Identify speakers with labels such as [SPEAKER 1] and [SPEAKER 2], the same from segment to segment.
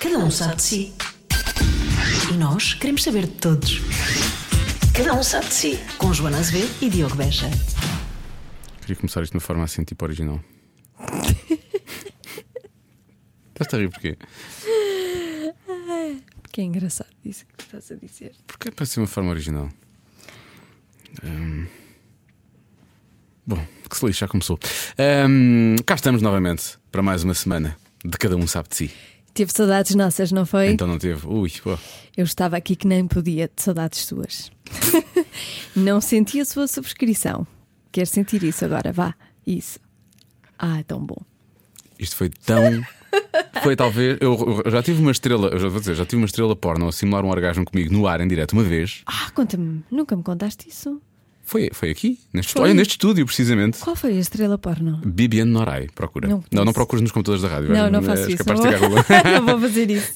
[SPEAKER 1] Cada um sabe de si. E nós queremos saber de todos. Cada um sabe de si. Com Joana Azevedo e Diogo Beja.
[SPEAKER 2] Queria começar isto de uma forma assim, tipo original. Estás a rir porquê?
[SPEAKER 3] Porque é engraçado isso que tu estás a dizer.
[SPEAKER 2] Porque é para ser uma forma original. Hum. Bom, que se lixe, já começou. Hum, cá estamos novamente para mais uma semana de Cada Um Sabe de Si.
[SPEAKER 3] Teve saudades nossas, não foi?
[SPEAKER 2] Então não teve. Ui, pô.
[SPEAKER 3] Eu estava aqui que nem podia de saudades suas. não senti a sua subscrição. Quero sentir isso agora, vá. Isso. Ah, é tão bom.
[SPEAKER 2] isto foi tão. Foi talvez. Eu, eu já tive uma estrela, eu já vou dizer, já tive uma estrela porno a simular um orgasmo comigo no ar em direto uma vez.
[SPEAKER 3] Ah, conta-me, nunca me contaste isso.
[SPEAKER 2] Foi, foi aqui, neste,
[SPEAKER 3] Foi.
[SPEAKER 2] olha, neste estúdio, precisamente.
[SPEAKER 3] Qual foi a estrela porno?
[SPEAKER 2] Bibiane Norai, procura.
[SPEAKER 3] Não
[SPEAKER 2] Não, não,
[SPEAKER 3] conheço.
[SPEAKER 2] procuras nos computadores da rádio.
[SPEAKER 3] Não, não
[SPEAKER 2] és
[SPEAKER 3] faço isso.
[SPEAKER 2] capaz
[SPEAKER 3] não,
[SPEAKER 2] de
[SPEAKER 3] vou...
[SPEAKER 2] ficar com-
[SPEAKER 3] não vou fazer isso.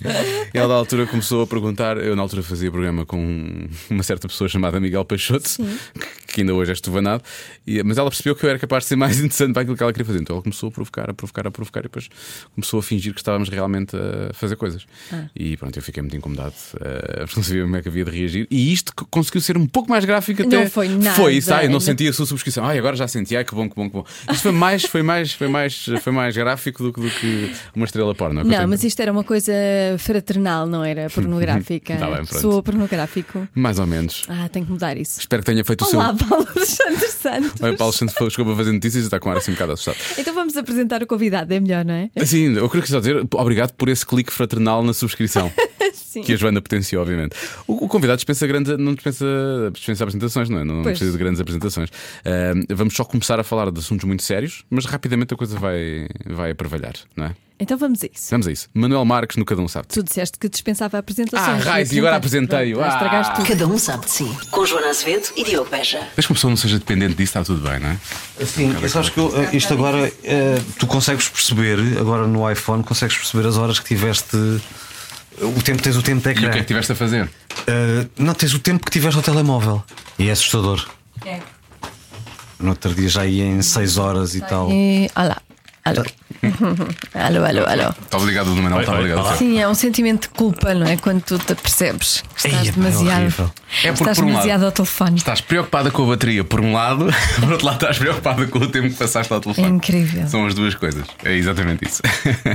[SPEAKER 2] Ela, na altura, começou a perguntar. Eu, na altura, fazia programa com uma certa pessoa chamada Miguel Peixoto, que- que ainda hoje é estovanado, e- mas ela percebeu que eu era capaz de ser mais interessante para aquilo que ela queria fazer. Então ela começou a provocar, a provocar, a provocar, e depois começou a fingir que estávamos realmente a fazer coisas.
[SPEAKER 3] Ah.
[SPEAKER 2] E pronto, eu fiquei muito incomodado, eh, porque não sabia como é que havia de reagir. E isto co- conseguiu ser um pouco mais gráfico até.
[SPEAKER 3] Não foi nada,
[SPEAKER 2] Foi isso, ai, eu não
[SPEAKER 3] ainda-
[SPEAKER 2] senti a sua subscrição. Ai, agora já senti, ai, que bom, que bom, que bom. Isto foi mais, foi mais, foi mais, foi mais gráfico do que, do que uma estrela porno. é o que eu
[SPEAKER 3] Não,
[SPEAKER 2] tenho-
[SPEAKER 3] mas isto era uma coisa fraternal, não era pornográfica.
[SPEAKER 2] Tá bem, pronto.
[SPEAKER 3] Sou pornográfico.
[SPEAKER 2] Mais ou menos.
[SPEAKER 3] Ah, tenho que mudar isso.
[SPEAKER 2] Espero que tenha feito o
[SPEAKER 3] Olá,
[SPEAKER 2] seu.
[SPEAKER 3] Paulo Alexandre Santos.
[SPEAKER 2] Olha, Paulo Santos foi desculpa fazer notícias e está com ar assim um bocado assustado.
[SPEAKER 3] Então vamos apresentar o convidado, é melhor, não é?
[SPEAKER 2] Assim, eu queria só dizer obrigado por esse clique fraternal na subscrição.
[SPEAKER 3] Sim.
[SPEAKER 2] Que a Joana potenciou, obviamente. O, o convidado dispensa grandes, não dispensa, dispensa apresentações, não é? Não, não
[SPEAKER 3] Pois.
[SPEAKER 2] precisa de grandes apresentações. Ahm, vamos só começar a falar de assuntos muito sérios, mas rapidamente a coisa vai, vai aparvalhar, não é?
[SPEAKER 3] Então vamos a isso.
[SPEAKER 2] Vamos a isso. Manuel Marques no Cada Um Sabe.
[SPEAKER 3] Tu disseste que dispensava
[SPEAKER 2] Ah,
[SPEAKER 3] apresentações. é?
[SPEAKER 2] raiz, e agora apresentei-o. Ah.
[SPEAKER 3] Pronto, já estragaste tudo.
[SPEAKER 1] Cada um sabe de si. Com Joana Azevedo e Diogo Beja.
[SPEAKER 2] Desde que a pessoa não seja dependente disso, está tudo bem, não é?
[SPEAKER 4] Sim, sabes que eu, eh, isto agora eh, tu consegues perceber, agora no iPhone, consegues perceber as horas que tiveste. eh, O tempo tens o tempo de
[SPEAKER 2] E o
[SPEAKER 4] ecrã.
[SPEAKER 2] que é que tiveste a fazer?
[SPEAKER 4] Eh, não, tens o tempo que tiveste ao telemóvel. E é assustador.
[SPEAKER 3] tá
[SPEAKER 4] No outro dia já ia em 6 horas e tal.
[SPEAKER 3] E... Eh, Olá. Alô. alô, alô, alô.
[SPEAKER 2] Estava ligado do Manuel, estava ligado. ao seu.
[SPEAKER 3] Sim, é um sentimento de culpa, não é? Quando tu te percebes que estás
[SPEAKER 4] Ei, é
[SPEAKER 3] demasiado.
[SPEAKER 4] horrível.
[SPEAKER 2] É porque,
[SPEAKER 3] estás
[SPEAKER 2] por um lado,
[SPEAKER 3] demasiado ao telefone.
[SPEAKER 2] Estás preocupada com a bateria, por um lado, por outro lado, estás preocupada com o tempo que passaste ao telefone.
[SPEAKER 3] É incrível.
[SPEAKER 2] São as duas coisas. É exatamente isso.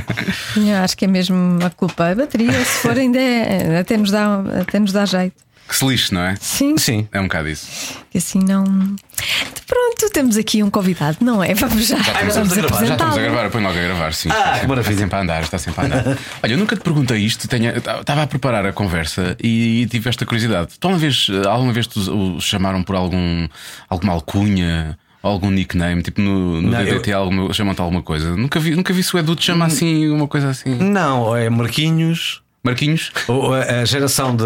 [SPEAKER 3] Eu acho que é mesmo a culpa. A bateria, se for, ainda é, até, nos dá, até nos dá jeito.
[SPEAKER 2] que se lixe, não é?
[SPEAKER 3] Sim.
[SPEAKER 4] Sim.
[SPEAKER 2] É um bocado isso.
[SPEAKER 3] E assim não. Pronto, temos aqui um convidado, não é? Vamos já.
[SPEAKER 2] estamos a
[SPEAKER 3] Vamos
[SPEAKER 4] gravar,
[SPEAKER 2] Já estamos a
[SPEAKER 3] apresentá-lo.
[SPEAKER 2] gravar, eu ponho logo a gravar, sim. Está sempre-
[SPEAKER 4] maravilha.
[SPEAKER 2] Está sempre a andar, está sempre a andar. Olha, eu nunca te perguntei isto, tenho- estava a preparar a conversa e, tive esta curiosidade. Tu alguma vez, eh, alguma vez te o chamaram por algum, alguma alcunha? Algum nickname, tipo no, no
[SPEAKER 4] Não,
[SPEAKER 2] DDT alguma- chamam-te alguma coisa. Nunca vi, nunca vi se o Edu te chama assim, uma coisa assim.
[SPEAKER 4] Não, ou é Marquinhos.
[SPEAKER 2] Marquinhos?
[SPEAKER 4] ou a, a geração de-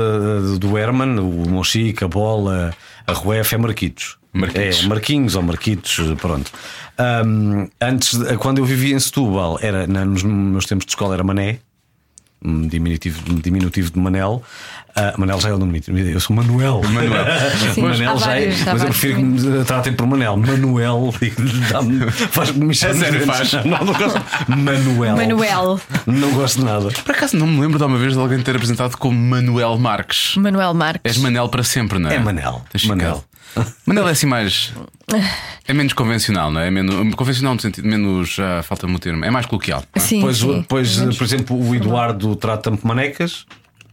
[SPEAKER 4] de- do Herman, o Monchique, a Bola, a Ruef, é Marquitos.
[SPEAKER 2] Marquitos.
[SPEAKER 4] É, Marquinhos ou Marquitos, pronto. Ahm, antes, de- quando eu vivia em Setúbal, era, na- nos meus tempos de escola era Mané, um diminutivo, um diminutivo de Manel. Ah, Manel já é o diminutivo, eu sou Manuel.
[SPEAKER 2] Manuel.
[SPEAKER 3] Sim, há
[SPEAKER 4] Manel já é,
[SPEAKER 3] vários, há
[SPEAKER 4] mas eu
[SPEAKER 3] vários
[SPEAKER 4] prefiro que me tratem por Manel. Manuel dá-me- faz-me mexer.
[SPEAKER 2] A sério,
[SPEAKER 4] nos dentes.
[SPEAKER 2] faz.
[SPEAKER 4] Não, não gosto. Manuel.
[SPEAKER 3] Manuel.
[SPEAKER 4] Não gosto de nada.
[SPEAKER 2] Por acaso não me lembro de uma vez de alguém ter apresentado como Manuel Marques.
[SPEAKER 3] Manuel
[SPEAKER 2] És
[SPEAKER 3] Marques.
[SPEAKER 2] Manel para sempre, não é?
[SPEAKER 4] É Manel.
[SPEAKER 2] Tens ficado.
[SPEAKER 4] Manel.
[SPEAKER 2] Manel é assim mais. É menos convencional, não é? É menos, convencional no sentido, menos. ah, Falta-me o termo. É mais coloquial. não é?
[SPEAKER 3] Sim,
[SPEAKER 4] Pois,
[SPEAKER 3] sim.
[SPEAKER 4] pois, por exemplo, o Eduardo trata-me por manecas.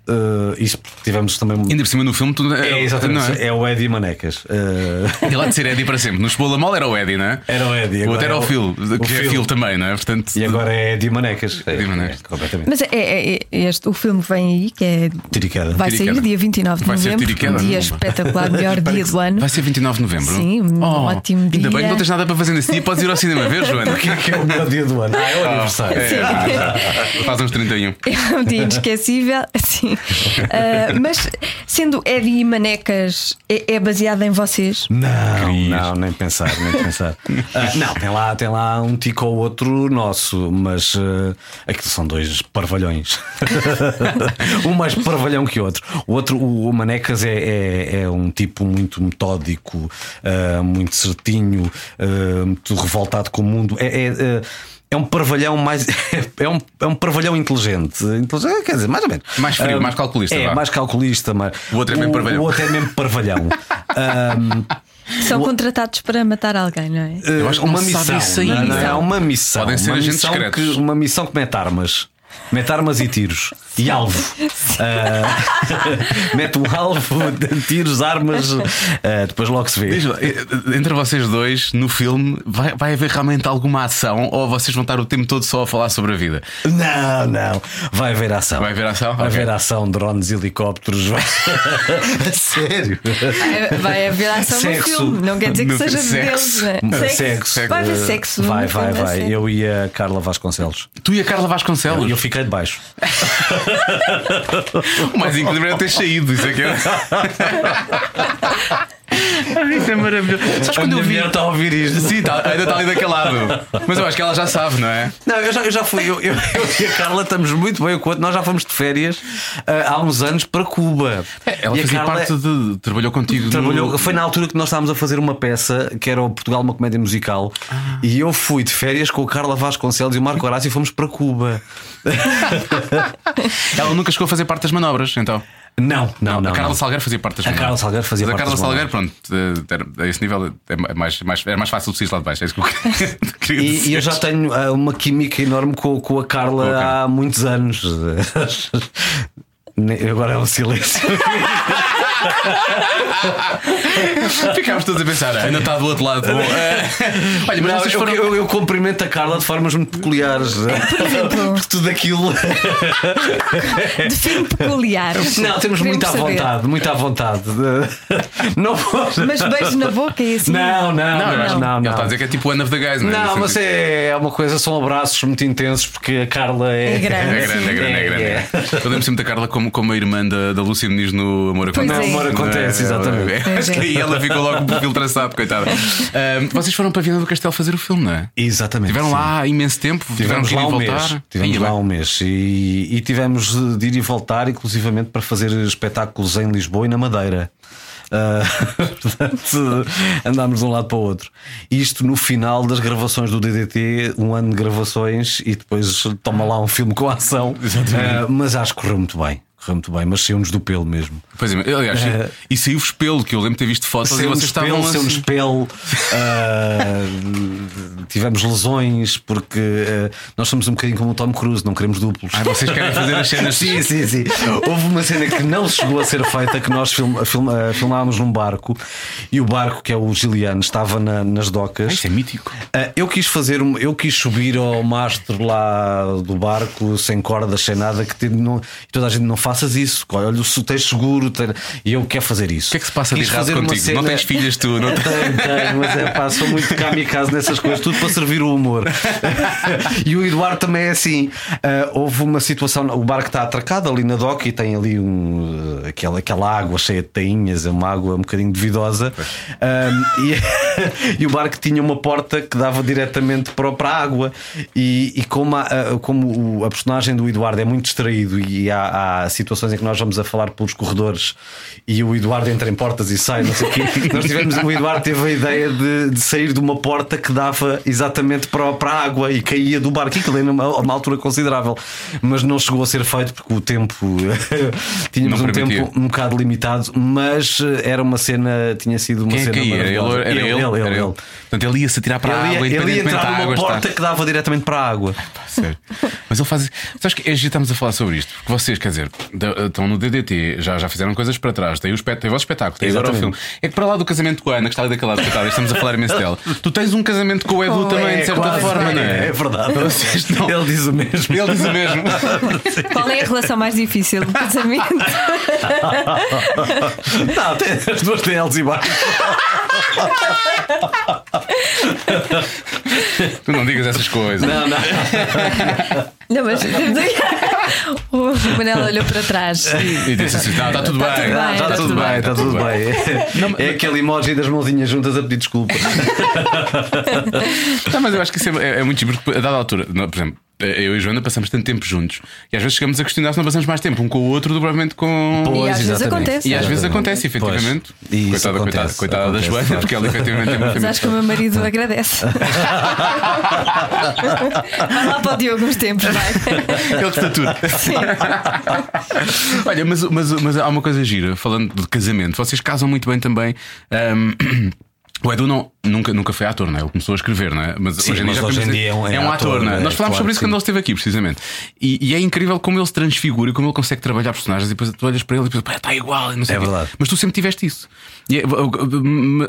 [SPEAKER 4] eh, isso tivemos também. um-
[SPEAKER 2] Ainda por cima no filme, tu.
[SPEAKER 4] É, exatamente.
[SPEAKER 2] Não é?
[SPEAKER 4] é? o Eddie Manecas. Eh,
[SPEAKER 2] Ele há de ser Eddie para sempre. No Cebola Mol era o Eddie, não é?
[SPEAKER 4] Era o Eddie,
[SPEAKER 2] O
[SPEAKER 4] agora
[SPEAKER 2] outro era
[SPEAKER 4] é
[SPEAKER 2] o
[SPEAKER 4] o-
[SPEAKER 2] Phil,
[SPEAKER 4] o
[SPEAKER 2] que é
[SPEAKER 4] Phil.
[SPEAKER 2] Phil também, não é? Portanto,
[SPEAKER 4] e agora é Eddie Manecas.
[SPEAKER 2] Eddie
[SPEAKER 4] É,
[SPEAKER 2] Manecas.
[SPEAKER 4] é, completamente.
[SPEAKER 3] Mas é, é- é este, o filme que vem aí, que é.
[SPEAKER 4] Tiricada.
[SPEAKER 3] Vai
[SPEAKER 2] Tiricada.
[SPEAKER 3] sair dia 29 de
[SPEAKER 2] Vai ser
[SPEAKER 3] novembro.
[SPEAKER 2] Tiricada,
[SPEAKER 3] um dia
[SPEAKER 4] é?
[SPEAKER 2] não?
[SPEAKER 3] espetacular, melhor dia do ano.
[SPEAKER 2] Vai ser 29 de novembro. Oh,
[SPEAKER 3] Sim, um ótimo
[SPEAKER 2] ainda Ainda
[SPEAKER 3] dia.
[SPEAKER 2] bem que não tens nada para fazer nesse dia, podes ir ao cinema ver, Joana.
[SPEAKER 4] Que é o melhor dia do ano. Ah, é o aniversário.
[SPEAKER 2] É, faz uns 31.
[SPEAKER 3] É um dia inesquecível, sim. Ah, mas sendo Eddie e Manecas, é, é baseado em vocês?
[SPEAKER 4] Não,
[SPEAKER 2] Querias.
[SPEAKER 4] não, nem pensar, nem pensar. Ah, não, tem lá, tem lá um tico ou outro nosso, mas eh, aquilo são dois parvalhões. um mais parvalhão que o outro. O outro, o, o Manecas, é, é- é um tipo muito metódico, ah, muito certinho, ah, muito revoltado com o mundo. É. é, eh, é um parvalhão mais. É um, é um parvalhão inteligente. inteligente. Quer dizer, mais ou menos.
[SPEAKER 2] Mais frio,
[SPEAKER 4] Ah,
[SPEAKER 2] mais calculista,
[SPEAKER 4] É,
[SPEAKER 2] vá.
[SPEAKER 4] mais calculista. Mas...
[SPEAKER 2] O outro é mesmo parvalhão.
[SPEAKER 4] O outro é mesmo parvalhão. Ahm,
[SPEAKER 5] São contratados para matar alguém, não é?
[SPEAKER 2] Eu acho que
[SPEAKER 4] uma
[SPEAKER 2] não se sabe
[SPEAKER 4] missão.
[SPEAKER 2] isso ainda.
[SPEAKER 4] não, não, é uma missão.
[SPEAKER 2] Podem ser
[SPEAKER 4] uma
[SPEAKER 2] agentes
[SPEAKER 4] missão que,
[SPEAKER 2] secretos.
[SPEAKER 4] Uma missão que mete armas. Mete armas e tiros. E alvo. Ah, mete um alvo, tiros, armas. ah, depois logo se vê.
[SPEAKER 2] Diz lá, eh, Entre vocês dois, no filme, vai, vai haver realmente alguma ação ou vocês vão estar o tempo todo só a falar sobre a vida?
[SPEAKER 4] Não, não. Vai haver ação.
[SPEAKER 2] Vai haver ação?
[SPEAKER 4] Vai
[SPEAKER 2] Ok.
[SPEAKER 4] haver ação, drones, helicópteros. vai- Sério?
[SPEAKER 5] Vai haver ação no
[SPEAKER 4] Sexo.
[SPEAKER 5] filme, não quer dizer que
[SPEAKER 2] No-
[SPEAKER 5] seja de Deus,
[SPEAKER 2] sexo.
[SPEAKER 5] não é?
[SPEAKER 4] Sexo.
[SPEAKER 5] Vai haver
[SPEAKER 4] eh,
[SPEAKER 5] sexo.
[SPEAKER 4] Vai,
[SPEAKER 5] no
[SPEAKER 4] vai,
[SPEAKER 3] é
[SPEAKER 5] filme,
[SPEAKER 4] vai.
[SPEAKER 5] sério.
[SPEAKER 4] Eu e a Carla Vasconcelos.
[SPEAKER 2] Tu e a Carla
[SPEAKER 4] E
[SPEAKER 2] Vasconcelos.
[SPEAKER 4] eu, fiquei de baixo.
[SPEAKER 2] O mais incrível era ter saído. Isso é que é. Ah, Isso é maravilhoso. Sabes
[SPEAKER 4] A
[SPEAKER 2] quando eu
[SPEAKER 4] minha
[SPEAKER 2] vi.
[SPEAKER 4] mulher está a ouvir isto.
[SPEAKER 2] Sim, tá- ainda está ali daquele lado. Mas eu acho que ela já sabe, não é?
[SPEAKER 4] Não, eu já, eu já fui, eu, eu- eu e a Carla estamos muito bem com o outro. Nós já fomos de férias ah, há uns anos para Cuba.
[SPEAKER 2] É, Ela
[SPEAKER 4] E a
[SPEAKER 2] fazia
[SPEAKER 4] Carla é-
[SPEAKER 2] parte de. Trabalhou contigo. no-
[SPEAKER 4] Trabalhou, foi na altura que nós estávamos a fazer uma peça que era o Portugal, uma comédia musical.
[SPEAKER 2] Ah.
[SPEAKER 4] E eu fui de férias com o Carla Vasconcelos e o Marco Horácio e fomos para Cuba.
[SPEAKER 2] Ela nunca chegou a fazer parte das manobras, então.
[SPEAKER 4] Não, não, não.
[SPEAKER 2] a Carla
[SPEAKER 4] não.
[SPEAKER 2] Salgueiro fazia parte das
[SPEAKER 4] A
[SPEAKER 2] manobras.
[SPEAKER 4] Carla Salgueiro fazia
[SPEAKER 2] Mas a
[SPEAKER 4] parte
[SPEAKER 2] Carla
[SPEAKER 4] das
[SPEAKER 2] Salgueiro, pronto, eh, era- a esse nível é mais, mais, era mais fácil de sair lá de baixo. É isso que eu queria, queria
[SPEAKER 4] E,
[SPEAKER 2] dizer.
[SPEAKER 4] e eu já tenho ah, uma química enorme com, com a Carla
[SPEAKER 2] Com a Carla.
[SPEAKER 4] há muitos anos. Ne- Agora é um silêncio.
[SPEAKER 2] Ficámos todos a pensar, "Ah, ainda está do outro lado. Bom, eh, olha, mas
[SPEAKER 4] Não,
[SPEAKER 2] vocês
[SPEAKER 4] eu,
[SPEAKER 2] foram. É,
[SPEAKER 4] eu- eu cumprimento a Carla de formas muito peculiares. Porque tudo aquilo.
[SPEAKER 5] Define peculiares.
[SPEAKER 4] Não, temos muito à
[SPEAKER 5] Queremos saber.
[SPEAKER 4] vontade, muito à vontade. Não pode.
[SPEAKER 5] Mas beijo na boca
[SPEAKER 3] é
[SPEAKER 5] e assim.
[SPEAKER 4] Não, não,
[SPEAKER 2] eu acho-
[SPEAKER 4] não, não.
[SPEAKER 2] Ele
[SPEAKER 4] não.
[SPEAKER 2] está a dizer que é tipo One of the Guys, não é?
[SPEAKER 4] Não,
[SPEAKER 2] No
[SPEAKER 4] mas
[SPEAKER 2] sentido-
[SPEAKER 4] é uma coisa, são abraços muito intensos porque a Carla é,
[SPEAKER 5] É grande.
[SPEAKER 2] É grande, é grande, é grande.
[SPEAKER 4] É,
[SPEAKER 2] Eu lembro sempre da Carla como, como a irmã da, da Lúcia Muniz no Amor
[SPEAKER 5] Pois é.
[SPEAKER 2] Acontece.
[SPEAKER 5] No
[SPEAKER 4] Amor Acontece, exatamente.
[SPEAKER 2] É, Acho que aí ela ficou logo com o perfil traçado, coitada. Ah, vocês foram para a Viana do Castelo fazer o filme, não é?
[SPEAKER 4] Exatamente.
[SPEAKER 2] Tiveram
[SPEAKER 4] sim.
[SPEAKER 2] lá imenso tempo, tiveram
[SPEAKER 4] Tivemos
[SPEAKER 2] que ir
[SPEAKER 4] lá
[SPEAKER 2] e
[SPEAKER 4] um
[SPEAKER 2] voltar.
[SPEAKER 4] mês. Tivemos
[SPEAKER 2] Ia
[SPEAKER 4] lá
[SPEAKER 2] bem.
[SPEAKER 4] um mês e, e tivemos de ir e voltar, inclusivamente para fazer espetáculos em Lisboa e na Madeira. Ah, portanto, andámos de um lado para o outro. Isto no final das gravações do DDT, um ano de gravações e depois toma lá um filme com ação. Ah, mas acho que correu muito bem. Correu muito bem, mas saiu-nos do pelo mesmo.
[SPEAKER 2] Pois é, aliás, e saiu-vos pelo, que eu lembro de ter visto fotos e vocês
[SPEAKER 4] Saiu-nos
[SPEAKER 2] estavam
[SPEAKER 4] pelo,
[SPEAKER 2] assim.
[SPEAKER 4] saiu-nos pelo. ah, tivemos lesões, porque ah, nós somos um bocadinho como o Tom Cruise, não queremos duplos.
[SPEAKER 2] Ah, vocês querem fazer as cenas.
[SPEAKER 4] Sim, sim, sim. Houve uma cena que não chegou a ser feita, que nós film, film- eh, filmámos num barco e o barco, que é o Giliano, estava na- nas
[SPEAKER 2] Ah,
[SPEAKER 4] docas.
[SPEAKER 2] Isto é mítico.
[SPEAKER 4] Ah, eu quis fazer um- eu quis subir ao mastro lá do barco sem cordas, sem nada, que tem- não- e toda a gente não faças isso. Olha, se tens seguro, tem- e eu quero fazer isso.
[SPEAKER 2] O que é que se passa de
[SPEAKER 4] Quis
[SPEAKER 2] errado
[SPEAKER 4] fazer uma
[SPEAKER 2] contigo? Não
[SPEAKER 4] cena-
[SPEAKER 2] tens filhas tu, não tens.
[SPEAKER 4] tenho, tenho, mas é pá, sou muito kamikaze nessas coisas, tudo para servir o humor. e o Eduardo também é assim. ah, houve uma situação, o barco está atracado ali na doca e tem ali um, ah, aquela, aquela água cheia de tainhas, é uma água um bocadinho duvidosa. Ah, e, e o barco tinha uma porta que dava diretamente para, para a água. E, e como, a, a- como o- a personagem do Eduardo é muito distraído e há, há situações em que nós vamos a falar pelos corredores e o Eduardo entra em portas e sai, não sei o quê. Nós tivemos, o Eduardo teve a ideia de, de sair de uma porta que dava exatamente para, para a água e caía do barco, e aquilo era numa, uma altura considerável. Mas não chegou a ser feito porque o tempo. tínhamos
[SPEAKER 2] Não
[SPEAKER 4] um
[SPEAKER 2] permitia.
[SPEAKER 4] tempo um bocado limitado, mas eh, era uma cena. Tinha sido uma
[SPEAKER 2] Quem é
[SPEAKER 4] cena.
[SPEAKER 2] que ia? Era ele,
[SPEAKER 4] maravilhosa.
[SPEAKER 2] era ele, era ele. Portanto, ele ia se atirar para a
[SPEAKER 4] Ele
[SPEAKER 2] água,
[SPEAKER 4] ia, ele ia
[SPEAKER 2] independentemente da
[SPEAKER 4] entrar numa
[SPEAKER 2] água estar.
[SPEAKER 4] porta que dava diretamente para a água.
[SPEAKER 2] Sério. Mas ele faz. Sabes que é giro estamos a falar sobre isto? Porque vocês, quer dizer, da- estão no DDT, já, já fizeram coisas para trás, tem o, espet... tem o vosso espetáculo, tem agora o filme.
[SPEAKER 4] Exatamente.
[SPEAKER 2] É que para lá do casamento com a Ana, que está ali daquele lado, coitada, estamos a falar imenso dela. Tu tens um casamento com o Edu também, de certa
[SPEAKER 4] quase,
[SPEAKER 2] forma,
[SPEAKER 4] é,
[SPEAKER 2] não é?
[SPEAKER 4] É verdade.
[SPEAKER 2] Vocês não-
[SPEAKER 4] Ele diz o mesmo.
[SPEAKER 2] Ele diz o mesmo.
[SPEAKER 5] Qual é a relação mais difícil do casamento?
[SPEAKER 4] Não, tem, as duas têm altos e baixos.
[SPEAKER 2] tu não digas essas coisas.
[SPEAKER 4] Não, não.
[SPEAKER 5] Não, mas o Manel olhou para trás.
[SPEAKER 4] É.
[SPEAKER 2] E disse assim: não, está tudo
[SPEAKER 5] Tá
[SPEAKER 2] bem.
[SPEAKER 5] tudo bem,
[SPEAKER 4] Está
[SPEAKER 5] tá
[SPEAKER 4] tudo bem, está tudo bem. É aquele emoji das mãozinhas juntas a pedir desculpa.
[SPEAKER 2] Não, mas eu acho que isso é, é- é muito giro, porque a dada altura, não, por exemplo, eu e a Joana passamos tanto tempo juntos e às vezes chegamos a questionar se não passamos mais tempo um com o outro do que provavelmente com.
[SPEAKER 5] Pois, E às vezes acontece.
[SPEAKER 2] E às vezes
[SPEAKER 4] Exatamente.
[SPEAKER 2] acontece, efetivamente.
[SPEAKER 4] Pois. E isso
[SPEAKER 2] coitada, coitada,
[SPEAKER 4] acontece,
[SPEAKER 2] coitada da
[SPEAKER 4] acontece,
[SPEAKER 2] Joana,
[SPEAKER 4] claro.
[SPEAKER 2] porque ela efetivamente é tem uma
[SPEAKER 5] Mas
[SPEAKER 2] família.
[SPEAKER 5] acho que o meu marido agradece. vai lá para o Diogo uns tempos, vai.
[SPEAKER 2] Ele está tudo. Olha, mas, mas, mas há uma coisa gira, falando de casamento, vocês casam muito bem também. ahm, o Edu não, nunca, nunca foi ator, não é? Ele começou a escrever, não é? Mas
[SPEAKER 4] Sim,
[SPEAKER 2] hoje em dia,
[SPEAKER 4] mas
[SPEAKER 2] já
[SPEAKER 4] hoje
[SPEAKER 2] podemos
[SPEAKER 4] em
[SPEAKER 2] dizer-
[SPEAKER 4] dia é um- é um
[SPEAKER 2] ator,
[SPEAKER 4] ator,
[SPEAKER 2] não é?
[SPEAKER 4] é,
[SPEAKER 2] Nós falámos
[SPEAKER 4] claro
[SPEAKER 2] sobre isso
[SPEAKER 4] que
[SPEAKER 2] quando
[SPEAKER 4] sim.
[SPEAKER 2] ele esteve aqui, precisamente. E, e é incrível como ele se transfigura e como ele consegue trabalhar personagens e depois tu olhas para ele e depois, está igual, e não sei
[SPEAKER 4] É
[SPEAKER 2] o quê.
[SPEAKER 4] verdade.
[SPEAKER 2] Mas tu sempre tiveste isso. E é-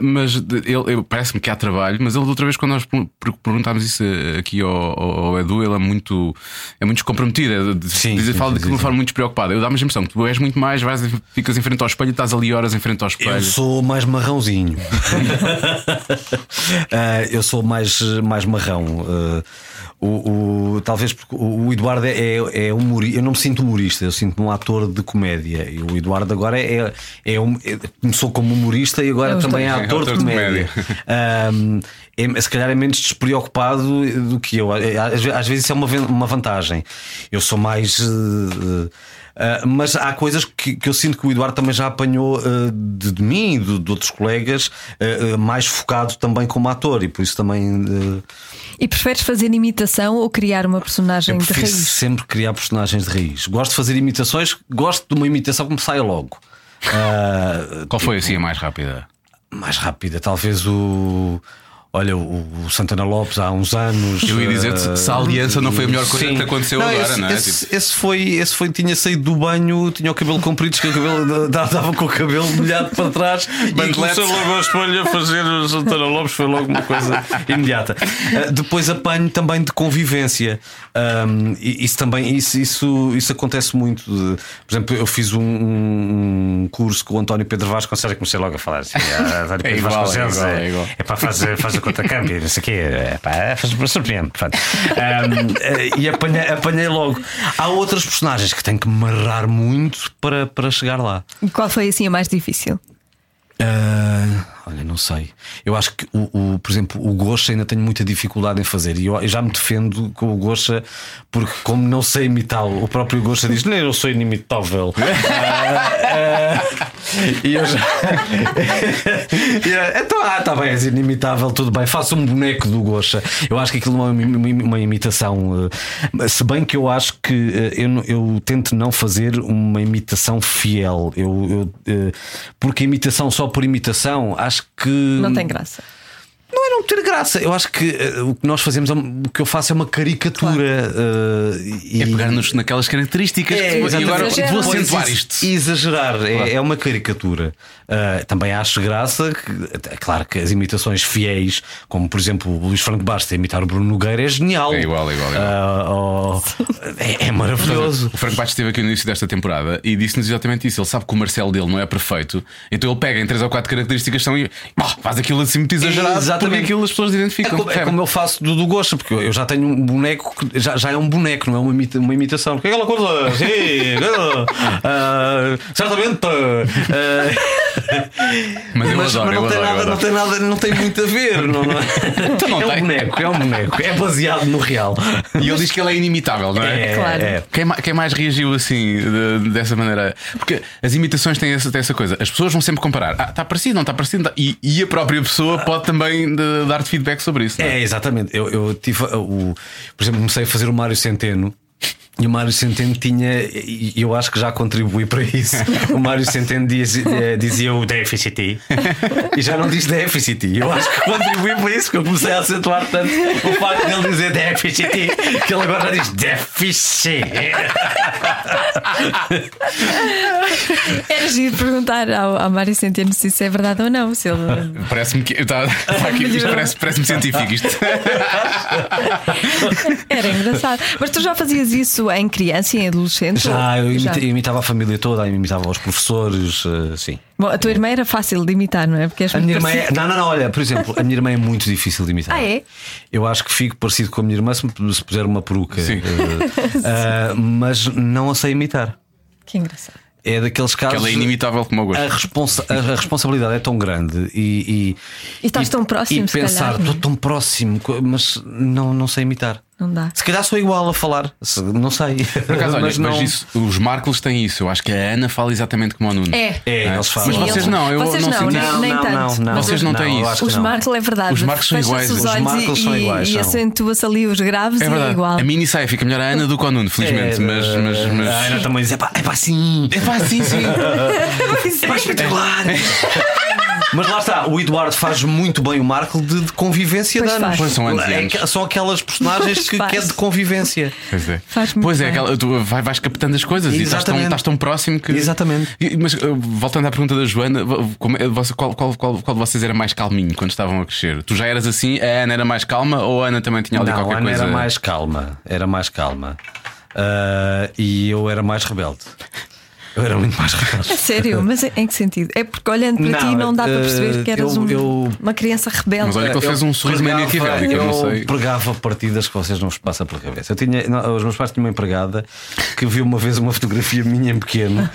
[SPEAKER 2] mas ele, ele- parece-me que há trabalho, mas ele, outra vez, quando nós per- per- perguntámos isso eh, aqui ao, ao- ao Edu, ele é muito, é muito descomprometido. É, de-
[SPEAKER 4] Sim,
[SPEAKER 2] diz-
[SPEAKER 4] sim,
[SPEAKER 2] fala
[SPEAKER 4] sim,
[SPEAKER 2] de uma
[SPEAKER 4] sim.
[SPEAKER 2] forma muito despreocupada. Eu dá-me a impressão que tu és muito mais, vais, ficas em frente ao espelho e estás ali horas em frente ao espelho.
[SPEAKER 4] Eu sou mais marrãozinho. Ah, eu sou mais, mais marrão. Ah, o, o- talvez porque o o Eduardo é, é, é humorista. Eu não me sinto humorista, eu sinto-me um ator de comédia. E o Eduardo agora é, é, um- é- começou como humorista e agora
[SPEAKER 5] É os
[SPEAKER 4] também é
[SPEAKER 5] dois.
[SPEAKER 4] ator de comédia. Ahm, é- se calhar é menos despreocupado do que eu. Às, ve- às vezes isso é uma, ven- uma vantagem. Eu sou mais. eh, eh, ah, mas há coisas que, que eu sinto que o Eduardo também já apanhou eh, de, de mim e de, de outros colegas, eh, eh, mais focado também como ator, e por isso também eh,
[SPEAKER 5] E preferes fazer imitação ou criar uma personagem
[SPEAKER 3] É
[SPEAKER 4] eu
[SPEAKER 5] de
[SPEAKER 4] prefiro
[SPEAKER 5] raiz?
[SPEAKER 4] sempre criar personagens de raiz. Gosto de fazer imitações, gosto de uma imitação que me saia logo. Ah,
[SPEAKER 2] Qual foi assim a mais rápida?
[SPEAKER 4] mais rápida, talvez o. Olha, o o Santana Lopes há uns anos.
[SPEAKER 2] Eu ia dizer, se- se a aliança não foi a melhor coisa que te aconteceu agora,
[SPEAKER 4] esse,
[SPEAKER 2] não é?
[SPEAKER 4] Esse, esse foi, esse foi, tinha saído do banho, tinha o cabelo comprido, que o cabelo da- dava com o cabelo molhado para trás e
[SPEAKER 2] Bandeletes.
[SPEAKER 4] começou logo ao espelho a fazer o Santana Lopes, foi logo uma coisa imediata. Ah, depois apanho também de convivência. Ahm, e isso também, isso, isso, isso acontece muito. de- por exemplo, eu fiz um, um curso com o António Pedro Vasconcelos, e comecei logo a falar assim, "Ah, António
[SPEAKER 2] É
[SPEAKER 4] Pedro
[SPEAKER 2] igual, é
[SPEAKER 4] Vasconcelos,
[SPEAKER 2] igual, é
[SPEAKER 4] é-
[SPEAKER 2] igual."
[SPEAKER 4] é pá, faz, faz o contracâmbio, não sei o quê, é pá, faz para surpreende. pronto. Ahm, eh, e apanhei, apanhei logo. Há outras personagens que têm que marrar muito para, para chegar lá.
[SPEAKER 5] E Qual foi assim a mais difícil?
[SPEAKER 4] Ah, olha, não sei. Eu acho que, o, o- por exemplo, o Gosha ainda tenho muita dificuldade em fazer. E eu, eu já me defendo com o Gosha, porque, como não sei imitá-lo, o próprio Gosha diz: Nem eu sou inimitável. Ah, ah, e eu já. E eu, então, ah, está bem, és inimitável, tudo bem. Faça um boneco do Gosha. Eu acho que aquilo não é uma, im- uma imitação. eh, Se bem que eu acho que eh, eu, não- eu tento não fazer uma imitação fiel. Eu, eu, eh, porque imitação só por imitação, acho que.
[SPEAKER 5] Não tem graça.
[SPEAKER 4] Não é não ter graça. Eu acho que eh, o que nós fazemos, é um- o que eu faço é uma caricatura. eh, e
[SPEAKER 2] É pegar nos, naquelas características
[SPEAKER 4] É,
[SPEAKER 2] que tu- e
[SPEAKER 4] exatamente.
[SPEAKER 2] agora
[SPEAKER 5] Exageram.
[SPEAKER 2] É, vou
[SPEAKER 4] Pois,
[SPEAKER 2] acentuar
[SPEAKER 4] ex-
[SPEAKER 2] isto.
[SPEAKER 4] Exagerar, é- é, uma caricatura. Ah, também acho graça, que, é claro que as imitações fiéis, como por exemplo o Luís Franco Basta imitar o Bruno Nogueira, é genial.
[SPEAKER 2] É igual, é igual, é igual.
[SPEAKER 4] Ah, oh, é, é maravilhoso.
[SPEAKER 2] O Franco Bastos esteve aqui no início desta temporada e disse-nos exatamente isso. Ele sabe que o Marcelo dele não é perfeito, então ele pega em três ou quatro características que são e pá, faz aquilo assim muito exagerado
[SPEAKER 4] Exatamente.
[SPEAKER 2] porque aquilo as pessoas
[SPEAKER 4] É
[SPEAKER 2] identificam.
[SPEAKER 4] como, é
[SPEAKER 2] percebe?
[SPEAKER 4] como eu faço do, do gosto, porque eu já tenho um boneco, que já, já é um boneco, não é uma, imita- uma imitação. Porque aquela coisa, sim, ah, certamente. ah,
[SPEAKER 2] Mas eu adoro, eu
[SPEAKER 4] não, tem
[SPEAKER 2] adoro, eu
[SPEAKER 4] nada, não
[SPEAKER 2] adoro.
[SPEAKER 4] tem nada, não tem muito a ver. Não, não é?
[SPEAKER 2] Então não
[SPEAKER 4] é
[SPEAKER 2] tem.
[SPEAKER 4] um boneco, é um boneco, é baseado no real.
[SPEAKER 2] E ele diz que ele é inimitável, não é?
[SPEAKER 4] É,
[SPEAKER 5] Claro.
[SPEAKER 4] é.
[SPEAKER 2] Quem, ma- quem mais reagiu assim, de- dessa maneira? Porque as imitações têm essa, têm essa coisa. As pessoas vão sempre comparar. Ah, está parecido, não está parecido. não tá- E, e a própria pessoa pode também de- dar-te feedback sobre isso. não é?
[SPEAKER 4] É, exatamente. Eu, eu tive uh, o. Por exemplo, comecei a fazer o Mário Centeno. E o Mário Centeno tinha, e eu acho que já contribuí para isso. O Mário Centeno dizia, eh, dizia o déficit e já não diz déficit. Eu acho que contribuí para isso, porque eu comecei a acentuar tanto o facto dele dizer déficit que ele agora já diz déficit.
[SPEAKER 5] Era giro perguntar ao, ao Mário Centeno se isso é verdade ou não. Se ele...
[SPEAKER 2] Parece-me que. Tá, tá aqui, isto
[SPEAKER 5] Melhorou.
[SPEAKER 2] parece- parece-me científico isto.
[SPEAKER 5] Era engraçado. Mas tu já fazias isso em criança e em adolescente?
[SPEAKER 4] Já, eu
[SPEAKER 5] Já.
[SPEAKER 4] imita- imitava a família toda, eu imitava os professores, eh, sim.
[SPEAKER 5] Bom, a tua irmã era fácil de imitar, não é? Porque és
[SPEAKER 4] A
[SPEAKER 5] muito
[SPEAKER 4] minha irmã
[SPEAKER 5] parecida.
[SPEAKER 4] é. Não, não, não, olha, por exemplo, a minha irmã é muito difícil de imitar.
[SPEAKER 5] Ah, é?
[SPEAKER 4] Eu acho que fico parecido com a minha irmã se, me- se puser uma peruca.
[SPEAKER 2] Sim.
[SPEAKER 4] Eh, ah, mas não a sei imitar.
[SPEAKER 5] Que engraçado.
[SPEAKER 4] É daqueles
[SPEAKER 2] Que
[SPEAKER 4] casos.
[SPEAKER 2] ela é inimitável como o
[SPEAKER 4] A,
[SPEAKER 2] gosto.
[SPEAKER 4] responsa- a a responsabilidade é tão grande e.
[SPEAKER 5] E estás tão próximo,
[SPEAKER 4] E
[SPEAKER 5] se calhar,
[SPEAKER 4] pensar,
[SPEAKER 5] não é?
[SPEAKER 4] estou tão próximo, co- mas não, não sei imitar.
[SPEAKER 5] Não dá.
[SPEAKER 4] Se calhar sou igual a falar, Se- não sei.
[SPEAKER 2] Por acaso, olha, mas, isso- os Marcos têm isso. Eu acho que a Ana fala exatamente como o Nuno.
[SPEAKER 5] É.
[SPEAKER 4] É,
[SPEAKER 2] Não é?
[SPEAKER 4] eles falam.
[SPEAKER 2] Mas
[SPEAKER 5] Sim,
[SPEAKER 2] vocês
[SPEAKER 5] eles-
[SPEAKER 2] não, eu
[SPEAKER 5] vocês
[SPEAKER 2] não
[SPEAKER 5] não,
[SPEAKER 2] senti
[SPEAKER 5] não,
[SPEAKER 2] isso.
[SPEAKER 5] nem tanto.
[SPEAKER 2] Vocês não têm
[SPEAKER 4] eu
[SPEAKER 2] isso.
[SPEAKER 4] acho que
[SPEAKER 5] Os
[SPEAKER 4] não.
[SPEAKER 5] marcos é verdade.
[SPEAKER 2] Os marcos são
[SPEAKER 5] Fecha-se
[SPEAKER 2] iguais,
[SPEAKER 5] Os,
[SPEAKER 2] os
[SPEAKER 5] olhos
[SPEAKER 4] marcos
[SPEAKER 5] e,
[SPEAKER 4] são iguais,
[SPEAKER 5] e
[SPEAKER 4] são.
[SPEAKER 5] acentua-se ali os graves
[SPEAKER 2] É
[SPEAKER 5] e é
[SPEAKER 2] verdade.
[SPEAKER 5] igual.
[SPEAKER 2] A mini saia fica melhor a Ana do que o Nuno, felizmente.
[SPEAKER 4] É,
[SPEAKER 2] mas, mas, mas.
[SPEAKER 4] A Ana também diz: é pá, é pá, sim.
[SPEAKER 2] É pá, sim, sim.
[SPEAKER 4] É pá, espetacular. Mas lá está, o Eduardo faz muito bem o Marco de, de convivência
[SPEAKER 5] Pois
[SPEAKER 4] de anos.
[SPEAKER 5] faz. Pois
[SPEAKER 2] são anos e
[SPEAKER 4] É
[SPEAKER 2] anos.
[SPEAKER 4] que- são aquelas personagens que,
[SPEAKER 5] Pois
[SPEAKER 4] que é
[SPEAKER 5] faz.
[SPEAKER 4] de convivência.
[SPEAKER 2] Pois é,
[SPEAKER 5] Faz muito
[SPEAKER 2] pois é
[SPEAKER 5] bem.
[SPEAKER 2] aquela, tu vai- vais captando as coisas e estás tão,
[SPEAKER 4] Exatamente.
[SPEAKER 2] estás tão próximo que.
[SPEAKER 4] Exatamente.
[SPEAKER 2] E- Mas uh, voltando à pergunta da Joana, vo- como é- você- qual, qual, qual, qual de vocês era mais calminho quando estavam a crescer? Tu já eras assim, a Ana era mais calma ou a Ana também tinha ali
[SPEAKER 4] Não,
[SPEAKER 2] qualquer
[SPEAKER 4] a Ana
[SPEAKER 2] coisa?
[SPEAKER 4] era mais calma, era mais calma. Ah, e eu era mais rebelde. Eu era muito mais rebelde.
[SPEAKER 5] A É sério, mas em que sentido? É porque olhando para
[SPEAKER 4] Não,
[SPEAKER 5] ti não dá para perceber
[SPEAKER 4] eh,
[SPEAKER 5] que eras
[SPEAKER 4] eu-
[SPEAKER 5] um-
[SPEAKER 4] eu-
[SPEAKER 5] uma criança rebelde.
[SPEAKER 2] Mas olha que ele fez um sorriso meio
[SPEAKER 4] É, pregava-
[SPEAKER 2] maquiavélico, eu não sei.
[SPEAKER 4] Eu pregava partidas que vocês não vos passam pela cabeça. Eu tinha, não, os meus pais tinham uma empregada que viu uma vez uma fotografia minha em pequeno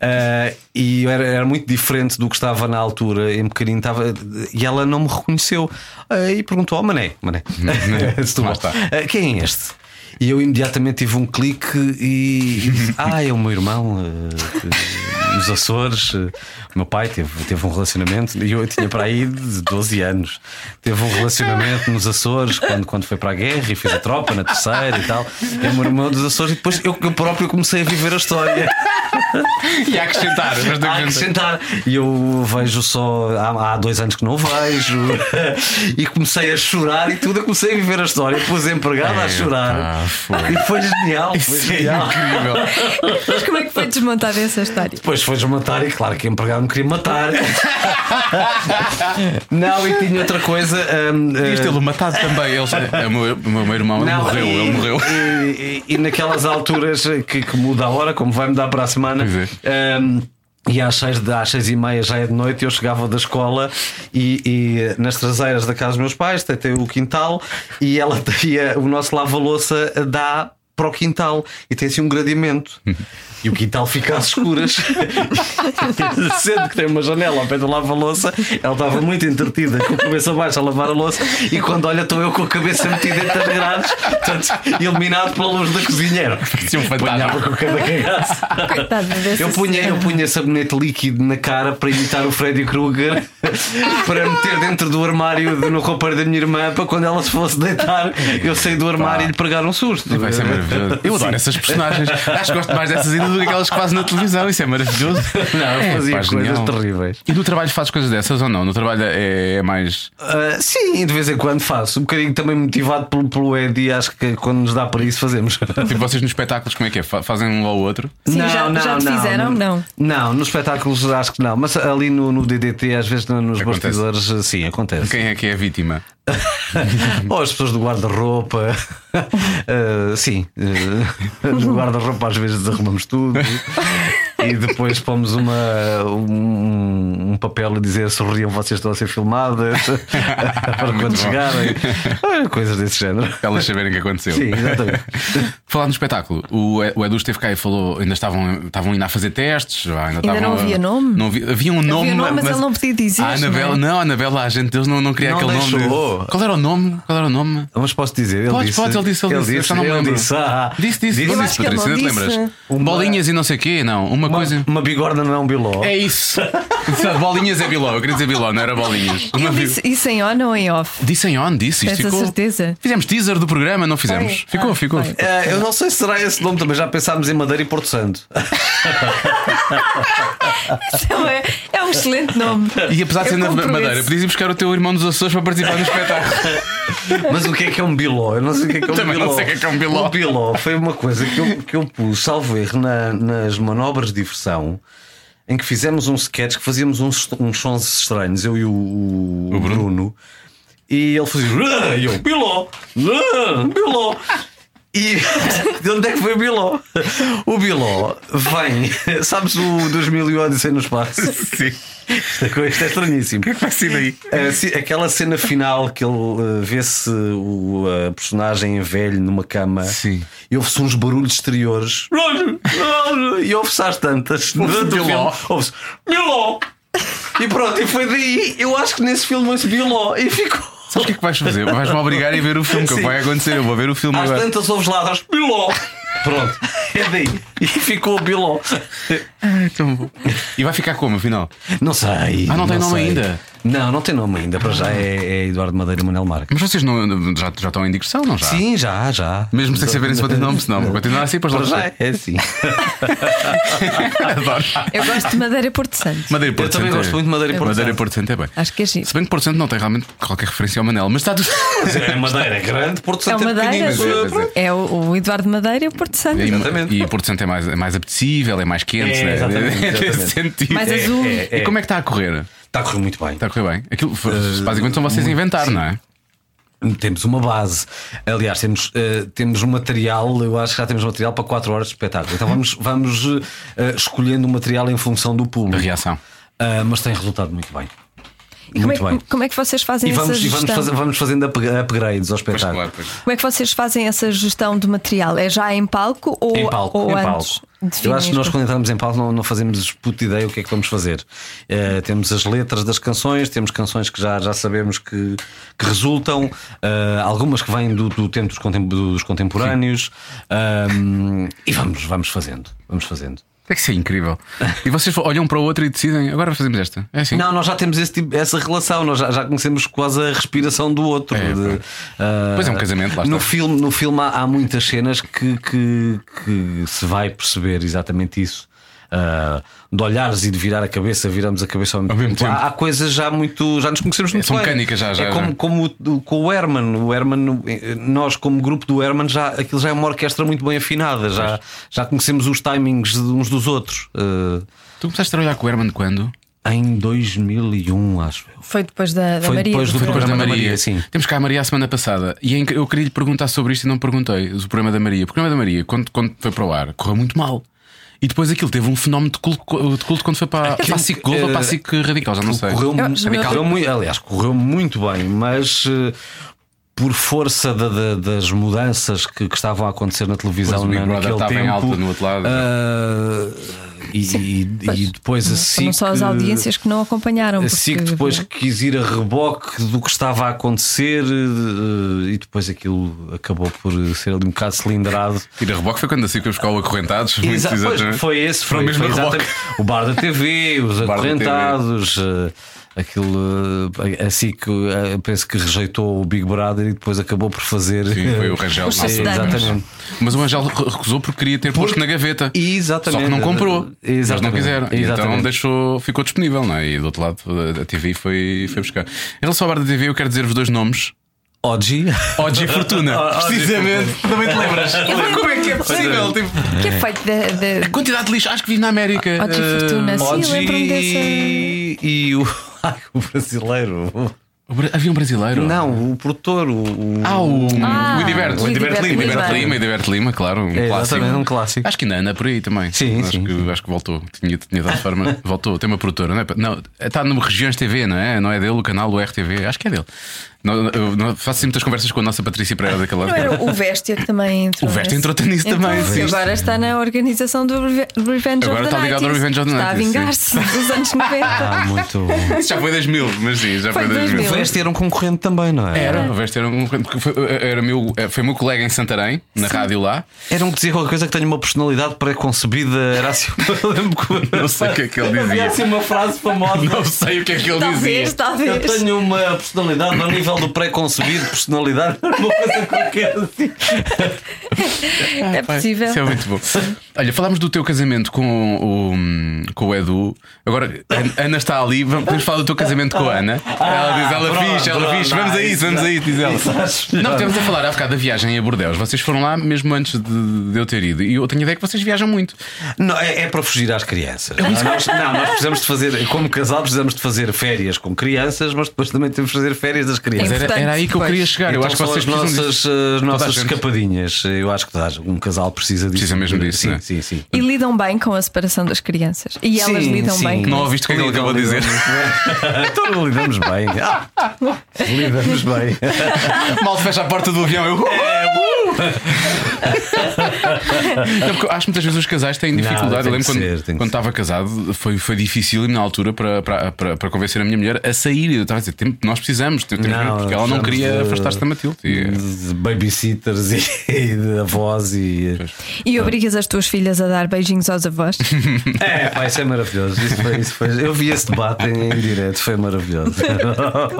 [SPEAKER 4] ah, e eu era, era muito diferente do que estava na altura, em pequenino. Estava, e ela não me reconheceu Ah, e perguntou ao Mané: Mané, se tu
[SPEAKER 2] Uhum. Lá
[SPEAKER 4] bom,
[SPEAKER 2] está.
[SPEAKER 4] ah, quem é este? E eu imediatamente tive um clique e, e disse: Ah, é o meu irmão ah, nos Açores. ah, O meu pai teve, teve um relacionamento, e eu tinha para aí de 12 anos. Teve um relacionamento nos Açores quando, quando foi para a guerra e fez a tropa na terceira e tal. É o meu irmão dos Açores, e depois eu, eu próprio comecei a viver a história.
[SPEAKER 2] E a acrescentar, mas
[SPEAKER 4] Há
[SPEAKER 2] não
[SPEAKER 4] que
[SPEAKER 2] acrescentar.
[SPEAKER 4] sentar. E eu vejo só. Há, há dois anos que não vejo. e comecei a chorar e tudo. Eu comecei a viver a história. Pus a empregada a chorar.
[SPEAKER 2] pá, foi.
[SPEAKER 4] E foi genial. Foi
[SPEAKER 2] Isso é
[SPEAKER 4] genial.
[SPEAKER 2] incrível.
[SPEAKER 5] Mas como é que foi desmontada essa história?
[SPEAKER 4] Depois foi matar e claro que a empregada me queria matar. não, e tinha outra coisa. hum,
[SPEAKER 2] Podias tê-lo matado também. Ele, é, o, meu, o meu irmão ele
[SPEAKER 4] Não,
[SPEAKER 2] morreu,
[SPEAKER 4] e-
[SPEAKER 2] ele morreu.
[SPEAKER 4] E, e- e naquelas alturas que, que muda a hora, como vai mudar para a semana.
[SPEAKER 2] Pois é.
[SPEAKER 4] ehm, e às seis, de- às seis e meia já é de noite, eu chegava da escola e, e nas traseiras da casa dos meus pais tem, tem o quintal e ela tinha o nosso lava-louça dá para o quintal e tem assim um gradimento.
[SPEAKER 2] Uhum.
[SPEAKER 4] E o quintal fica às escuras. Sendo que tem uma janela ao pé do lava-louça, ela estava muito entretida com a cabeça baixa a lavar a louça. E quando olha, estou eu com a cabeça metida entre as grades, portanto, iluminado pela luz da cozinheira.
[SPEAKER 2] Parecia um
[SPEAKER 4] Apanhava
[SPEAKER 2] fantasma.
[SPEAKER 4] com cada cagaço.
[SPEAKER 5] Coitado dessa
[SPEAKER 4] Eu punha, eu
[SPEAKER 5] senhora.
[SPEAKER 4] punha sabonete líquido na cara para imitar o Freddy Krueger para meter dentro do armário de- no roupeiro da minha irmã para quando ela se fosse deitar eu sair do armário e lhe pregar um susto.
[SPEAKER 2] Vai ser maravilhoso. Eu adoro essas personagens. Acho que gosto mais dessas ainda do que aquelas que fazem na televisão. Isso é maravilhoso.
[SPEAKER 4] Não, eu
[SPEAKER 2] É,
[SPEAKER 4] fazia
[SPEAKER 2] pá,
[SPEAKER 4] coisas
[SPEAKER 2] genial.
[SPEAKER 4] terríveis.
[SPEAKER 2] E no trabalho fazes coisas dessas ou não? No trabalho é, é mais.
[SPEAKER 4] Ah, sim, de vez em quando faço. Um bocadinho também motivado pelo, pelo Eddie, acho que quando nos dá para isso fazemos.
[SPEAKER 2] Tipo, vocês nos espetáculos, como é que é? Fa- Fazem um ao outro?
[SPEAKER 5] Sim, já- já te fizeram? Não.
[SPEAKER 4] Não, nos espetáculos acho que não. Mas ali no, no DDT, às vezes no- nos
[SPEAKER 2] Acontece.
[SPEAKER 4] bastidores, eh, sim, acontece.
[SPEAKER 2] Quem é que é a vítima?
[SPEAKER 4] Ou as pessoas do guarda-roupa. Ah, sim, ah, no guarda-roupa às vezes arrumamos tudo. E depois pomos uma, um, um papel a dizer sorriam, vocês estão a ser filmadas para
[SPEAKER 2] Muito bom.
[SPEAKER 4] quando chegarem. Ah, Coisas desse género.
[SPEAKER 2] Para elas saberem o que aconteceu.
[SPEAKER 4] Sim, exatamente.
[SPEAKER 2] Falar no espetáculo, o E- o Edu esteve cá e falou, ainda estavam, estavam ainda a fazer testes, já,
[SPEAKER 5] Ainda
[SPEAKER 2] ainda, estavam
[SPEAKER 5] não
[SPEAKER 2] a-
[SPEAKER 5] havia nome?
[SPEAKER 2] Não havia, havia um nome,
[SPEAKER 5] nome, mas ele não podia dizer,
[SPEAKER 2] A Anabela,
[SPEAKER 5] não é?
[SPEAKER 2] não, a Anabela, a gente deles não, não queria
[SPEAKER 4] Não
[SPEAKER 2] aquele nome.
[SPEAKER 4] deixou.
[SPEAKER 2] Qual era o nome? Qual era o nome?
[SPEAKER 4] Mas posso dizer, ele
[SPEAKER 2] Podes,
[SPEAKER 4] disse.
[SPEAKER 2] podes, ele disse, ele disse, eu só não me
[SPEAKER 4] ele
[SPEAKER 2] lembro.
[SPEAKER 4] disse, ah,
[SPEAKER 2] Disse, disse,
[SPEAKER 4] disse
[SPEAKER 2] não
[SPEAKER 5] Eu
[SPEAKER 2] disse,
[SPEAKER 5] acho que ele
[SPEAKER 2] Patrícia, ainda te
[SPEAKER 5] não disse. né?
[SPEAKER 2] lembras? Bolinhas e não sei o quê, não. Uma,
[SPEAKER 4] uma,
[SPEAKER 2] coisa.
[SPEAKER 4] uma bigorna não é um biló.
[SPEAKER 2] É isso. Sabe, bolinhas é biló, eu queria dizer biló, não era bolinhas. Uma
[SPEAKER 5] Ele
[SPEAKER 2] vi-
[SPEAKER 5] disse isso em on ou em off?
[SPEAKER 2] Disse em on, disse. Isto
[SPEAKER 5] Tens a
[SPEAKER 2] ficou.
[SPEAKER 5] certeza?
[SPEAKER 2] Fizemos teaser do programa, não fizemos.
[SPEAKER 5] Foi.
[SPEAKER 2] Ficou,
[SPEAKER 5] Ah,
[SPEAKER 2] ficou.
[SPEAKER 5] foi.
[SPEAKER 4] É, eu não sei se será esse nome também. Já pensámos em Madeira e Porto Santo.
[SPEAKER 5] Então é, é um excelente nome.
[SPEAKER 2] E apesar de
[SPEAKER 5] Eu
[SPEAKER 2] ser na
[SPEAKER 5] compro
[SPEAKER 2] Madeira,
[SPEAKER 5] esse.
[SPEAKER 2] podias ir buscar o teu irmão dos Açores para participar no espetáculo.
[SPEAKER 4] Mas o que é que é um biló? Eu não sei o que é que é um
[SPEAKER 2] Também não
[SPEAKER 4] biló.
[SPEAKER 2] sei o que é que é um biló.
[SPEAKER 4] O biló foi uma coisa que eu, que eu pus, salvo erro, na- nas manobras de diversão. Em que fizemos um sketch que fazíamos uns, uns sons estranhos, eu e o, o
[SPEAKER 2] O Bruno.
[SPEAKER 4] Bruno. e ele fazia "Ah", e eu, Biló, ah, Biló. E de onde é que foi o Biló? O Biló vem, sabes, o 2001 sem no espaço.
[SPEAKER 2] Sim.
[SPEAKER 4] Esta coisa é estranhíssimo.
[SPEAKER 2] Vai ser daí.
[SPEAKER 4] A ci- aquela cena final que ele eh, vê-se o eh, personagem em velho numa cama
[SPEAKER 2] Sim.
[SPEAKER 4] e ouve-se uns barulhos exteriores e ouve-se às tantas
[SPEAKER 2] Ouve-se
[SPEAKER 4] durante o
[SPEAKER 2] Biló.
[SPEAKER 4] filme, ouve-se Biló e pronto, e foi daí eu acho que nesse filme ouve-se Biló e ficou
[SPEAKER 2] Sabes o que é que vais fazer? Vais-me obrigar a ver o filme, que é o que
[SPEAKER 4] Sim.
[SPEAKER 2] vai acontecer. Eu vou ver o filme
[SPEAKER 4] Às
[SPEAKER 2] agora.
[SPEAKER 4] tantas ouves lá, das Biló. Pronto, é daí. E ficou Biló.
[SPEAKER 2] Ai, tão bom. E vai ficar como, afinal?
[SPEAKER 4] Não sei.
[SPEAKER 2] Ah, não tem nome
[SPEAKER 4] sei.
[SPEAKER 2] ainda?
[SPEAKER 4] Não, não tem nome ainda. Para já é, é Eduardo Madeira e Manuel Marques.
[SPEAKER 2] Mas vocês não, já, já estão em digressão, não já?
[SPEAKER 4] Sim, já, já.
[SPEAKER 2] Mesmo sem saberem se vou ter nome, se não. Continuar assim, pois
[SPEAKER 4] Para já
[SPEAKER 2] lá.
[SPEAKER 4] é assim.
[SPEAKER 2] Adoro.
[SPEAKER 5] Eu gosto de Madeira Porto Santo.
[SPEAKER 2] Madeira e Porto
[SPEAKER 4] Eu também
[SPEAKER 2] Santo é-
[SPEAKER 4] gosto muito de Madeira e Porto
[SPEAKER 2] Madeira e
[SPEAKER 4] Santo.
[SPEAKER 2] Porto Santo é bem.
[SPEAKER 5] Acho que é giro.
[SPEAKER 2] Se bem que Porto Santo não tem realmente qualquer referência ao Manel, mas está tudo.
[SPEAKER 4] É Madeira é grande, Porto
[SPEAKER 5] É o
[SPEAKER 4] Santo é,
[SPEAKER 5] Madeira.
[SPEAKER 4] pequenino.
[SPEAKER 2] Mas é, mas é.
[SPEAKER 5] É o, o Eduardo Madeira e o Porto Santo.
[SPEAKER 4] Exatamente.
[SPEAKER 2] E, e Porto Santo é mais, é mais apetecível, é mais quente,
[SPEAKER 4] É,
[SPEAKER 2] né?
[SPEAKER 4] exatamente,
[SPEAKER 2] É
[SPEAKER 4] exatamente.
[SPEAKER 2] nesse sentido.
[SPEAKER 5] Mais azul.
[SPEAKER 4] é,
[SPEAKER 2] E como é que está a correr?
[SPEAKER 4] Está a correr muito bem.
[SPEAKER 2] Está a correr bem? Aquilo, foi-
[SPEAKER 4] Eh,
[SPEAKER 2] basicamente são vocês a inventar, não é?
[SPEAKER 4] Temos uma base. Aliás, temos, eh, temos um material, eu acho que já temos material para 4 horas de espetáculo. Então vamos, vamos eh, eh, escolhendo o material em função do
[SPEAKER 2] A
[SPEAKER 4] público.
[SPEAKER 2] reação.
[SPEAKER 4] Ah, mas tem resultado muito bem.
[SPEAKER 5] E como, é,
[SPEAKER 4] muito bem.
[SPEAKER 5] que- como é que vocês fazem
[SPEAKER 4] E vamos,
[SPEAKER 5] essa
[SPEAKER 4] e vamos,
[SPEAKER 5] gestão?
[SPEAKER 4] fazer- vamos fazendo up- upgrades ao
[SPEAKER 2] Pois
[SPEAKER 4] espetáculo.
[SPEAKER 2] claro, pois.
[SPEAKER 5] Como é que vocês fazem essa gestão do material? É já em palco ou,
[SPEAKER 4] Em palco,
[SPEAKER 5] ou
[SPEAKER 4] em
[SPEAKER 5] antes?
[SPEAKER 4] palco. Eu
[SPEAKER 5] Definem
[SPEAKER 4] acho que nós
[SPEAKER 5] as
[SPEAKER 4] quando entramos em palco não, não fazemos puta ideia o que é que vamos fazer. Eh, temos as letras das canções, temos canções que já, já sabemos que, que resultam, eh, algumas que vêm do, do tempo dos, contem- dos contemporâneos ahm, e vamos, vamos fazendo. Vamos fazendo.
[SPEAKER 2] É que isso é incrível. E vocês olham para o outro e decidem, agora fazemos esta. É assim.
[SPEAKER 4] Não, nós já temos esse tipo- essa relação, nós já, já conhecemos quase a respiração do outro.
[SPEAKER 2] É,
[SPEAKER 4] de,
[SPEAKER 2] pronto.
[SPEAKER 4] ah,
[SPEAKER 2] Pois é, um casamento, lá
[SPEAKER 4] no
[SPEAKER 2] está.
[SPEAKER 4] filme No filme há, há muitas cenas que, que- que se vai perceber exatamente isso. Ah, de olhares e de virar a cabeça, viramos a cabeça ao mesmo,
[SPEAKER 2] Ao mesmo tempo.
[SPEAKER 4] Há, há coisas já muito. Já nos conhecemos muito
[SPEAKER 2] são
[SPEAKER 4] bem.
[SPEAKER 2] mecânicas já, já,
[SPEAKER 4] É
[SPEAKER 2] já.
[SPEAKER 4] como, como o- com o Herman. O Herman, eh, nós, como grupo do Herman, já, aquilo já é uma orquestra muito bem afinada. Já, já conhecemos os timings de uns dos outros. Ah,
[SPEAKER 2] Tu começaste a trabalhar com o Herman quando?
[SPEAKER 4] em 2001, acho eu.
[SPEAKER 5] duas? Foi depois da, da
[SPEAKER 4] Foi
[SPEAKER 5] Maria.
[SPEAKER 4] depois do
[SPEAKER 5] não foi?
[SPEAKER 2] Depois
[SPEAKER 4] programa
[SPEAKER 2] da Maria.
[SPEAKER 4] Maria, sim.
[SPEAKER 2] Temos cá a Maria a semana passada e é incri- eu queria lhe perguntar sobre isto e não perguntei. O programa da Maria. O programa da Maria, quando, quando foi para o ar, correu muito mal. E depois aquilo teve um fenómeno de culto, de culto quando foi para, para a SIC Globo
[SPEAKER 4] eh,
[SPEAKER 2] ou para a SIC Radical, já não sei.
[SPEAKER 4] Correu,
[SPEAKER 5] Eu-
[SPEAKER 4] mu-
[SPEAKER 5] eu-
[SPEAKER 4] correu mui- aliás, correu muito bem, mas eh, por força da- da- das mudanças que, que estavam a acontecer na televisão
[SPEAKER 2] Pois, o Big
[SPEAKER 4] na,
[SPEAKER 2] Brother
[SPEAKER 4] naquele
[SPEAKER 2] estava em
[SPEAKER 4] tempo,
[SPEAKER 2] alta no outro lado.
[SPEAKER 4] ah, e, e- e
[SPEAKER 5] pois.
[SPEAKER 4] depois assim.
[SPEAKER 5] Foram só as audiências que não acompanharam.
[SPEAKER 4] Assim que
[SPEAKER 5] porque-
[SPEAKER 4] depois quis ir a reboque do que estava a acontecer eh, e depois aquilo acabou por ser ali um bocado cilindrado
[SPEAKER 2] Tira reboque foi quando a SIC foi buscar o Acorrentados. muito
[SPEAKER 4] Exa- pois,
[SPEAKER 2] exatamente.
[SPEAKER 4] foi esse, foi,
[SPEAKER 2] o mesmo
[SPEAKER 4] foi
[SPEAKER 2] reboque.
[SPEAKER 4] exatamente- O bar da TV, os
[SPEAKER 2] Bar da TV.
[SPEAKER 4] acorrentados, eh, aquilo eh, assim que eh, penso que rejeitou o Big Brother e depois acabou por fazer.
[SPEAKER 2] Sim, foi o Rangel.
[SPEAKER 5] Os
[SPEAKER 2] na altura.
[SPEAKER 5] sucedâneos.
[SPEAKER 4] Exatamente.
[SPEAKER 2] Mas o Angel re- recusou porque queria ter posto na gaveta.
[SPEAKER 4] Exatamente.
[SPEAKER 2] Só que não comprou.
[SPEAKER 4] Exatamente.
[SPEAKER 2] Mas não quiseram. E então
[SPEAKER 4] Exatamente.
[SPEAKER 2] deixou, ficou disponível, não é? E do outro lado a- a TV foi, foi buscar. Em relação ao bar da TV, eu quero dizer-vos dois nomes.
[SPEAKER 4] Oji.
[SPEAKER 2] Odd e Fortuna. Precisamente. Também te lembras. Como é que é possível? Tipo,
[SPEAKER 5] Que é feito da. da-
[SPEAKER 2] a quantidade de lixo, acho que vive na América.
[SPEAKER 5] Odd e Fortuna,
[SPEAKER 2] Eh,
[SPEAKER 5] sim. lembro-me
[SPEAKER 4] e, e o. Ai, o brasileiro.
[SPEAKER 2] o Bra- Havia um brasileiro?
[SPEAKER 4] Não, o produtor. O, o-
[SPEAKER 2] Ah, o,
[SPEAKER 5] Ah,
[SPEAKER 2] o Ediberto.
[SPEAKER 5] o Ediberto
[SPEAKER 2] Lima. Ediberto
[SPEAKER 5] Lima.
[SPEAKER 2] Lima, Ediberto Lima, claro. Um
[SPEAKER 4] É,
[SPEAKER 5] Ah.
[SPEAKER 2] clássico.
[SPEAKER 4] exatamente, um clássico.
[SPEAKER 2] Acho que ainda anda por aí também.
[SPEAKER 4] Sim,
[SPEAKER 2] acho
[SPEAKER 4] sim.
[SPEAKER 2] Que, acho que voltou. Tinha, tinha dado forma. voltou. Tem uma produtora, não é? Não, está no Regiões TV, não é? Não é dele, o canal do RTV. Acho que é dele. Não, eu não- faço sempre muitas conversas com a nossa Patrícia Pereira daquela
[SPEAKER 5] Não era o Véstia que também entrou.
[SPEAKER 2] O Véstia
[SPEAKER 5] nesse-
[SPEAKER 2] entrou nisso também,
[SPEAKER 5] Então, que
[SPEAKER 2] sim.
[SPEAKER 5] agora está na organização do Reve- Revenge of
[SPEAKER 2] Agora
[SPEAKER 5] the
[SPEAKER 2] está ligado ao
[SPEAKER 5] Nighties.
[SPEAKER 2] Revenge of the
[SPEAKER 5] Está a
[SPEAKER 2] Nighties,
[SPEAKER 5] vingar-se dos anos 90.
[SPEAKER 4] Ah, muito. bom.
[SPEAKER 2] Isso já foi 2000, mas sim, já foi,
[SPEAKER 5] Foi
[SPEAKER 2] 2000.
[SPEAKER 5] 2000.
[SPEAKER 4] O Veste era um concorrente também, não é?
[SPEAKER 2] Era, o Veste era um. porque Foi, era meu, foi meu colega em Santarém, na rádio lá.
[SPEAKER 4] Era um que dizia qualquer coisa que tenha uma personalidade pré-concebida. Era assim. eu lembro que-
[SPEAKER 2] Não sei o que é que ele
[SPEAKER 4] Havia
[SPEAKER 2] dizia.
[SPEAKER 4] assim uma frase famosa.
[SPEAKER 2] Não sei o que é que ele
[SPEAKER 5] Talvez,
[SPEAKER 2] dizia.
[SPEAKER 4] Eu
[SPEAKER 5] talvez.
[SPEAKER 4] tenho uma personalidade ao nível do pré-concebido, personalidade, uma coisa qualquer assim. Ah,
[SPEAKER 5] É
[SPEAKER 2] Pai,
[SPEAKER 5] possível.
[SPEAKER 4] um-
[SPEAKER 2] Isso é muito bom. Olha, falámos do teu casamento com o, com o Edu. Agora, a Ana está ali. Vamos podemos falar do teu casamento com a Ana. ela diz: ela
[SPEAKER 4] Ah, pronto,
[SPEAKER 2] fixe, ela
[SPEAKER 4] pronto,
[SPEAKER 2] fixe.
[SPEAKER 4] não,
[SPEAKER 2] Vamos a isso,
[SPEAKER 4] isso
[SPEAKER 2] vamos a isso, diz ela.
[SPEAKER 4] isso acho
[SPEAKER 2] Não,
[SPEAKER 4] melhor.
[SPEAKER 2] estamos a falar há bocado da viagem a Bordeus. Vocês foram lá mesmo antes de, de eu ter ido. E eu tenho a ideia que vocês viajam muito.
[SPEAKER 4] Não, é, é para fugir às crianças. Não, nós, não, nós precisamos de fazer, como casal, precisamos de fazer férias com crianças, mas depois também temos de fazer férias das
[SPEAKER 2] Mas
[SPEAKER 4] crianças.
[SPEAKER 2] era, era aí que eu
[SPEAKER 5] Pois.
[SPEAKER 2] queria chegar.
[SPEAKER 4] Então
[SPEAKER 2] eu acho que
[SPEAKER 4] são
[SPEAKER 2] vocês
[SPEAKER 4] as nossas, as nossas
[SPEAKER 2] gente.
[SPEAKER 4] escapadinhas. Eu acho que dá, um casal precisa disso.
[SPEAKER 2] Precisa mesmo disso,
[SPEAKER 4] Sim,
[SPEAKER 2] né?
[SPEAKER 4] sim, sim.
[SPEAKER 5] E lidam bem com a separação das crianças. E elas
[SPEAKER 4] Sim,
[SPEAKER 5] lidam
[SPEAKER 4] sim.
[SPEAKER 5] bem com
[SPEAKER 2] Não ouviste o que é que ele acabou de dizer?
[SPEAKER 4] Então lidamos bem. Ah, lidamos bem.
[SPEAKER 3] É,
[SPEAKER 2] Mal fecha a porta do avião. Eu.
[SPEAKER 3] uh!
[SPEAKER 2] Não, porque eu acho que muitas vezes os casais têm
[SPEAKER 4] Não,
[SPEAKER 2] dificuldade. eu
[SPEAKER 4] tem
[SPEAKER 2] lembro
[SPEAKER 4] que
[SPEAKER 2] quando,
[SPEAKER 4] ser, tem que
[SPEAKER 2] quando
[SPEAKER 4] ser.
[SPEAKER 2] estava casado, foi, foi difícil na altura para, para, para, para convencer a minha mulher a sair. Eu estava a dizer, "Tem- nós precisamos, temos que ver", porque ela não
[SPEAKER 4] precisamos
[SPEAKER 2] queria
[SPEAKER 4] de-
[SPEAKER 2] afastar-se da Matilde. E-
[SPEAKER 4] eh, de babysitters e, e de avós e.
[SPEAKER 3] E obrigas as tuas filhas a dar beijinhos aos avós?
[SPEAKER 4] É, pá, isso é maravilhoso. Isso foi, isso foi- eu vi esse debate em, em direto, foi maravilhoso.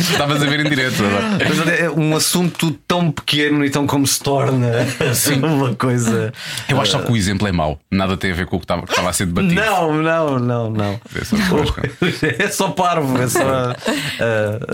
[SPEAKER 2] Estavas a ver em direto agora.
[SPEAKER 4] Mas olha, é um assunto tão pequeno e tão como se torna assim, uma coisa.
[SPEAKER 2] Eu acho só que o exemplo é mau. Nada tem a ver com o que estava, que estava a ser debatido.
[SPEAKER 4] Não, não, não, não.
[SPEAKER 2] É Tipo. só depois, não.
[SPEAKER 4] É só parvo, é só. ah,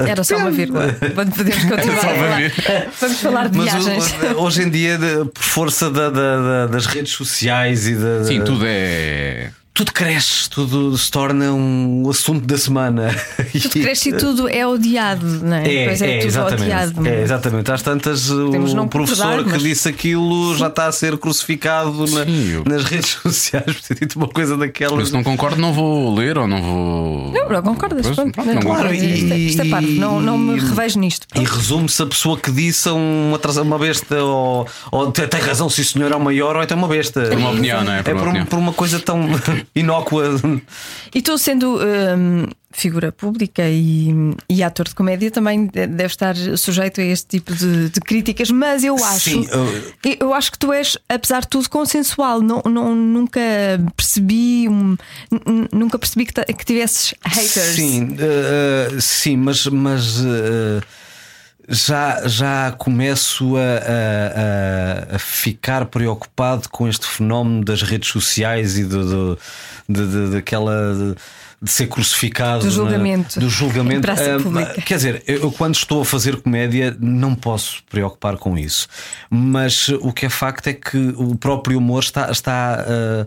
[SPEAKER 3] Era só uma vírgula. Podemos
[SPEAKER 2] Só
[SPEAKER 3] continuar.
[SPEAKER 2] para ver.
[SPEAKER 3] Vamos falar de
[SPEAKER 4] Mas o-
[SPEAKER 3] viagens.
[SPEAKER 4] hoje em dia, de- por força da- da- da- das redes sociais e da.
[SPEAKER 2] Sim, tudo é.
[SPEAKER 4] tudo cresce, tudo se torna um assunto da semana.
[SPEAKER 3] Tudo cresce e tudo é odiado, não é?
[SPEAKER 4] É,
[SPEAKER 3] Pois é,
[SPEAKER 4] é,
[SPEAKER 3] tudo odiado.
[SPEAKER 4] exatamente. é, exatamente. Às tantas,
[SPEAKER 3] Podemos
[SPEAKER 4] o
[SPEAKER 3] não
[SPEAKER 4] professor
[SPEAKER 3] concordar,
[SPEAKER 4] que
[SPEAKER 3] mas-
[SPEAKER 4] disse aquilo já está a ser crucificado na-
[SPEAKER 2] Sim, eu-
[SPEAKER 4] nas redes sociais por ter dito uma coisa
[SPEAKER 2] Por
[SPEAKER 4] daquelas.
[SPEAKER 2] isso não concordo, não vou ler ou não vou.
[SPEAKER 3] Não, não concordas?
[SPEAKER 2] Pois,
[SPEAKER 3] pronto.
[SPEAKER 2] pronto, não
[SPEAKER 3] Claro,
[SPEAKER 2] concordo.
[SPEAKER 4] concordo.
[SPEAKER 3] isto, é- isto é parvo, não, não me revejo nisto.
[SPEAKER 4] E resume-se a pessoa que disse a uma, tra- uma besta, ou, ou te- tem razão se o senhor é o maior ou então é uma besta.
[SPEAKER 2] Por uma opinião, não é? Por
[SPEAKER 4] É
[SPEAKER 2] uma
[SPEAKER 4] por, um-
[SPEAKER 2] opinião.
[SPEAKER 4] por uma coisa tão inócua.
[SPEAKER 3] E tu, sendo hum, figura pública e, e ator de comédia, também de- deve estar sujeito a este tipo de, de críticas, mas eu acho.
[SPEAKER 4] Sim, eu-
[SPEAKER 3] eu... acho que tu és, apesar de tudo, consensual. Não, não- nunca percebi. um- n- n- nunca percebi que, ta- que tivesses haters.
[SPEAKER 4] Sim, eh, eh, sim, mas, mas eh, já, já começo a, a- a- a ficar preocupado com este fenómeno das redes sociais e do, do- de, de- daquela. de- de ser crucificado
[SPEAKER 3] Do
[SPEAKER 4] né?
[SPEAKER 3] julgamento.
[SPEAKER 4] do julgamento
[SPEAKER 3] Em praça
[SPEAKER 4] Ah,
[SPEAKER 3] pública.
[SPEAKER 4] quer dizer eu, eu quando estou a fazer comédia não posso preocupar com isso mas o que é facto é que o próprio humor está está ah, eh,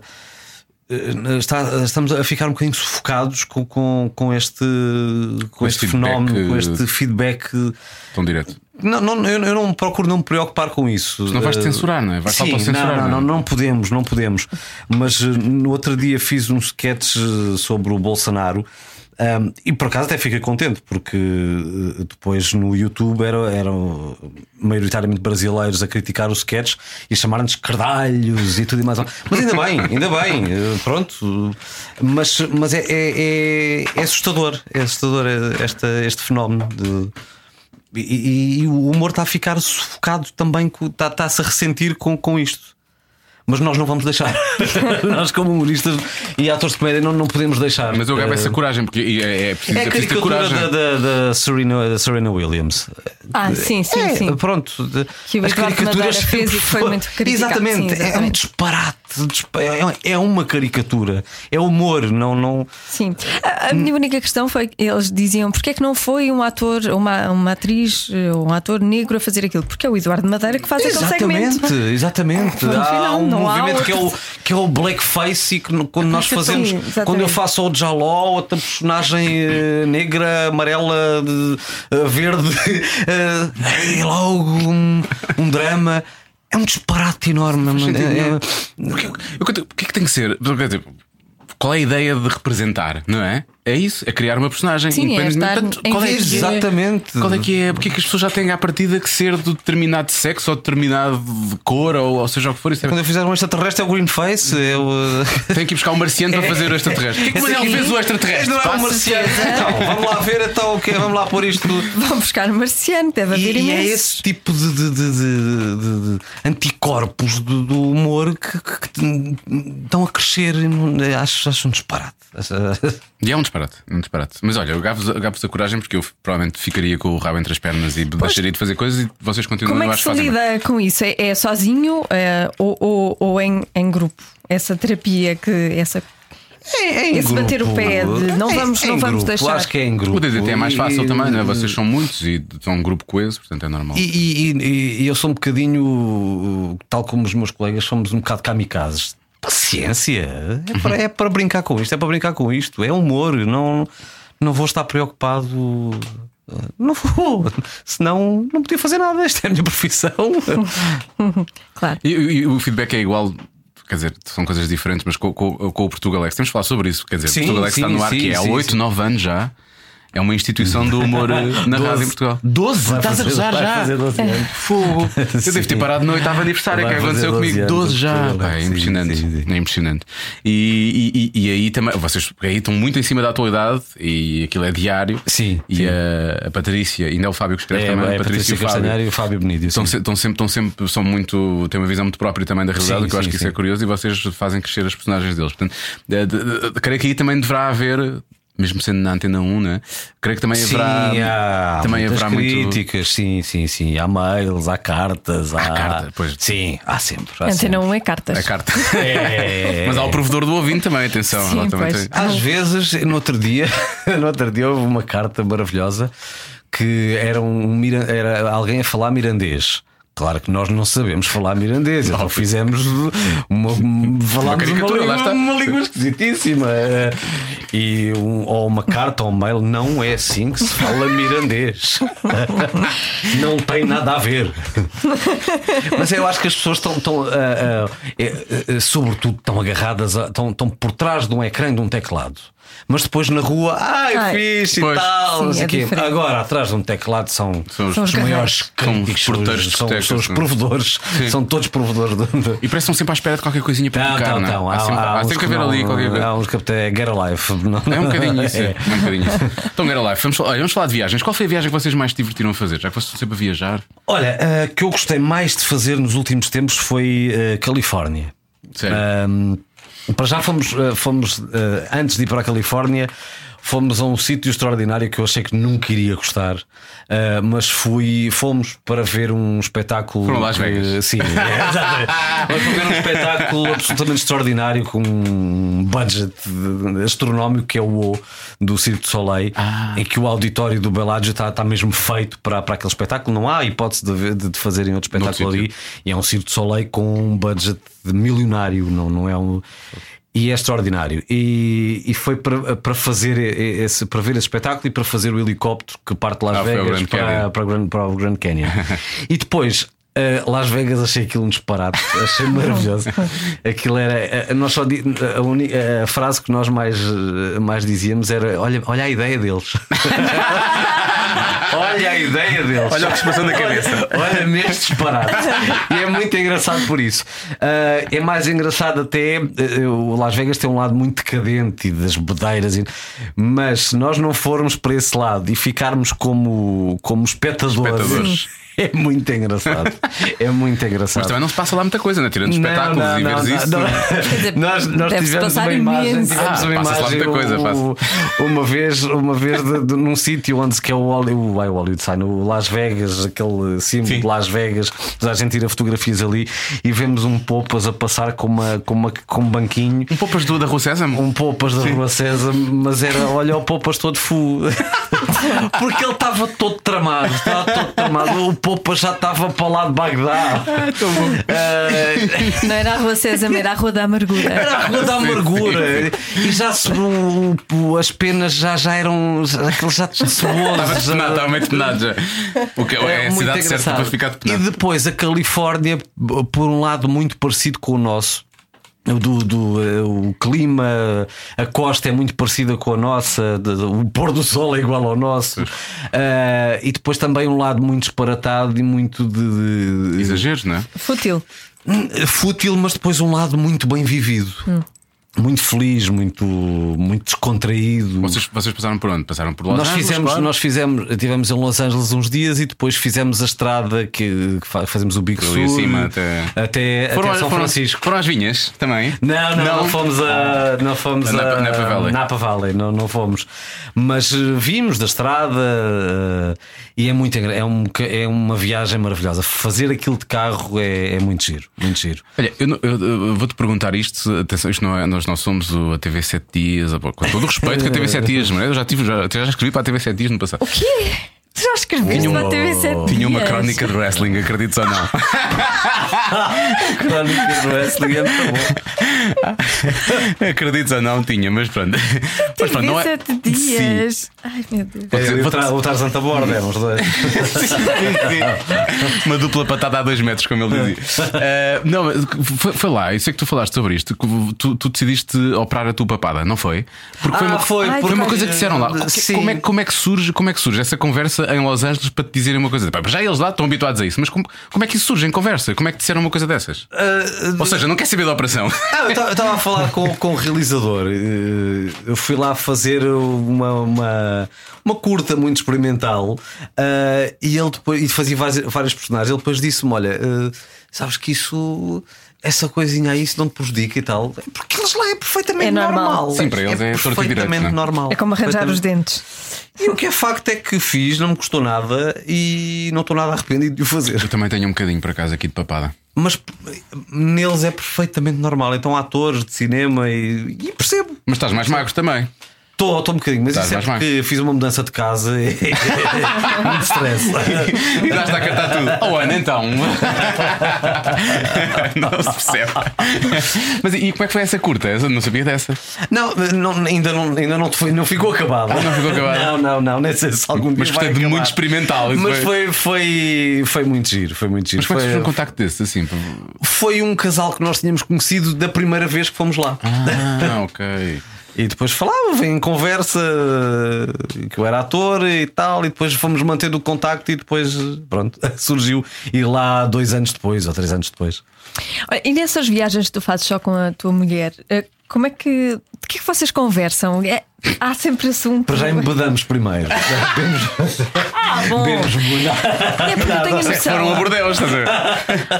[SPEAKER 4] Está- estamos a ficar um bocadinho sufocados com, com, com este, com
[SPEAKER 2] este
[SPEAKER 4] este
[SPEAKER 2] feedback,
[SPEAKER 4] fenómeno, com
[SPEAKER 2] eh,
[SPEAKER 4] este feedback.
[SPEAKER 2] Tão direto.
[SPEAKER 4] Não, não, eu, eu não procuro não me preocupar com isso.
[SPEAKER 2] Senão vais
[SPEAKER 4] Eh,
[SPEAKER 2] censurar, não é? Vais só
[SPEAKER 4] sim,
[SPEAKER 2] para censurar,
[SPEAKER 4] Não,
[SPEAKER 2] não é?
[SPEAKER 4] não, não, não podemos, não podemos. Mas eh, no outro dia fiz um sketch eh, sobre o Bolsonaro. ahm, e por acaso até fiquei contente, porque eh, depois no YouTube era- eram maioritariamente brasileiros a criticar o sketch e chamaram-nos cardalhos e tudo e mais. al- Mas ainda bem, ainda bem, eh, pronto. Mas, mas é, é- é- é assustador, é assustador eh, esta, este fenómeno de. E, e- e o humor está a ficar sufocado também, com- está, está-se a ressentir com, com isto. Mas nós não vamos deixar. nós, como humoristas e atores de comédia, não, não podemos deixar.
[SPEAKER 2] Mas eu gabo
[SPEAKER 4] Eh,
[SPEAKER 2] essa coragem, porque é, é preciso,
[SPEAKER 4] É
[SPEAKER 2] é
[SPEAKER 4] a
[SPEAKER 2] preciso ter
[SPEAKER 4] caricatura
[SPEAKER 2] coragem.
[SPEAKER 4] da, da- da Serena, da Serena Williams.
[SPEAKER 3] Ah, sim, sim,
[SPEAKER 4] É,
[SPEAKER 3] sim.
[SPEAKER 4] Pronto. de-
[SPEAKER 3] Que o Eduardo Madeira
[SPEAKER 4] sempre
[SPEAKER 3] fez e que foi
[SPEAKER 4] foram-
[SPEAKER 3] muito criticado.
[SPEAKER 4] Exatamente,
[SPEAKER 3] Sim,
[SPEAKER 4] É um
[SPEAKER 3] exatamente.
[SPEAKER 4] disparate. dispa- é- É uma caricatura. É humor. Não, não...
[SPEAKER 3] Sim. A, a
[SPEAKER 4] Hum.
[SPEAKER 3] minha única questão foi que eles diziam porque é que não foi um ator, uma, uma atriz eh, ou um ator negro a fazer aquilo? Porque é o Eduardo Madeira que faz aquele segmento.
[SPEAKER 4] Exatamente, exatamente.
[SPEAKER 3] No
[SPEAKER 4] Há
[SPEAKER 3] final,
[SPEAKER 4] um
[SPEAKER 3] É, não há
[SPEAKER 4] movimento que é, o,
[SPEAKER 3] outro.
[SPEAKER 4] que é o blackface e que no- quando nós
[SPEAKER 3] Sim,
[SPEAKER 4] fazemos,
[SPEAKER 3] exatamente.
[SPEAKER 4] quando eu faço o Jaló, outra personagem eh, negra, amarela, de- eh, verde, eh, é logo um, um drama. É um disparate enorme, mano. É- é-
[SPEAKER 2] Eu conto- O que é que tem que ser? Quer dizer, Qual é a ideia de representar, não é? É isso, é criar uma personagem.
[SPEAKER 3] Sim, é
[SPEAKER 2] Independente-
[SPEAKER 3] estar
[SPEAKER 2] Portanto,
[SPEAKER 3] em
[SPEAKER 2] qual é
[SPEAKER 3] vez
[SPEAKER 2] que
[SPEAKER 3] de-
[SPEAKER 2] é-
[SPEAKER 4] Exatamente.
[SPEAKER 2] Qual é que é? Porque é que as pessoas já têm à partida que ser de determinado sexo ou de determinado de cor ou, ou seja o que for? Isso é-
[SPEAKER 4] Quando eu fizer um extraterrestre é o Greenface. É o.
[SPEAKER 2] Tem que ir buscar um marciano para fazer o extraterrestre. O que é que o Manel fez o extraterrestre?
[SPEAKER 4] Não é um
[SPEAKER 2] Passa-
[SPEAKER 4] marciano. Então, vamos lá ver, então, o quê? vamos lá pôr isto.
[SPEAKER 3] Vão buscar o Marciano, deve haver
[SPEAKER 4] E, e é
[SPEAKER 3] imenso.
[SPEAKER 4] esse tipo de, de- de- de- de- de anticorpos do, do humor que, que- que estão a crescer. e não- Acho, acho um disparate. Acho-
[SPEAKER 2] E é um disparate, um disparate. Mas olha, eu gavo-vos gavo-vos a coragem porque eu provavelmente ficaria com o rabo entre as pernas e deixaria de fazer coisas e vocês continuam
[SPEAKER 3] Como é
[SPEAKER 2] eu
[SPEAKER 3] que
[SPEAKER 2] acho
[SPEAKER 3] se
[SPEAKER 2] fazem bem.
[SPEAKER 3] lida com isso? É, é sozinho é, ou, ou- ou em, em grupo? Essa terapia que essa
[SPEAKER 4] É em
[SPEAKER 3] Esse
[SPEAKER 4] grupo.
[SPEAKER 3] bater o pé de não
[SPEAKER 4] É-
[SPEAKER 3] vamos-
[SPEAKER 4] é
[SPEAKER 3] não
[SPEAKER 4] em
[SPEAKER 3] vamos
[SPEAKER 4] grupo.
[SPEAKER 3] deixar.
[SPEAKER 4] Acho que é em grupo.
[SPEAKER 2] O DDT é mais fácil
[SPEAKER 4] E-
[SPEAKER 2] também, não é? Vocês são muitos e são um grupo coeso, portanto é normal.
[SPEAKER 4] E, e- e- e eu sou um bocadinho, tal como os meus colegas, somos um bocado kamikazes. Paciência, é para, é para brincar com isto, é para brincar com isto, é humor, não, não vou estar preocupado. Não vou, senão não podia fazer nada. Esta é a minha profissão.
[SPEAKER 3] Claro.
[SPEAKER 2] E, e o feedback é igual. Quer dizer, são coisas é diferentes, mas com, com- com o Portugalex, temos de falar sobre isso. Quer dizer,
[SPEAKER 4] Sim,
[SPEAKER 2] Portugalex
[SPEAKER 4] sim,
[SPEAKER 2] está no ar
[SPEAKER 4] sim,
[SPEAKER 2] que é há
[SPEAKER 4] sim,
[SPEAKER 2] 8,
[SPEAKER 4] sim.
[SPEAKER 2] 9 anos já. É uma instituição do humor eh, na rádio em Portugal.
[SPEAKER 4] 12?
[SPEAKER 2] Estás a gozar já?
[SPEAKER 4] Fazer 12 anos.
[SPEAKER 2] Fogo! Eu devo ter parado no oitavo aniversário,
[SPEAKER 4] Vai
[SPEAKER 2] é que aconteceu
[SPEAKER 4] fazer 12
[SPEAKER 2] comigo.
[SPEAKER 4] anos,
[SPEAKER 2] 12 já!
[SPEAKER 4] Portugal.
[SPEAKER 2] Pá, é
[SPEAKER 4] Sim,
[SPEAKER 2] impressionante.
[SPEAKER 4] sim, sim.
[SPEAKER 2] É impressionante. E, e- e- e aí também, vocês aí estão muito em cima da atualidade e aquilo é diário.
[SPEAKER 4] Sim,
[SPEAKER 2] E
[SPEAKER 4] sim.
[SPEAKER 2] A, a Patrícia, ainda é o Fábio que escreve
[SPEAKER 4] É,
[SPEAKER 2] também.
[SPEAKER 4] é, Patrícia
[SPEAKER 2] e o Fábio.
[SPEAKER 4] Castanheira e o Fábio Benítez.
[SPEAKER 2] Estão,
[SPEAKER 4] sim.
[SPEAKER 2] se- estão sempre, estão sempre, são muito, têm uma visão muito própria também da realidade,
[SPEAKER 4] Sim,
[SPEAKER 2] o que eu acho
[SPEAKER 4] sim,
[SPEAKER 2] que isso
[SPEAKER 4] sim.
[SPEAKER 2] é curioso, e vocês fazem crescer as personagens deles. Portanto, eh, de- de- de- creio que aí também deverá haver, mesmo sendo na antena 1, né? creio que também
[SPEAKER 4] Sim,
[SPEAKER 2] haverá.
[SPEAKER 4] há
[SPEAKER 2] também
[SPEAKER 4] muitas
[SPEAKER 2] haverá muito.
[SPEAKER 4] críticas, sim, sim, sim. Há mails, há cartas, há.
[SPEAKER 2] carta, pois.
[SPEAKER 4] Ah, Sim, há sempre. Há sempre.
[SPEAKER 3] Antena 1 é cartas.
[SPEAKER 2] A carta.
[SPEAKER 4] É.
[SPEAKER 2] Mas há o provedor do ouvinte também, atenção.
[SPEAKER 3] Sim,
[SPEAKER 2] ela também
[SPEAKER 3] pois.
[SPEAKER 2] tem-
[SPEAKER 4] Às vezes, no outro dia, no outro dia houve uma carta maravilhosa que era, um, mira- era alguém a falar mirandês. Claro que nós não sabemos falar mirandês, então fizemos uma, falámos uma,
[SPEAKER 2] caricatura, lá
[SPEAKER 4] língua,
[SPEAKER 2] está.
[SPEAKER 4] uma língua esquisitíssima. Eh, E um- ou uma carta ou um mail, não é assim que se fala mirandês. não tem nada a ver. Mas eu acho que as pessoas estão, estão, ah, ah, eh, eh, sobretudo, estão agarradas, a- estão, estão por trás de um ecrã e de um teclado. Mas depois na rua, ai,
[SPEAKER 3] Ai.
[SPEAKER 4] fixe
[SPEAKER 2] Pois.
[SPEAKER 4] e tal.
[SPEAKER 3] Sim,
[SPEAKER 4] não sei
[SPEAKER 3] é
[SPEAKER 4] o quê.
[SPEAKER 3] diferente.
[SPEAKER 4] Agora, atrás de um teclado, são,
[SPEAKER 2] São os-
[SPEAKER 3] São os
[SPEAKER 4] os maiores
[SPEAKER 2] carreiros. São os
[SPEAKER 4] críticos,
[SPEAKER 2] porteiros de
[SPEAKER 4] são,
[SPEAKER 2] discotecas,
[SPEAKER 4] são os
[SPEAKER 2] não é?
[SPEAKER 4] provedores,
[SPEAKER 2] Sim.
[SPEAKER 4] são todos provedores. De, de...
[SPEAKER 2] E parece que estão sempre à espera de qualquer coisinha para
[SPEAKER 4] Não,
[SPEAKER 2] tocar,
[SPEAKER 4] não,
[SPEAKER 2] não é?
[SPEAKER 4] não.
[SPEAKER 2] Há, sempre, há
[SPEAKER 4] uns
[SPEAKER 2] sempre que
[SPEAKER 4] que
[SPEAKER 2] haver ali
[SPEAKER 4] não-
[SPEAKER 2] qualquer coisa.
[SPEAKER 4] Há uns que até é get a life. não-
[SPEAKER 2] É um bocadinho isso. É. um bocadinho isso. Então, Gara Life, vamos, falar- olha, vamos falar de viagens. Qual foi a viagem que vocês mais se divertiram a fazer? Já que vocês estão sempre a viajar?
[SPEAKER 4] Olha, a que eu gostei mais de fazer nos últimos tempos foi eh, Califórnia.
[SPEAKER 2] Sério?
[SPEAKER 4] Ah, Ahm, para já fomos, eh, fomos eh, antes de ir para a Califórnia, fomos a um sítio extraordinário que eu achei que nunca iria gostar, eh, mas fui, fomos para ver um espetáculo.
[SPEAKER 2] Foram a Las
[SPEAKER 4] que-
[SPEAKER 2] Vegas.
[SPEAKER 4] Sim, é, exatamente. Mas para ver um espetáculo absolutamente extraordinário com um budget de- astronómico que é o O do Cirque du Soleil, em que o auditório do Bellagio está, está mesmo feito para, para aquele espetáculo. Não há hipótese de, haver- de, de fazerem outro espetáculo
[SPEAKER 2] Noutro
[SPEAKER 4] ali. E é um Cirque du Soleil com um budget de milionário, não, não é um. E é extraordinário. E, e foi para, para fazer e- esse, para ver esse espetáculo e para fazer o helicóptero que parte de Las
[SPEAKER 2] Ah, foi ao
[SPEAKER 4] Vegas
[SPEAKER 2] Grand
[SPEAKER 4] para,
[SPEAKER 2] Canyon.
[SPEAKER 4] para, o Grand, para o Grand Canyon. e depois. eh, Las Vegas achei aquilo um disparate, achei maravilhoso. Aquilo era. eh, nós só di- a, uni- a frase que nós mais, eh, mais dizíamos era: olha, olha a ideia deles. olha a ideia deles.
[SPEAKER 2] Olha o que se passou na cabeça.
[SPEAKER 4] Olha, neste disparate. e é muito engraçado por isso. Ah, é mais engraçado até. eh, o Las Vegas tem um lado muito decadente e das bodeiras. e- mas se nós não formos para esse lado e ficarmos como, como espectadores.
[SPEAKER 2] Espectadores.
[SPEAKER 4] É muito engraçado. É muito engraçado.
[SPEAKER 2] Mas também não se passa lá muita coisa, né? Tirando
[SPEAKER 4] Não,
[SPEAKER 2] espetáculos
[SPEAKER 4] não,
[SPEAKER 2] e
[SPEAKER 4] não,
[SPEAKER 2] veres
[SPEAKER 4] não,
[SPEAKER 2] isso.
[SPEAKER 4] não.
[SPEAKER 3] dizer,
[SPEAKER 4] nós nós
[SPEAKER 3] deve-se
[SPEAKER 4] tivemos
[SPEAKER 3] passar
[SPEAKER 4] uma imagem,
[SPEAKER 3] imenso.
[SPEAKER 4] tivemos
[SPEAKER 2] Ah,
[SPEAKER 4] uma
[SPEAKER 2] passa-se lá
[SPEAKER 4] imagem
[SPEAKER 2] muita coisa,
[SPEAKER 4] o- uma vez, uma vez de, de- num sítio onde se que é o Hollywood, o Hollywood Sign, o Las Vegas, aquele símbolo de Las Vegas, a gente tira fotografias ali e vemos um Popas a passar com, uma, com, uma, com um banquinho
[SPEAKER 2] Um poupas do da Rua Sésamo?
[SPEAKER 4] um Popas da Rua César, mas era olha o Popas todo fu. Porque ele estava todo tramado, estava todo tramado. O Popas já estava para lá de Bagdá.
[SPEAKER 2] É
[SPEAKER 4] Eh,
[SPEAKER 3] Não era a Rua César, era a Rua da
[SPEAKER 4] era a
[SPEAKER 3] Amargura.
[SPEAKER 4] rua da amargura. E já se o- o- as penas já, já eram. já- Aquele já
[SPEAKER 2] Estava
[SPEAKER 4] ceboso.
[SPEAKER 2] depenado, estava meio depenado já. O que é, a cidade certa para ficar
[SPEAKER 4] E
[SPEAKER 2] depenado.
[SPEAKER 4] depois a Califórnia, por um lado, muito parecido com o nosso. Do, do, eh, o clima, a costa é muito parecida com a nossa, de- de- o pôr do sol é igual ao nosso, Ah, e depois também um lado muito disparatado e muito de- de,
[SPEAKER 2] Exageros, não é?
[SPEAKER 3] Fútil.
[SPEAKER 4] Hum, fútil, mas depois um lado muito bem vivido. Muito feliz, muito, muito descontraído.
[SPEAKER 2] Vocês, vocês passaram por onde? Passaram por Los
[SPEAKER 4] nós
[SPEAKER 2] Angeles,
[SPEAKER 4] fizemos,
[SPEAKER 2] claro.
[SPEAKER 4] nós fizemos, tivemos em Los Angeles uns dias e depois fizemos a estrada que, que fa- fazemos o Big
[SPEAKER 2] Ali
[SPEAKER 4] Sur
[SPEAKER 2] acima até-
[SPEAKER 4] até, até
[SPEAKER 2] Foram,
[SPEAKER 4] São
[SPEAKER 2] foram-
[SPEAKER 4] Francisco.
[SPEAKER 2] foram às vinhas também.
[SPEAKER 4] Não, não, não, fomos a. Não fomos
[SPEAKER 2] A Napa-
[SPEAKER 4] a
[SPEAKER 2] Napa Valley.
[SPEAKER 4] Napa Valley, não, não fomos. Mas eh, vimos da estrada eh, e é muito engra- é, um, ca- é uma viagem maravilhosa. Fazer aquilo de carro é, é muito giro, muito giro.
[SPEAKER 2] Olha, eu, não- eu- eu vou-te perguntar isto. Atenção, isto não é, nós não somos o- a TV 7 Dias, ou- com todo o respeito que a TV 7 Dias, mas eu já, tive, já, já escrevi para a TV 7 Dias no passado.
[SPEAKER 3] O quê? Tu já escreveste
[SPEAKER 2] Tinha
[SPEAKER 3] na TV7?
[SPEAKER 4] Oh,
[SPEAKER 2] Tinha uma
[SPEAKER 3] dias?
[SPEAKER 2] crónica de wrestling, acredito ou não.
[SPEAKER 4] Crónicas do Wrestling é muito bom.
[SPEAKER 2] Acredites ou não, tinha, mas pronto.
[SPEAKER 4] Então
[SPEAKER 2] Mas pronto, não é.
[SPEAKER 3] 27
[SPEAKER 2] Sim.
[SPEAKER 3] dias. Ai meu Deus.
[SPEAKER 2] Vou dizer,
[SPEAKER 4] É,
[SPEAKER 2] vou
[SPEAKER 4] o Tar- O Tarzan tá borda, é, vamos dois.
[SPEAKER 2] Uma dupla patada a dois metros, como ele dizia. Eh, não, mas foi, foi lá, eu sei que tu falaste sobre isto. que Tu, tu decidiste operar a tua papada, não foi? Porque
[SPEAKER 4] Ah, foi,
[SPEAKER 2] foi
[SPEAKER 4] porque-
[SPEAKER 2] uma coisa que disseram lá. O que-
[SPEAKER 4] Sim.
[SPEAKER 2] Como é, que- como, é que surge, como é que surge essa conversa em Los Angeles para te dizerem uma coisa? Pá, Já eles lá estão habituados a isso, mas como, como é que isso surge em conversa? Como é que te disseram uma coisa dessas? Ou seja, não quer saber da operação.
[SPEAKER 4] Ah, eu estava a falar com, com o realizador. Eh, Eu fui lá fazer uma, uma, uma curta muito experimental ah, e ele depois e fazia vários, vários personagens. Ele depois disse-me: Olha, eh, sabes que isso. Essa coisinha aí, isso não te prejudica e tal. Porque eles lá é perfeitamente
[SPEAKER 3] É normal.
[SPEAKER 2] Sim, para eles é torto e direito,
[SPEAKER 4] perfeitamente
[SPEAKER 2] não é?
[SPEAKER 4] normal.
[SPEAKER 3] É como arranjar os
[SPEAKER 4] Perfeitamente.
[SPEAKER 3] dentes.
[SPEAKER 4] E o que é facto é que fiz, não me custou nada e não estou nada arrependido de o fazer.
[SPEAKER 2] Eu também tenho um bocadinho para casa aqui de papada.
[SPEAKER 4] Mas p- neles é perfeitamente normal. Então, atores de cinema e, e percebo.
[SPEAKER 2] Mas estás mais magro também.
[SPEAKER 4] Estou um bocadinho, mas
[SPEAKER 2] Tá,
[SPEAKER 4] isso é
[SPEAKER 2] vais mais.
[SPEAKER 4] porque fiz uma mudança de casa e. Muito stress.
[SPEAKER 2] Já está a cantar tudo. Oh, Ana, então. não se percebe. Mas e como é que foi essa curta? Eu não sabia dessa.
[SPEAKER 4] Não, não, ainda não, ainda não, te foi- não ficou acabada.
[SPEAKER 2] Ah, não ficou acabada.
[SPEAKER 4] Não, não, não, nem sei se algum
[SPEAKER 2] Mas
[SPEAKER 4] dia.
[SPEAKER 2] gostei
[SPEAKER 4] vai
[SPEAKER 2] de
[SPEAKER 4] acabar.
[SPEAKER 2] muito experimental. isso
[SPEAKER 4] Mas foi, foi, foi muito giro, foi muito giro.
[SPEAKER 2] Mas como é que
[SPEAKER 4] Foi-
[SPEAKER 2] se foi um contacto desse? Assim, por-
[SPEAKER 4] foi um casal que nós tínhamos conhecido da primeira vez que fomos lá.
[SPEAKER 2] ah, ok.
[SPEAKER 4] E depois falava em conversa que eu era ator e tal, e depois fomos mantendo o contacto e depois, pronto, surgiu. E lá dois anos depois, ou três anos depois.
[SPEAKER 3] Olha, E nessas viagens que tu fazes só com a tua mulher, eh, como é que. De que é que vocês conversam? É- há sempre assunto. É
[SPEAKER 4] Para já é embedamos primeiro.
[SPEAKER 3] Ah, bom. É porque eu tenho
[SPEAKER 2] É que
[SPEAKER 4] um
[SPEAKER 2] foram a
[SPEAKER 3] noção.
[SPEAKER 2] bordéis, estás a ver?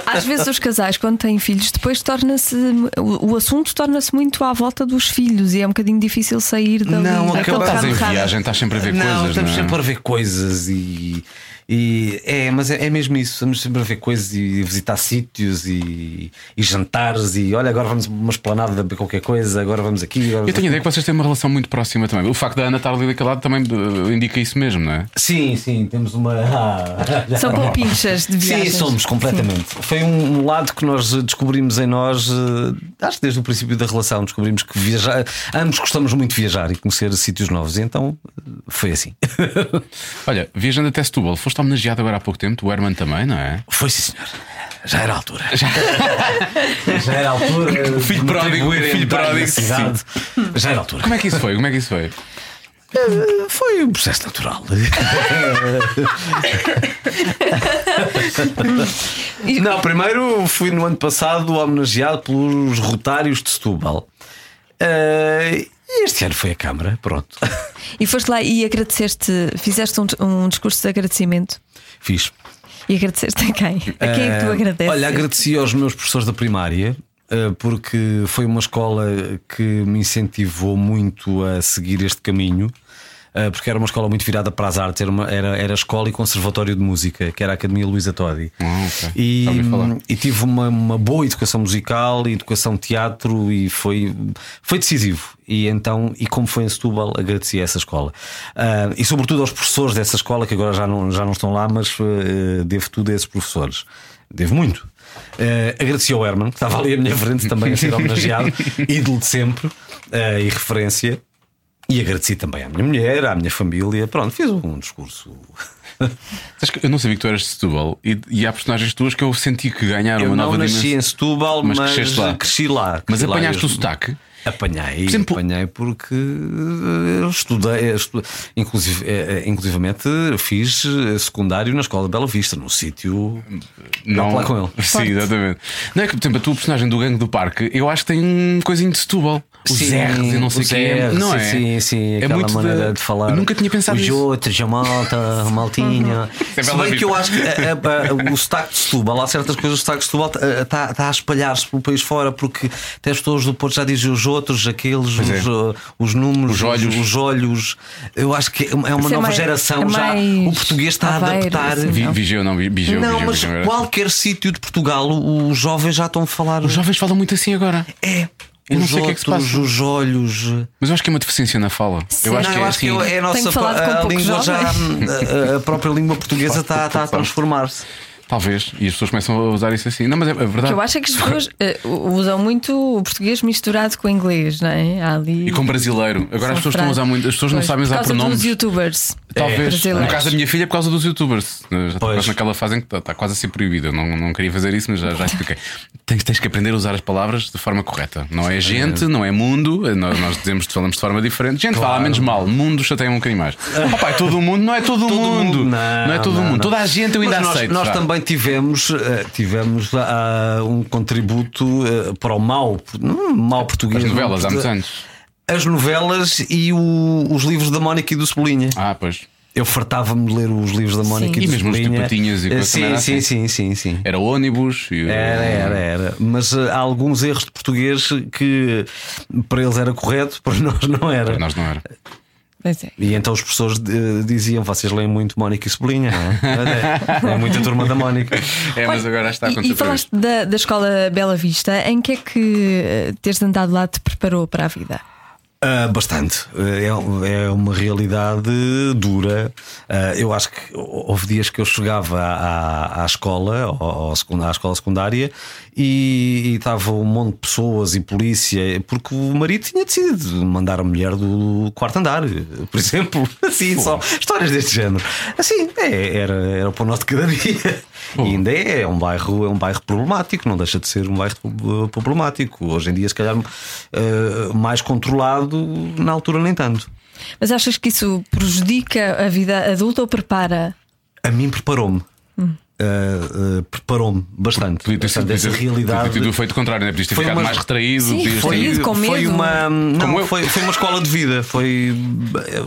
[SPEAKER 3] Às vezes os casais, quando têm filhos, depois torna-se. O, o assunto torna-se muito à volta dos filhos e é um bocadinho difícil sair dali.
[SPEAKER 4] Não,
[SPEAKER 3] daquele
[SPEAKER 4] acabamos-
[SPEAKER 3] carro
[SPEAKER 2] Estás em
[SPEAKER 3] errado.
[SPEAKER 2] viagem, estás sempre a ver
[SPEAKER 4] tá não,
[SPEAKER 2] coisas.
[SPEAKER 4] estamos
[SPEAKER 2] não é?
[SPEAKER 4] sempre a ver coisas e. e- é, mas é, é mesmo isso. Estamos sempre a ver coisas e visitar sítios e, e jantares. E olha, agora vamos para uma esplanada de qualquer coisa. Agora vamos aqui. Agora
[SPEAKER 2] Eu
[SPEAKER 4] vamos
[SPEAKER 2] tenho a ideia que vocês têm uma relação muito próxima também. O facto da Ana estar ali daquele lado também eh, indica isso mesmo, não é?
[SPEAKER 4] Sim, sim, temos uma. Ah, já-
[SPEAKER 3] São compinchas de viagem.
[SPEAKER 4] Sim, somos completamente. Foi um lado que nós eh, descobrimos em nós, eh, acho que desde o princípio da relação, descobrimos que viajar, ambos gostamos muito de viajar e conhecer sítios novos, e então eh, foi assim.
[SPEAKER 2] Olha, viajando até Setúbal, foste homenageado agora há pouco tempo, o Herman também, não é?
[SPEAKER 4] Foi sim, senhor. Já era a altura. Já, era a altura. O
[SPEAKER 2] filho pródigo, o filho pródigo,
[SPEAKER 4] Cidade. Já era a altura.
[SPEAKER 2] Como é que isso foi? Como é que isso foi?
[SPEAKER 4] Eh, Foi um processo natural. Não, primeiro fui no ano passado homenageado pelos Rotários de Setúbal. Eh, e este ano foi a Câmara, pronto.
[SPEAKER 3] E foste lá e agradeceste, fizeste um, um discurso de agradecimento.
[SPEAKER 4] Fiz.
[SPEAKER 3] E agradeceste a quem? A quem é que tu
[SPEAKER 4] Eh,
[SPEAKER 3] agradeces?
[SPEAKER 4] Olha, agradeci aos meus professores da primária. eh, Porque foi uma escola que me incentivou muito a seguir este caminho, eh, porque era uma escola muito virada para as artes, era, uma- era, era escola e conservatório de música, que era a Academia Luísa Todi.
[SPEAKER 2] Ah, ok.
[SPEAKER 4] E,
[SPEAKER 2] Já ouvi falar.
[SPEAKER 4] e tive uma, uma boa educação musical e educação de teatro e foi, foi decisivo. E então, e como foi em Setúbal, agradeci a essa escola. Ah, e sobretudo aos professores dessa escola, que agora já não, já não estão lá, mas eh, devo tudo a esses professores. Devo muito. Eh, agradeci ao Herman, que estava ali à minha frente também a ser homenageado, ídolo de sempre eh, e referência. E agradeci também à minha mulher, à minha família. Pronto, fiz um discurso.
[SPEAKER 2] Sabes que eu não sabia que tu eras de Setúbal e, e há personagens tuas que eu senti que ganharam
[SPEAKER 4] Eu
[SPEAKER 2] uma
[SPEAKER 4] não
[SPEAKER 2] nova
[SPEAKER 4] nasci
[SPEAKER 2] dimensão.
[SPEAKER 4] em Setúbal, mas,
[SPEAKER 2] Mas cresceste lá.
[SPEAKER 4] cresci lá.
[SPEAKER 2] Mas
[SPEAKER 4] Cresci lá
[SPEAKER 2] apanhaste
[SPEAKER 4] eu-
[SPEAKER 2] o sotaque.
[SPEAKER 4] Apanhei,
[SPEAKER 2] exemplo-
[SPEAKER 4] apanhei porque eh, eu estudei, eu estu- inclusive, eh, eh, inclusivamente fiz eh, secundário na escola de Bela Vista, num sítio.
[SPEAKER 2] Não,
[SPEAKER 4] falar com ele.
[SPEAKER 2] Sim, exatamente. Não é que, por exemplo, a tua personagem do Gangue do Parque, eu acho que tem um coisinho de Setúbal. Os
[SPEAKER 4] Sim,
[SPEAKER 2] R's e não sei
[SPEAKER 4] os
[SPEAKER 2] quem.
[SPEAKER 4] R's,
[SPEAKER 2] Não
[SPEAKER 4] sim,
[SPEAKER 2] é?
[SPEAKER 4] Sim, sim,
[SPEAKER 2] é
[SPEAKER 4] aquela
[SPEAKER 2] muito
[SPEAKER 4] maneira de, falar.
[SPEAKER 2] Eu nunca tinha pensado
[SPEAKER 4] Os
[SPEAKER 2] nisso.
[SPEAKER 4] outros, a malta, a maltinha.
[SPEAKER 2] é
[SPEAKER 4] Se
[SPEAKER 2] Bela
[SPEAKER 4] bem
[SPEAKER 2] Vista.
[SPEAKER 4] que eu acho que eh, eh, o sotaque de Setúbal, há certas coisas, o sotaque de Setúbal está a espalhar-se pelo país fora, porque até as pessoas do Porto já dizem os outros, aqueles, os,
[SPEAKER 2] é.
[SPEAKER 4] eh, os números,
[SPEAKER 2] Os olhos.
[SPEAKER 4] os olhos. Eu acho que é uma
[SPEAKER 3] Isso é
[SPEAKER 4] nova
[SPEAKER 3] mais-
[SPEAKER 4] geração
[SPEAKER 3] é
[SPEAKER 4] já.
[SPEAKER 3] mais
[SPEAKER 4] O português está a
[SPEAKER 3] Aveiro,
[SPEAKER 4] adaptar.
[SPEAKER 3] assim.
[SPEAKER 2] Vi,
[SPEAKER 3] Não.
[SPEAKER 2] Vigeu, não, vi- Vigeu.
[SPEAKER 4] Não,
[SPEAKER 2] Vigeu,
[SPEAKER 4] mas
[SPEAKER 2] Vigeu, era-
[SPEAKER 4] qualquer sítio de Portugal, o- os jovens já estão a falar.
[SPEAKER 2] Os jovens falam muito assim agora.
[SPEAKER 4] É.
[SPEAKER 2] Eu não
[SPEAKER 4] os
[SPEAKER 2] sei o que é que
[SPEAKER 4] outros,
[SPEAKER 2] se passa.
[SPEAKER 4] os olhos.
[SPEAKER 2] Mas eu acho que é uma deficiência na fala. Eu acho
[SPEAKER 4] não,
[SPEAKER 2] que
[SPEAKER 4] eu
[SPEAKER 2] é
[SPEAKER 4] acho que
[SPEAKER 2] assim.
[SPEAKER 4] é a nossa
[SPEAKER 3] Tenho falado com
[SPEAKER 4] a
[SPEAKER 3] poucos
[SPEAKER 4] língua já.
[SPEAKER 3] jovens.
[SPEAKER 4] A, a própria língua portuguesa está, está a tá- transformar-se.
[SPEAKER 2] Talvez. E as pessoas começam a usar isso assim. Não, mas é, é verdade.
[SPEAKER 3] Eu acho é que as pessoas eh, usam muito o português misturado com o inglês, não é? Há ali.
[SPEAKER 2] E com brasileiro. Agora as pessoas estão a usar muito. As pessoas não
[SPEAKER 3] Pois,
[SPEAKER 2] sabem
[SPEAKER 3] por
[SPEAKER 2] usar
[SPEAKER 3] causa
[SPEAKER 2] pronomes. É.
[SPEAKER 3] Dos youtubers.
[SPEAKER 2] Talvez.
[SPEAKER 3] brasileiros.
[SPEAKER 2] No caso da minha filha, é por causa dos youtubers. Já está
[SPEAKER 4] Pois.
[SPEAKER 2] quase naquela fase em que está, está quase a ser proibido. Eu não, não queria fazer isso, mas já, já expliquei. Tens, tens que aprender a usar as palavras de forma correta. Não é gente, não é mundo. eh, Nós, nós dizemos, falamos de forma diferente. Gente, fala menos mal. Mundo chateia um bocadinho mais. Oh, pai, todo mundo não é todo,
[SPEAKER 4] Todo
[SPEAKER 2] mundo. Não, é todo
[SPEAKER 4] não,
[SPEAKER 2] mundo.
[SPEAKER 4] não.
[SPEAKER 2] Toda a gente eu ainda
[SPEAKER 4] Mas nós,
[SPEAKER 2] aceito.
[SPEAKER 4] Nós
[SPEAKER 2] vá.
[SPEAKER 4] também tivemos, eh, tivemos ah, um contributo eh, para o mau, não, é um mau português.
[SPEAKER 2] As novelas,
[SPEAKER 4] não,
[SPEAKER 2] há muitos anos.
[SPEAKER 4] As novelas e o- os livros da Mónica e do Cebolinha.
[SPEAKER 2] Ah, pois.
[SPEAKER 4] Eu fartava-me de ler os livros da Mónica
[SPEAKER 3] Sim.
[SPEAKER 4] e
[SPEAKER 2] E
[SPEAKER 4] do
[SPEAKER 2] mesmo os
[SPEAKER 4] Cebolinha.
[SPEAKER 2] Tipatinhas e
[SPEAKER 4] Eh,
[SPEAKER 2] coisa também
[SPEAKER 4] sim,
[SPEAKER 2] era assim.
[SPEAKER 4] sim,
[SPEAKER 2] É.
[SPEAKER 4] sim, sim, sim.
[SPEAKER 2] Era o ônibus e o-
[SPEAKER 4] Era, era, era. Mas eh, há alguns erros de português que para eles era correto, para nós não era.
[SPEAKER 2] Para nós não era.
[SPEAKER 3] Pois é.
[SPEAKER 4] E então os professores eh, diziam: vocês leem muito Mónica e Cebolinha, não é? é muita turma da Mónica.
[SPEAKER 2] É, mas
[SPEAKER 3] Olha,
[SPEAKER 2] agora está a
[SPEAKER 3] e-
[SPEAKER 2] acontecer.
[SPEAKER 3] E falaste da, da escola Bela Vista, em que é que eh, teres andado lá te preparou para a vida?
[SPEAKER 4] Ah, bastante. É, é uma realidade dura. Ah, eu acho que houve dias que eu chegava à, à escola, ao- ao secund- à escola secundária, e e estava um monte de pessoas e polícia, porque o marido tinha decidido mandar a mulher do quarto andar, por exemplo. Assim, só histórias deste género. Assim, é, era, era para o norte de cada dia. E ainda é, é um bairro, é um bairro problemático, não deixa de ser um bairro eh, problemático. Hoje em dia, se calhar, eh, mais controlado, na altura nem tanto.
[SPEAKER 3] Mas achas que isso prejudica a vida adulta ou prepara?
[SPEAKER 4] A mim preparou-me. Eh, eh, preparou-me bastante.
[SPEAKER 2] Hum. Podia ter sido-
[SPEAKER 4] Bastante essa
[SPEAKER 2] podia ter-
[SPEAKER 4] realidade.
[SPEAKER 2] Podia ter feito o contrário, né? podias ter
[SPEAKER 4] Foi
[SPEAKER 2] ficado
[SPEAKER 4] uma-
[SPEAKER 2] mais retraído.
[SPEAKER 3] Sim,
[SPEAKER 2] podias
[SPEAKER 3] foi
[SPEAKER 2] ter-
[SPEAKER 3] isso. com
[SPEAKER 4] foi
[SPEAKER 3] medo.
[SPEAKER 4] uma não,
[SPEAKER 2] eu.
[SPEAKER 4] foi, foi uma escola de vida foi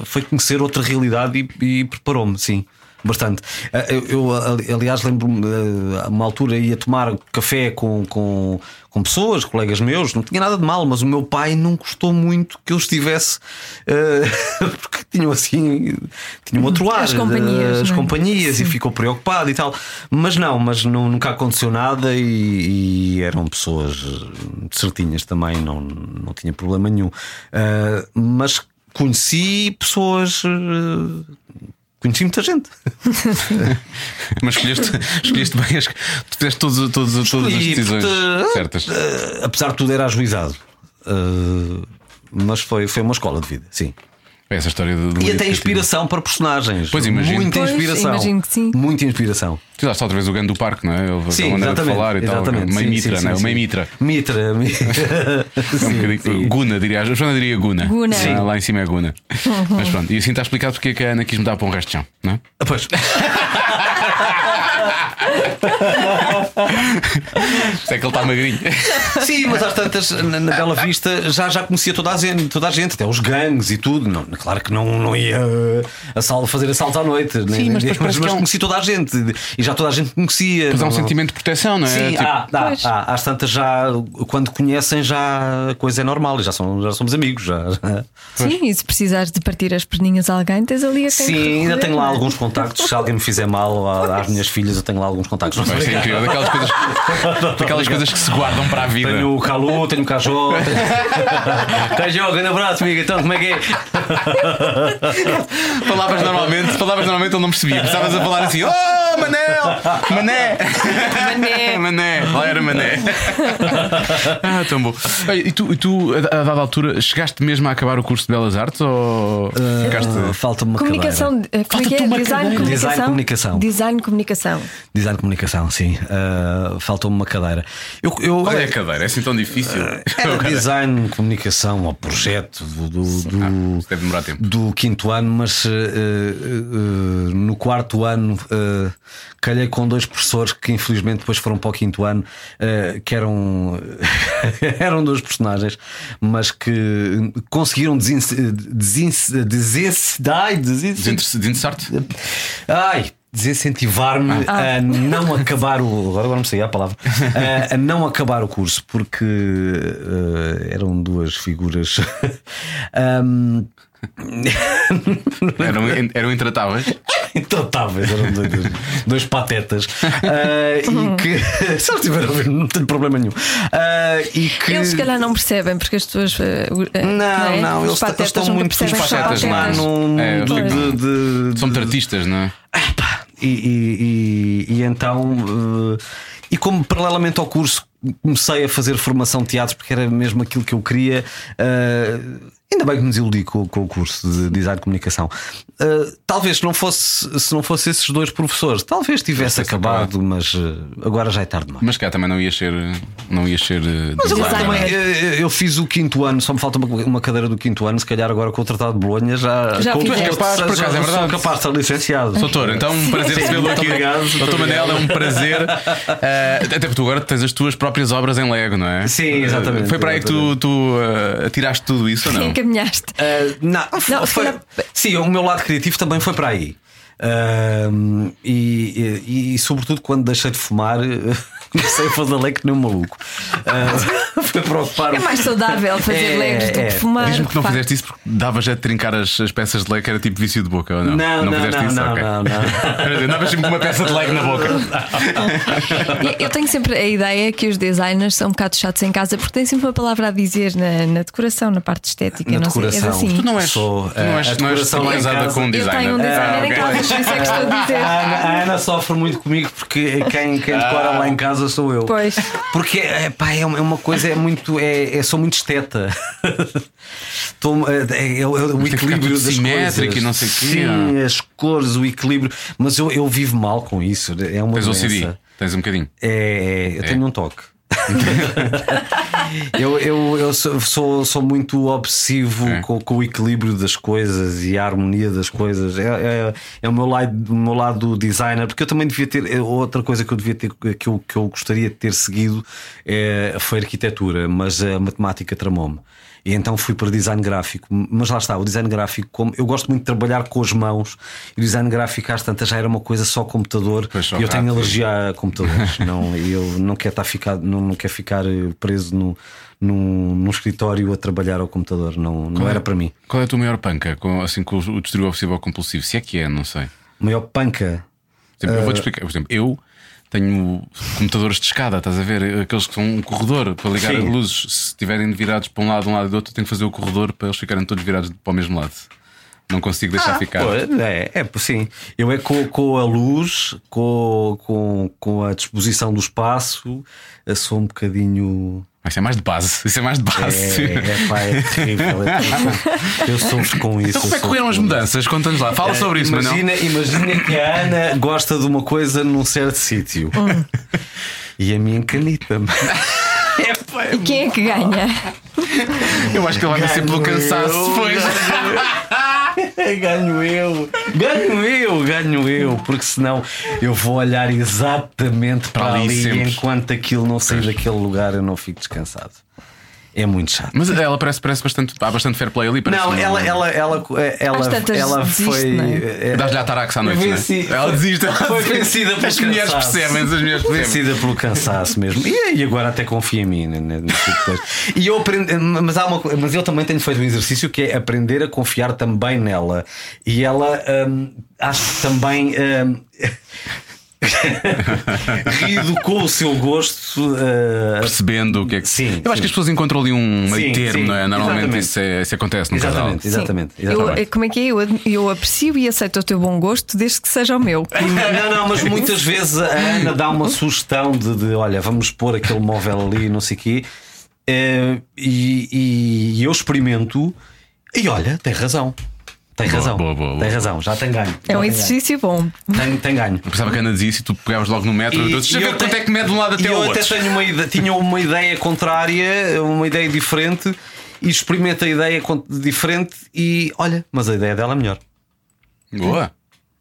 [SPEAKER 4] foi conhecer outra realidade e, e preparou-me sim bastante Ah, eu, eu, ali- aliás lembro-me ah, a uma altura ia tomar café com, com com pessoas colegas meus não tinha nada de mal mas o meu pai não gostou muito que eu estivesse ah, porque tinham assim tinham outro ar
[SPEAKER 3] As companhias,
[SPEAKER 4] as
[SPEAKER 3] não é?
[SPEAKER 4] companhias e ficou preocupado e tal mas não mas não- nunca aconteceu nada e, e eram pessoas eh, certinhas também, não, não tinha problema nenhum. Ah, mas conheci pessoas. ah, Conheci muita gente.
[SPEAKER 2] Mas escolheste, escolheste bem, as, tu fizeste todos, todos, todas as
[SPEAKER 4] Escolhi,
[SPEAKER 2] decisões
[SPEAKER 4] portanto,
[SPEAKER 2] certas.
[SPEAKER 4] Ah, apesar de tudo, era ajuizado. Ah, mas foi, foi uma escola de vida, sim.
[SPEAKER 2] É Essa história do. do
[SPEAKER 4] E
[SPEAKER 2] livro
[SPEAKER 4] até
[SPEAKER 2] que eu
[SPEAKER 4] inspiração para personagens.
[SPEAKER 2] Pois, imagino.
[SPEAKER 4] Muita
[SPEAKER 3] Pois,
[SPEAKER 4] inspiração.
[SPEAKER 3] imagino que sim.
[SPEAKER 4] Muita inspiração.
[SPEAKER 2] tinha. Tu daste outra vez o ganho do parque, não é? Ele, a maneira de falar e tal.
[SPEAKER 4] exatamente.
[SPEAKER 2] Meio
[SPEAKER 4] Sim,
[SPEAKER 2] mitra,
[SPEAKER 4] sim,
[SPEAKER 2] não é?
[SPEAKER 4] sim,
[SPEAKER 2] Meio
[SPEAKER 4] sim.
[SPEAKER 2] mitra.
[SPEAKER 4] Mitra. mi-
[SPEAKER 2] É um
[SPEAKER 4] Sim,
[SPEAKER 2] bocadinho-
[SPEAKER 4] sim.
[SPEAKER 2] Guna, diria. A Joana diria Guna.
[SPEAKER 3] Guna. Sim.
[SPEAKER 2] Ah, Lá em cima é Guna. Mas pronto, e assim está explicado porque é que a Ana quis me dar para um resto de chão, não é?
[SPEAKER 4] Ah, Pois.
[SPEAKER 2] Isto é que ele está magrinho.
[SPEAKER 4] Sim, mas às tantas, na, na Bela Vista, já, já conhecia toda a, gente, toda a gente, até os gangues e tudo. Não, claro que não, não ia eh, assal- fazer assaltos à noite, nem- nem-
[SPEAKER 2] mas
[SPEAKER 4] mas,
[SPEAKER 2] depois parece que é um-
[SPEAKER 4] conheci toda a gente e já toda a gente me conhecia.
[SPEAKER 2] Mas há um
[SPEAKER 4] Não-
[SPEAKER 2] sentimento de proteção, não é?
[SPEAKER 4] Sim, ah.
[SPEAKER 2] Tipo,
[SPEAKER 4] há, há,
[SPEAKER 3] Pois.
[SPEAKER 4] há. às tantas já, quando conhecem, já a coisa é normal e já, são, já somos amigos. Já, já.
[SPEAKER 3] Sim, e se precisares de partir as perninhas a alguém, tens ali a quem
[SPEAKER 4] Sim, ainda
[SPEAKER 3] recorrer,
[SPEAKER 4] tenho lá
[SPEAKER 3] não é?
[SPEAKER 4] alguns contactos. Se alguém me fizer mal a- às minhas filhas, eu tenho lá alguns contactos.
[SPEAKER 2] Vai ser incrível. Daquelas coisas, daquelas coisas que se guardam para a vida.
[SPEAKER 4] Tenho o Calu, tenho o Cajó. tenho- Cajó, grande abraço, amiga. Então, como é que é?
[SPEAKER 2] Palavras normalmente, palavras normalmente ele não percebia. Precisavas a falar assim: Oh, Manel! Mané! Mané! Mané! Lá era Mané! Ah, tão bom. Olha, E tu, e tu, a a dada altura, chegaste mesmo a acabar o curso de Belas Artes ou ficaste.
[SPEAKER 4] Ah, Falta-me uma
[SPEAKER 3] Comunicação,
[SPEAKER 4] cadeira.
[SPEAKER 3] eh, como é que
[SPEAKER 2] Falta-te
[SPEAKER 3] é?
[SPEAKER 2] uma
[SPEAKER 3] Design
[SPEAKER 2] cadeira.
[SPEAKER 3] comunicação?
[SPEAKER 4] Design,
[SPEAKER 3] Design comunicação.
[SPEAKER 4] comunicação. Design de comunicação, sim. Ah, Falta-me uma cadeira. Eu, eu,
[SPEAKER 2] Qual é a cadeira? É assim tão difícil?
[SPEAKER 4] era design, comunicação, ao projeto do, do, do-
[SPEAKER 2] Ah, Isso deve demorar tempo.
[SPEAKER 4] do quinto ano, mas eh, eh, eh, no quarto ano eh, calhei com dois professores que infelizmente depois foram para o quinto ano, eh, que eram, eram dois personagens, mas que conseguiram desincendiar.
[SPEAKER 2] Desinter- Desinteressar-te?
[SPEAKER 4] Ai, desincentivar-me
[SPEAKER 3] Ah.
[SPEAKER 4] a não acabar o. Agora agora não sei a palavra. A, a não acabar o curso, porque eh, eram duas figuras. Ahm,
[SPEAKER 2] Eram, eram intratáveis.
[SPEAKER 4] Intratáveis, eram dois, dois- dois patetas. Ah, e que. Se eles tiveram a ver, não tenho problema nenhum. Ah, e que.
[SPEAKER 3] Eles se calhar não percebem, porque as pessoas. eh, o- eh,
[SPEAKER 4] Não,
[SPEAKER 3] é?
[SPEAKER 4] não,
[SPEAKER 3] Os
[SPEAKER 4] eles t- eles
[SPEAKER 3] patetas
[SPEAKER 4] estão
[SPEAKER 3] nunca
[SPEAKER 4] muito
[SPEAKER 3] percebem
[SPEAKER 4] os
[SPEAKER 3] que são
[SPEAKER 2] patetas,
[SPEAKER 3] patetas.
[SPEAKER 2] mas-
[SPEAKER 4] num
[SPEAKER 2] É,
[SPEAKER 4] mundo
[SPEAKER 2] eles
[SPEAKER 4] de- de-
[SPEAKER 2] São muito artistas, não é?
[SPEAKER 4] Epá, E, e- e- e então, eh, e como paralelamente ao curso, comecei a fazer formação de teatro porque era mesmo aquilo que eu queria. eh, Ainda bem que me desiludi com, com o curso de design de comunicação. Eh, talvez se não, fosse, se não fosse esses dois professores, talvez tivesse acabado, mas eh, agora já é tarde demais.
[SPEAKER 2] Mas cá também não ia ser. Não ia ser.
[SPEAKER 4] Mas agora
[SPEAKER 5] Design.
[SPEAKER 4] também, eh, eu fiz o quinto ano, só me falta uma, uma cadeira do quinto ano. Se calhar agora com o Tratado de Bolonha já.
[SPEAKER 3] Já
[SPEAKER 4] com-
[SPEAKER 3] fizeste.
[SPEAKER 4] já-
[SPEAKER 3] Tu és
[SPEAKER 2] capaz, por acaso, é
[SPEAKER 4] já Sou
[SPEAKER 2] verdade.
[SPEAKER 4] capaz de ser licenciado.
[SPEAKER 2] Doutor, então um prazer recebê-lo
[SPEAKER 4] Muito
[SPEAKER 2] aqui.
[SPEAKER 4] obrigado, muito
[SPEAKER 2] Doutor
[SPEAKER 4] obrigado.
[SPEAKER 2] Manel, é um prazer. Eh, até porque tu agora tens as tuas próprias obras em Lego, não é?
[SPEAKER 4] Sim, exatamente,
[SPEAKER 2] Eh, Foi para aí que tu, tu eh, tiraste tudo isso ou não?
[SPEAKER 3] é Encaminhaste.
[SPEAKER 4] Uh, não,
[SPEAKER 3] Não,
[SPEAKER 4] foi-
[SPEAKER 3] se calhar-
[SPEAKER 4] sim, o meu lado criativo também foi para aí. Um, e, e- e, sobretudo quando deixei de fumar, comecei a fazer leque que nem um maluco. Uh, foi para ocupar.
[SPEAKER 3] É mais saudável fazer
[SPEAKER 4] É,
[SPEAKER 3] legos do
[SPEAKER 4] é.
[SPEAKER 3] que fumar.
[SPEAKER 2] Diz-me que não
[SPEAKER 3] Pá.
[SPEAKER 2] fizeste isso porque dava já de trincar as, as peças de Lego, que era tipo vício de boca ou não?
[SPEAKER 4] Não, não,
[SPEAKER 2] fizeste
[SPEAKER 4] não,
[SPEAKER 2] isso?
[SPEAKER 4] não,
[SPEAKER 2] Ok.
[SPEAKER 4] não, não.
[SPEAKER 2] Quer dizer, Andavas sempre com uma peça de Lego na boca.
[SPEAKER 3] E Eu tenho sempre a ideia que os designers são um bocado chatos em casa porque têm sempre uma palavra a dizer na, na decoração, na parte estética.
[SPEAKER 4] Na
[SPEAKER 3] não sei, és
[SPEAKER 4] decoração.
[SPEAKER 3] assim.
[SPEAKER 2] Tu não és.
[SPEAKER 4] Sou,
[SPEAKER 2] tu não és,
[SPEAKER 4] eh, a
[SPEAKER 2] não és
[SPEAKER 4] decoração lá em
[SPEAKER 2] casada
[SPEAKER 4] casa.
[SPEAKER 2] com um
[SPEAKER 3] Eu
[SPEAKER 2] designer.
[SPEAKER 3] tenho um designer
[SPEAKER 2] Ah,
[SPEAKER 3] em
[SPEAKER 2] ok.
[SPEAKER 3] casa, por isso é que estou a dizer.
[SPEAKER 4] A Ana, a Ana sofre muito comigo porque quem, quem decora lá em casa sou eu.
[SPEAKER 3] Pois.
[SPEAKER 4] Porque é, pá, é uma é uma coisa, é muito. É, é- sou muito esteta. Estou- é, é- é o
[SPEAKER 2] Mas tem que ficar
[SPEAKER 4] equilíbrio
[SPEAKER 2] tudo
[SPEAKER 4] das
[SPEAKER 2] simétrico
[SPEAKER 4] coisas.
[SPEAKER 2] e não sei o quê,
[SPEAKER 4] Sim, as cores, o equilíbrio. Mas eu, eu vivo mal com isso. É uma
[SPEAKER 2] Tens
[SPEAKER 4] doença.
[SPEAKER 2] OCD. Tens um bocadinho.
[SPEAKER 4] É, é, eu tenho um toque. eu eu, eu sou, sou, sou muito obsessivo
[SPEAKER 2] É.
[SPEAKER 4] com, com o equilíbrio das coisas e a harmonia das coisas. É, é, é o, meu lado, o meu lado do designer, porque eu também devia ter. é Outra coisa que eu devia ter que eu, que eu gostaria de ter seguido é, foi arquitetura, mas a matemática tramou-me. E então fui para design gráfico. Mas lá está, o design gráfico, como eu gosto muito de trabalhar com as mãos, e o design gráfico às tantas já era uma coisa só computador.
[SPEAKER 2] Pois só
[SPEAKER 4] e eu tenho
[SPEAKER 2] rato.
[SPEAKER 4] alergia já a computadores. não, eu não quero estar ficar, não, não quero ficar eh, preso no, num, num escritório a trabalhar ao computador. Não, não era para mim.
[SPEAKER 2] Qual é a tua maior panca com, assim, com o distúrbio obsessivo compulsivo? Se é que é, não sei.
[SPEAKER 4] A maior panca.
[SPEAKER 2] Por exemplo, Eu
[SPEAKER 4] Ah.
[SPEAKER 2] vou-te explicar. Por exemplo, eu tenho computadores de escada, estás a ver? Aqueles que são um corredor para ligar
[SPEAKER 4] Sim.
[SPEAKER 2] luzes. Se estiverem virados para um lado, um lado e do outro, eu tenho que fazer o corredor para eles ficarem todos virados para o mesmo lado. Não consigo deixar ficar.
[SPEAKER 4] Pô, é, é, pô, sim. Eu é com, com a luz, com, com, com a disposição do espaço, eu sou um bocadinho.
[SPEAKER 2] Mas isso é mais de base. Isso é mais de
[SPEAKER 4] É,
[SPEAKER 2] base.
[SPEAKER 4] é, pá, é terrível. é terrível. Eu sofro com
[SPEAKER 2] Então, como
[SPEAKER 4] isso. eu
[SPEAKER 2] é que
[SPEAKER 4] sofro
[SPEAKER 2] correram as
[SPEAKER 4] com isso.
[SPEAKER 2] mudanças? Conta-nos lá. Fala É sobre isso, Manuel.
[SPEAKER 4] É, imagina, imagina que a Ana gosta de uma coisa num certo sítio e a minha encanita-me.
[SPEAKER 3] E quem é que ganha?
[SPEAKER 2] Eu acho que ele anda sempre pelo
[SPEAKER 4] Ganho
[SPEAKER 2] cansaço.
[SPEAKER 4] eu,
[SPEAKER 2] Pois.
[SPEAKER 4] É, ganho eu, ganho eu, ganho eu, porque senão eu vou olhar exatamente para,
[SPEAKER 2] Para ali
[SPEAKER 4] ali,
[SPEAKER 2] sempre.
[SPEAKER 4] e enquanto aquilo não sair daquele lugar eu não fico descansado. É muito chato.
[SPEAKER 2] Mas ela parece, parece bastante. Há bastante fair play ali. Parece
[SPEAKER 4] Não,
[SPEAKER 2] que
[SPEAKER 4] ela, ela, ela, ela,
[SPEAKER 3] Às tantas
[SPEAKER 4] ela
[SPEAKER 3] desiste,
[SPEAKER 4] foi.
[SPEAKER 3] não é?
[SPEAKER 4] eh,
[SPEAKER 2] Dás-lhe a taraxa à noite. não é?
[SPEAKER 4] Venci-
[SPEAKER 2] Ela desiste. ela
[SPEAKER 4] Foi
[SPEAKER 2] desiste.
[SPEAKER 4] vencida pelo
[SPEAKER 2] As mulheres
[SPEAKER 4] cansaço.
[SPEAKER 2] percebem. As mulheres percebem.
[SPEAKER 4] Vencida pelo cansaço mesmo. E, e agora até confia em mim. né, né, nisso depois. E eu aprendo, mas, há uma, co- mas eu também tenho feito um exercício que é aprender a confiar também nela. E ela hum, acho que também. hum, Rido com o seu gosto ah,
[SPEAKER 2] percebendo o que é que.
[SPEAKER 4] Sim,
[SPEAKER 2] eu acho
[SPEAKER 4] sim.
[SPEAKER 2] que as pessoas encontram ali um meio
[SPEAKER 4] Sim,
[SPEAKER 2] termo,
[SPEAKER 4] sim,
[SPEAKER 2] não é? Normalmente
[SPEAKER 4] exatamente.
[SPEAKER 2] isso, é- isso acontece no
[SPEAKER 4] Exatamente,
[SPEAKER 2] casal.
[SPEAKER 4] exatamente,
[SPEAKER 3] Sim.
[SPEAKER 4] exatamente.
[SPEAKER 3] Eu, como é que é? Eu, ad- eu aprecio e aceito o teu bom gosto desde que seja o meu. É um
[SPEAKER 4] Não, não, mas muitas vezes a Ana dá uma sugestão de, de, olha, vamos pôr aquele móvel ali, não sei o quê, eh, e, e- e eu experimento e olha, tem razão. Tem
[SPEAKER 2] Boa,
[SPEAKER 4] razão.
[SPEAKER 2] boa, boa, boa.
[SPEAKER 4] Tem razão, já tem ganho.
[SPEAKER 3] É
[SPEAKER 4] Já
[SPEAKER 3] um
[SPEAKER 4] tem
[SPEAKER 3] exercício bom.
[SPEAKER 4] ganho. Tem, tem ganho.
[SPEAKER 2] Eu pensava que a Ana dizia isso e tu pegavas logo no metro. E,
[SPEAKER 4] eu
[SPEAKER 2] Chega, quanto
[SPEAKER 4] te-
[SPEAKER 2] é que mede de um lado
[SPEAKER 4] e
[SPEAKER 2] até o
[SPEAKER 4] eu
[SPEAKER 2] outro?
[SPEAKER 4] até tenho uma ideia, tinha uma ideia contrária, uma ideia diferente, e experimento a ideia con- diferente e olha, mas a ideia dela é melhor.
[SPEAKER 2] Boa.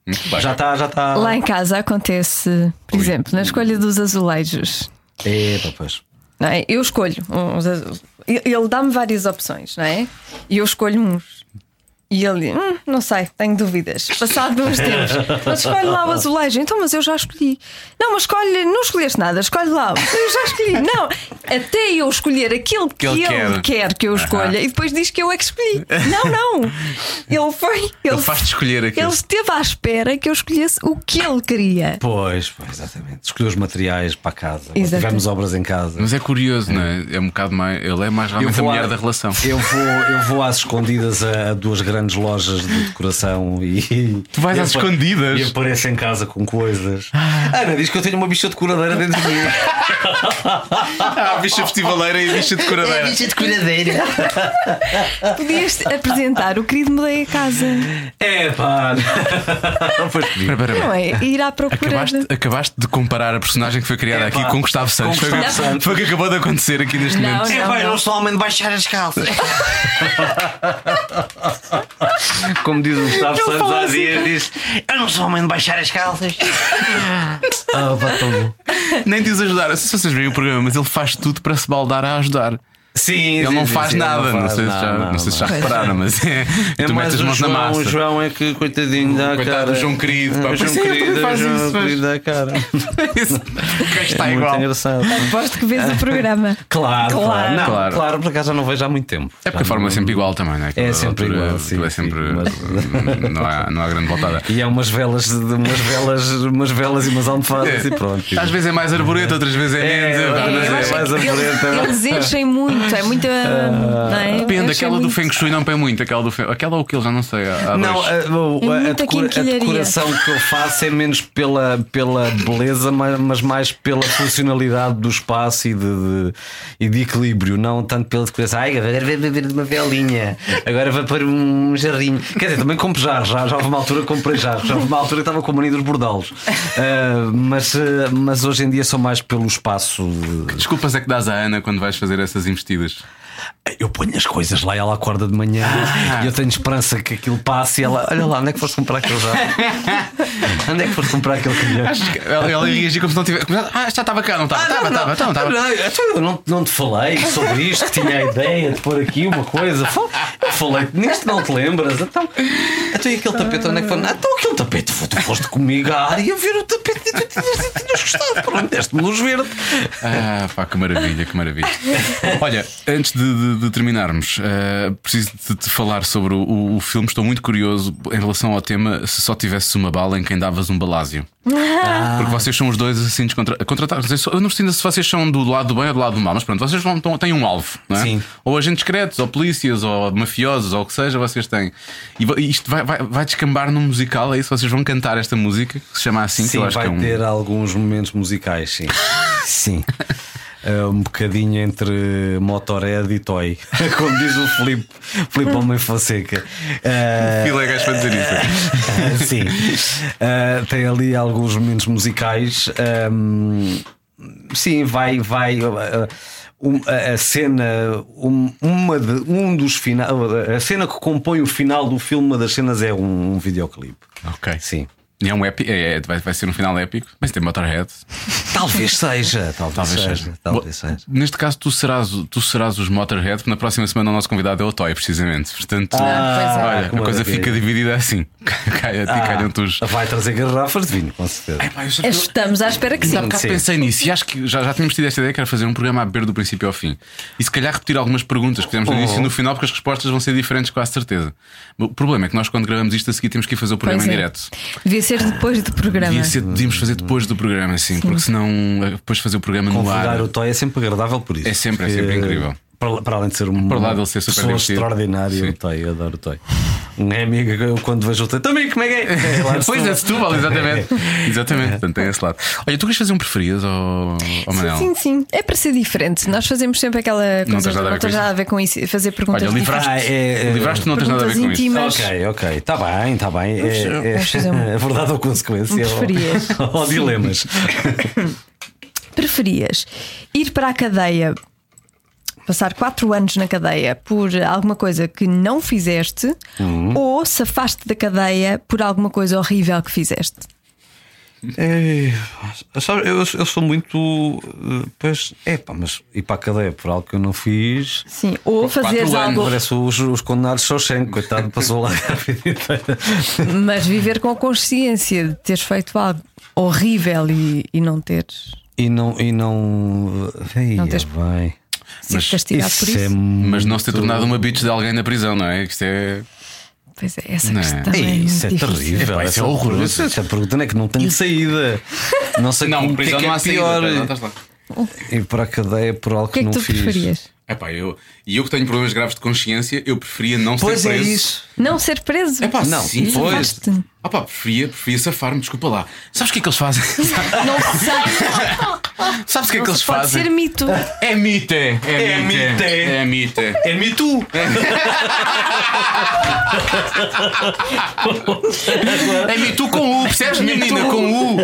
[SPEAKER 2] Muito bem.
[SPEAKER 4] Já está, já tá. está.
[SPEAKER 3] Lá em casa acontece, por
[SPEAKER 2] Ui.
[SPEAKER 3] exemplo, na escolha dos azulejos.
[SPEAKER 4] É, pois.
[SPEAKER 3] não é? Eu escolho uns azu- ele- Ele dá-me várias opções, não é? E eu escolho uns. E ele, hum, não sei, tenho dúvidas. Passado uns tempos, mas escolhe lá o azulejo. Então, mas eu já escolhi. Não, mas escolhe, não escolheste nada, escolhe lá. Eu já escolhi. Não, até eu escolher aquele que,
[SPEAKER 2] ele
[SPEAKER 3] ele,
[SPEAKER 2] quer.
[SPEAKER 3] quer. que eu escolha e depois diz que eu é que escolhi. Não, não. Ele foi. Ele,
[SPEAKER 2] Ele faz-te escolher aquilo.
[SPEAKER 3] Ele esteve à espera que eu escolhesse o que ele queria.
[SPEAKER 4] Pois, pois, exatamente. Escolher os materiais para casa. Agora
[SPEAKER 3] Exatamente.
[SPEAKER 4] Tivemos obras em casa.
[SPEAKER 2] Mas é curioso, não é? É um bocado mais. Ele é mais realmente a
[SPEAKER 4] vou
[SPEAKER 2] mulher
[SPEAKER 4] à-
[SPEAKER 2] da relação.
[SPEAKER 4] Eu vou, eu vou às escondidas a, a duas grandes lojas de decoração e.
[SPEAKER 2] Tu vais
[SPEAKER 4] e
[SPEAKER 2] às
[SPEAKER 4] apa-
[SPEAKER 2] escondidas.
[SPEAKER 4] E aparece em casa com coisas. Ana diz que eu tenho uma bicha de curadeira dentro de mim.
[SPEAKER 2] Ah, bicha festivaleira e É bicha decoradeira.
[SPEAKER 4] de curadeira.
[SPEAKER 5] Podias apresentar o querido mudei a casa,
[SPEAKER 4] É pá. Pois
[SPEAKER 2] Espera, espera,
[SPEAKER 5] não é?
[SPEAKER 2] espera.
[SPEAKER 5] Ir à procura.
[SPEAKER 2] Acabaste,
[SPEAKER 5] de-
[SPEAKER 2] acabaste de comparar a personagem que foi criada
[SPEAKER 4] Epá,
[SPEAKER 2] aqui com Gustavo Santos.
[SPEAKER 4] com
[SPEAKER 2] Foi o que-
[SPEAKER 4] Gustavo Santos.
[SPEAKER 2] Foi o que acabou de acontecer aqui neste
[SPEAKER 5] Não,
[SPEAKER 2] momento.
[SPEAKER 5] não.
[SPEAKER 4] É pá, eu não sou homem de baixar as calças. Como diz o Gustavo Santos há dias, diz: Eu não sou homem de baixar as calças. Ah, pá, tão bom.
[SPEAKER 2] Nem diz ajudar. Eu Não sei se vocês veem o programa, mas ele faz tudo para se baldar a ajudar.
[SPEAKER 4] Sim,
[SPEAKER 2] Ele
[SPEAKER 4] sim,
[SPEAKER 2] não
[SPEAKER 4] sim,
[SPEAKER 2] faz
[SPEAKER 4] sim, ele
[SPEAKER 2] nada. Não
[SPEAKER 4] faz
[SPEAKER 2] sei se já-
[SPEAKER 4] nada,
[SPEAKER 2] não sei se já
[SPEAKER 4] não.
[SPEAKER 2] repararam, mas é.
[SPEAKER 4] É
[SPEAKER 2] Tu metes
[SPEAKER 4] mais
[SPEAKER 2] as
[SPEAKER 4] o
[SPEAKER 2] mãos na
[SPEAKER 4] João, O
[SPEAKER 2] massa.
[SPEAKER 4] João é que, coitadinho, dá a
[SPEAKER 2] Coitado
[SPEAKER 4] cara.
[SPEAKER 2] do João querido, pá.
[SPEAKER 4] O
[SPEAKER 2] Pois
[SPEAKER 4] João
[SPEAKER 2] é, ele
[SPEAKER 4] querido,
[SPEAKER 2] também
[SPEAKER 4] o
[SPEAKER 2] faz isso,
[SPEAKER 4] João
[SPEAKER 2] mas-
[SPEAKER 4] querido dá a cara.
[SPEAKER 2] Quem está
[SPEAKER 4] é muito
[SPEAKER 2] igual.
[SPEAKER 4] engraçado.
[SPEAKER 5] Aposto que vês o programa.
[SPEAKER 4] Claro, claro. Não,
[SPEAKER 2] Claro.
[SPEAKER 4] claro. por acaso já não vejo há muito tempo.
[SPEAKER 2] É porque a forma é sempre igual também, não é? Aquela
[SPEAKER 4] sempre igual,
[SPEAKER 2] aquilo
[SPEAKER 4] sim,
[SPEAKER 2] é
[SPEAKER 4] sim,
[SPEAKER 2] sempre.
[SPEAKER 4] mas-
[SPEAKER 2] Não há, não há grande voltada.
[SPEAKER 4] E há umas velas, de- umas velas, umas velas e umas almofadas e assim, pronto.
[SPEAKER 2] Às vezes é mais arboreto, outras vezes é menos.
[SPEAKER 4] É,
[SPEAKER 2] pá,
[SPEAKER 4] é,
[SPEAKER 2] mas
[SPEAKER 4] eu
[SPEAKER 2] é-
[SPEAKER 4] acho mais
[SPEAKER 3] que eles,
[SPEAKER 4] aberta.
[SPEAKER 3] eles enchem muito, é muita. não é?
[SPEAKER 2] Ah, Depende,
[SPEAKER 3] Enchem
[SPEAKER 2] aquela do
[SPEAKER 3] muito.
[SPEAKER 2] Feng Shui não tem muito, aquela do Feng... Aquela ou aquilo, já não sei. Ah, há- há
[SPEAKER 4] Não, ah,
[SPEAKER 2] dois.
[SPEAKER 4] a, o-
[SPEAKER 3] É
[SPEAKER 4] a- a
[SPEAKER 3] muita
[SPEAKER 4] decora- a
[SPEAKER 3] quinquilharia.
[SPEAKER 4] decoração que eu faço é menos pela, pela beleza, mas, mas mais pela funcionalidade do espaço e de, de- e de equilíbrio, não tanto pela decoração. Ai, agora vai beber de uma velinha, agora vai para um jarrinho. Quer dizer, também compro jarros, já, já houve uma altura que comprei jarros, já houve uma altura que estava com o marido dos bordalos. Ah, mas, ah, mas hoje em dia sou mais pelo espaço. de-
[SPEAKER 2] Desculpas é que dás à Ana quando vais fazer essas investidas.
[SPEAKER 4] Eu ponho as coisas lá e ela acorda de manhã e eu tenho esperança que aquilo passe e ela, olha lá, onde é que foste comprar aquele jarro? onde é que foste comprar aquele colher?
[SPEAKER 2] Ela, ela reagia como se não tivesse. como se- Ah, já estava cá, não estava? Estava, estava, estava, estava.
[SPEAKER 4] Não, então eu não, não te falei sobre isto, que tinha a ideia de pôr aqui uma coisa. Fal- Falei neste, não te lembras? Então, então e aquele tapete, onde é que foi? Ah, Então aquele tapete, tu foste comigo à área ver o tapete e tu tinhas, tinhas gostado. Pronto, deste-me luz verde.
[SPEAKER 2] Ah, pá, que maravilha, que maravilha. Olha, antes de, de- de terminarmos, eh, preciso de te falar sobre o, o- o filme. Estou muito curioso em relação ao tema se só tivesses uma bala em quem davas um balásio. Porque vocês são os dois assim descontra- contratados. Eu só- Eu não sei ainda se vocês são do lado do bem ou do lado do mal, mas pronto, vocês vão, tão- têm um alvo, não é?
[SPEAKER 4] Sim.
[SPEAKER 2] Ou agentes secretos, ou polícias, ou mafiosos, ou o que seja, vocês têm. E vo- e isto vai, vai, vai descambar num musical, é isso? Vocês vão cantar esta música que se chama assim, que eu acho
[SPEAKER 4] vai
[SPEAKER 2] que é um.
[SPEAKER 4] ter alguns momentos musicais, sim. sim. É um bocadinho entre Motorhead e Toy, como diz o Filipe, Filipe Homem Fonseca. Ah,
[SPEAKER 2] Fila é gajo para dizer isso.
[SPEAKER 4] eh, sim. Ah, tem ali alguns momentos musicais. Ahm, sim, vai, vai. ah, um, a, a cena, um, uma de- um dos final, a cena que compõe o final do filme, uma das cenas é um, um videoclipe.
[SPEAKER 2] Ok.
[SPEAKER 4] Sim.
[SPEAKER 2] E É um épico, é, é, vai, vai ser um final épico, mas tem Motorhead.
[SPEAKER 4] Talvez seja, talvez,
[SPEAKER 2] Talvez
[SPEAKER 4] seja,
[SPEAKER 2] seja.
[SPEAKER 4] talvez
[SPEAKER 2] Bom,
[SPEAKER 4] seja.
[SPEAKER 2] Neste caso, tu serás, tu serás os Motorhead, porque na próxima semana o nosso convidado é o Toy, precisamente. Portanto,
[SPEAKER 3] Ah,
[SPEAKER 2] olha,
[SPEAKER 4] pois é.
[SPEAKER 2] a
[SPEAKER 4] Que
[SPEAKER 2] coisa
[SPEAKER 4] maravilha.
[SPEAKER 2] fica dividida assim. Calha, ah. calham-te os.
[SPEAKER 4] Vai trazer garrafas de vinho, com certeza.
[SPEAKER 2] Epá, eu só-
[SPEAKER 3] Estamos à espera que sim.
[SPEAKER 2] Há bocado
[SPEAKER 4] Sim.
[SPEAKER 2] pensei nisso e acho que já, já tínhamos tido esta ideia que era fazer um programa a beber do princípio ao fim. E se calhar repetir algumas perguntas que fizemos no
[SPEAKER 4] Oh.
[SPEAKER 2] início e no final, porque as respostas vão ser diferentes com a certeza. O problema é que nós, quando gravamos isto a seguir, temos que ir fazer o programa
[SPEAKER 3] Pois
[SPEAKER 2] em
[SPEAKER 3] é.
[SPEAKER 2] direto.
[SPEAKER 3] Devia ser depois do programa.
[SPEAKER 2] Devia ser, devíamos fazer depois do programa, assim, porque senão eh, depois fazer o programa no ar.
[SPEAKER 4] Convidar o Toy é sempre agradável por isso.
[SPEAKER 2] É sempre, é sempre
[SPEAKER 4] porque,
[SPEAKER 2] incrível.
[SPEAKER 4] Para, para além de ser uma
[SPEAKER 2] Para lá dele ser super
[SPEAKER 4] pessoa
[SPEAKER 2] divertido.
[SPEAKER 4] extraordinária,
[SPEAKER 2] Sim.
[SPEAKER 4] o Toy, eu adoro o Toy. É amigo que eu quando vejo o Toy. Também, como é que é? é? lá de
[SPEAKER 2] Pois é,
[SPEAKER 4] Setúbal.
[SPEAKER 2] Setúbal, exatamente. exatamente, portanto tem esse lado. Olha, tu queres fazer um preferido ou, Manel?
[SPEAKER 3] Sim, sim. É para ser diferente. Nós fazemos sempre aquela
[SPEAKER 2] Não
[SPEAKER 3] coisa.
[SPEAKER 2] tens nada a ver com isso.
[SPEAKER 3] a ver com isso. Fazer perguntas
[SPEAKER 2] Olha, livraste,
[SPEAKER 4] Ah, é, é,
[SPEAKER 2] livraste não tens nada a ver com
[SPEAKER 3] perguntas
[SPEAKER 2] isso.
[SPEAKER 3] íntimas.
[SPEAKER 4] Ok, ok, está bem, está bem. É, é,
[SPEAKER 3] vamos fazer um-
[SPEAKER 4] é verdade ou consequência?
[SPEAKER 3] Um preferias.
[SPEAKER 4] Ou, ou dilemas.
[SPEAKER 3] Preferias ir para a cadeia, passar quatro anos na cadeia por alguma coisa que não fizeste ou safaste da cadeia por alguma coisa horrível que fizeste?
[SPEAKER 4] É, sabe, eu, eu sou muito. eh, Pois, é pá, mas ir para a cadeia por algo que eu não fiz.
[SPEAKER 3] Sim, ou fazeres
[SPEAKER 2] anos,
[SPEAKER 3] algo,
[SPEAKER 4] Parece os, os condenados Shawshank, coitado, passou lá a vida inteira.
[SPEAKER 3] mas viver com a consciência de teres feito algo horrível e, e não teres
[SPEAKER 4] E não. E não. Ei, ah,
[SPEAKER 3] Não tens-
[SPEAKER 4] vai.
[SPEAKER 3] sido castigado por isso.
[SPEAKER 4] é
[SPEAKER 2] Mas não se ter tornado uma bitch de alguém na prisão, não é? Que Isto é.
[SPEAKER 3] Pois é, essa
[SPEAKER 2] Não.
[SPEAKER 3] questão.
[SPEAKER 4] Ei,
[SPEAKER 3] é
[SPEAKER 4] isso é
[SPEAKER 3] muito difícil.
[SPEAKER 4] terrível.
[SPEAKER 2] Epá, isso
[SPEAKER 4] essa
[SPEAKER 2] é horroroso.
[SPEAKER 4] pergunta- Essa pergunta é que não tem saída. Não sei como- o que é, que é pior.
[SPEAKER 2] saída, tá, não estás lá.
[SPEAKER 4] Ir para a cadeia por algo
[SPEAKER 3] O que é que
[SPEAKER 4] não
[SPEAKER 3] tu
[SPEAKER 4] fiz.
[SPEAKER 3] preferias?
[SPEAKER 2] Epá, eu, e eu que tenho problemas graves de consciência, eu preferia não
[SPEAKER 4] Pois
[SPEAKER 2] ser
[SPEAKER 4] é
[SPEAKER 2] preso.
[SPEAKER 4] isso.
[SPEAKER 3] Não ser preso.
[SPEAKER 2] Epá,
[SPEAKER 4] Não,
[SPEAKER 2] sim,
[SPEAKER 4] pois.
[SPEAKER 2] Safaste-te. Ah pá, preferia, preferia safar-me, desculpa lá. Sabes o que é que eles fazem?
[SPEAKER 3] Não sei.
[SPEAKER 2] Sabes o que é que
[SPEAKER 3] Não
[SPEAKER 2] eles
[SPEAKER 3] se pode
[SPEAKER 2] fazem?
[SPEAKER 3] ser mito.
[SPEAKER 2] É mite! É,
[SPEAKER 4] É mite.
[SPEAKER 2] É mite!
[SPEAKER 4] É me tu!
[SPEAKER 2] É mito com U, percebes, menina? Com U!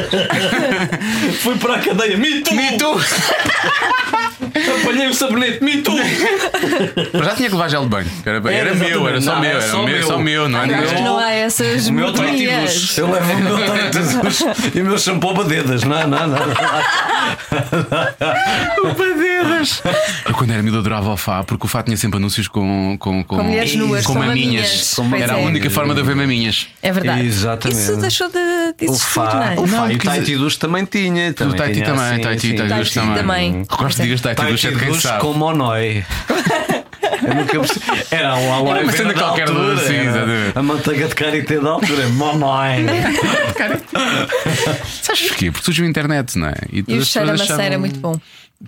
[SPEAKER 4] Fui para a cadeia, me tu!
[SPEAKER 2] Mito!
[SPEAKER 4] Apanhei o sabonete, me tu!
[SPEAKER 2] Eu já tinha que levar gel de banho. Era, era,
[SPEAKER 4] Era
[SPEAKER 2] meu, era só
[SPEAKER 4] exatamente. Não,
[SPEAKER 2] meu,
[SPEAKER 4] era
[SPEAKER 2] era meu,
[SPEAKER 4] só meu.
[SPEAKER 2] só meu, não é?
[SPEAKER 3] Acho que
[SPEAKER 2] ninguém.
[SPEAKER 3] não há essas
[SPEAKER 4] O meu tem
[SPEAKER 3] mordomias.
[SPEAKER 4] tilos. Eu levo o meu tem tilos e o meu shampoo badedas. Não, não, não. badedas.
[SPEAKER 2] Eu quando era miúdo adorava o Fá, porque o Fá tinha sempre anúncios com, com, com,
[SPEAKER 3] Com mulheres nuas,
[SPEAKER 2] com
[SPEAKER 3] com
[SPEAKER 2] maminhas.
[SPEAKER 3] maminhas. Pois
[SPEAKER 2] Era a
[SPEAKER 3] é.
[SPEAKER 2] única forma de haver maminhas.
[SPEAKER 3] É verdade.
[SPEAKER 4] Exatamente.
[SPEAKER 3] Isso deixou de, de
[SPEAKER 4] O
[SPEAKER 3] existir, não
[SPEAKER 4] Fá,
[SPEAKER 3] é?
[SPEAKER 4] o Fá
[SPEAKER 2] Não,
[SPEAKER 4] e o
[SPEAKER 2] quer dizer-
[SPEAKER 4] Taiti Dush também tinha.
[SPEAKER 2] O Taiti
[SPEAKER 4] tinha, assim,
[SPEAKER 2] também, Taiti,
[SPEAKER 4] sim, sim.
[SPEAKER 2] Taiti
[SPEAKER 3] Taiti
[SPEAKER 2] Dush também.
[SPEAKER 3] também.
[SPEAKER 2] Gosto de digas Taiti Dush, é de quem
[SPEAKER 4] Taiti Dush
[SPEAKER 2] sabe.
[SPEAKER 4] com Monoi. Eu nunca percebi. Era um aloe
[SPEAKER 2] Era uma
[SPEAKER 4] vera
[SPEAKER 2] cena
[SPEAKER 4] da
[SPEAKER 2] qualquer
[SPEAKER 4] altura,
[SPEAKER 2] do- sim,
[SPEAKER 4] era
[SPEAKER 2] exatamente.
[SPEAKER 4] A manteiga de karité da altura. Monoi.
[SPEAKER 2] Sabes porquê? Porque surgiu a internet, não é?
[SPEAKER 3] E o
[SPEAKER 2] todas as
[SPEAKER 3] cheiro a
[SPEAKER 2] pessoas
[SPEAKER 3] maçã era
[SPEAKER 2] achavam-
[SPEAKER 3] muito bom.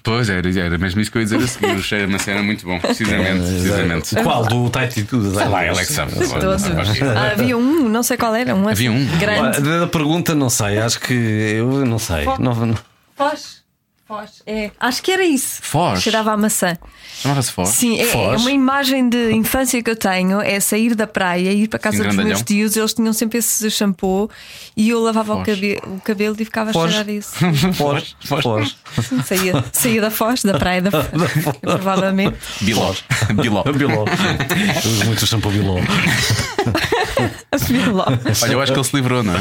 [SPEAKER 2] Pois era, era mesmo isso que eu ia dizer a seguir. O cheiro a maçã era muito bom, precisamente.
[SPEAKER 4] é.
[SPEAKER 2] precisamente.
[SPEAKER 4] Qual? Do Taiti Dush?
[SPEAKER 2] Sei lá, Alex sabe.
[SPEAKER 3] De todos. Ah, havia um, não sei qual era. Um assim,
[SPEAKER 2] Havia um?
[SPEAKER 3] Grande.
[SPEAKER 4] Olha, Da pergunta, não sei. Acho que. Eu não sei. Não, não.
[SPEAKER 3] Foz. Foz. É. Acho que era isso.
[SPEAKER 2] Foz?
[SPEAKER 3] Cheirava a maçã.
[SPEAKER 2] Chamava-se Foz?
[SPEAKER 3] Sim, é, é
[SPEAKER 4] Foz?
[SPEAKER 3] uma imagem de infância que eu tenho é sair da praia, ir para casa dos
[SPEAKER 2] grandalhão.
[SPEAKER 3] meus tios, eles tinham sempre esse shampoo e eu lavava o,
[SPEAKER 2] Foz.
[SPEAKER 3] cabe- o cabelo e ficava
[SPEAKER 4] Foz.
[SPEAKER 3] a cheirar isso.
[SPEAKER 4] Foz. Foz.
[SPEAKER 3] Sim, saía, saía da Foz, da praia da Foz, provavelmente.
[SPEAKER 2] Biló. Biló.
[SPEAKER 4] Biló. Eu uso muito o shampoo Biló.
[SPEAKER 3] Afinal,
[SPEAKER 2] Olha, eu acho que ele se livrou, não é?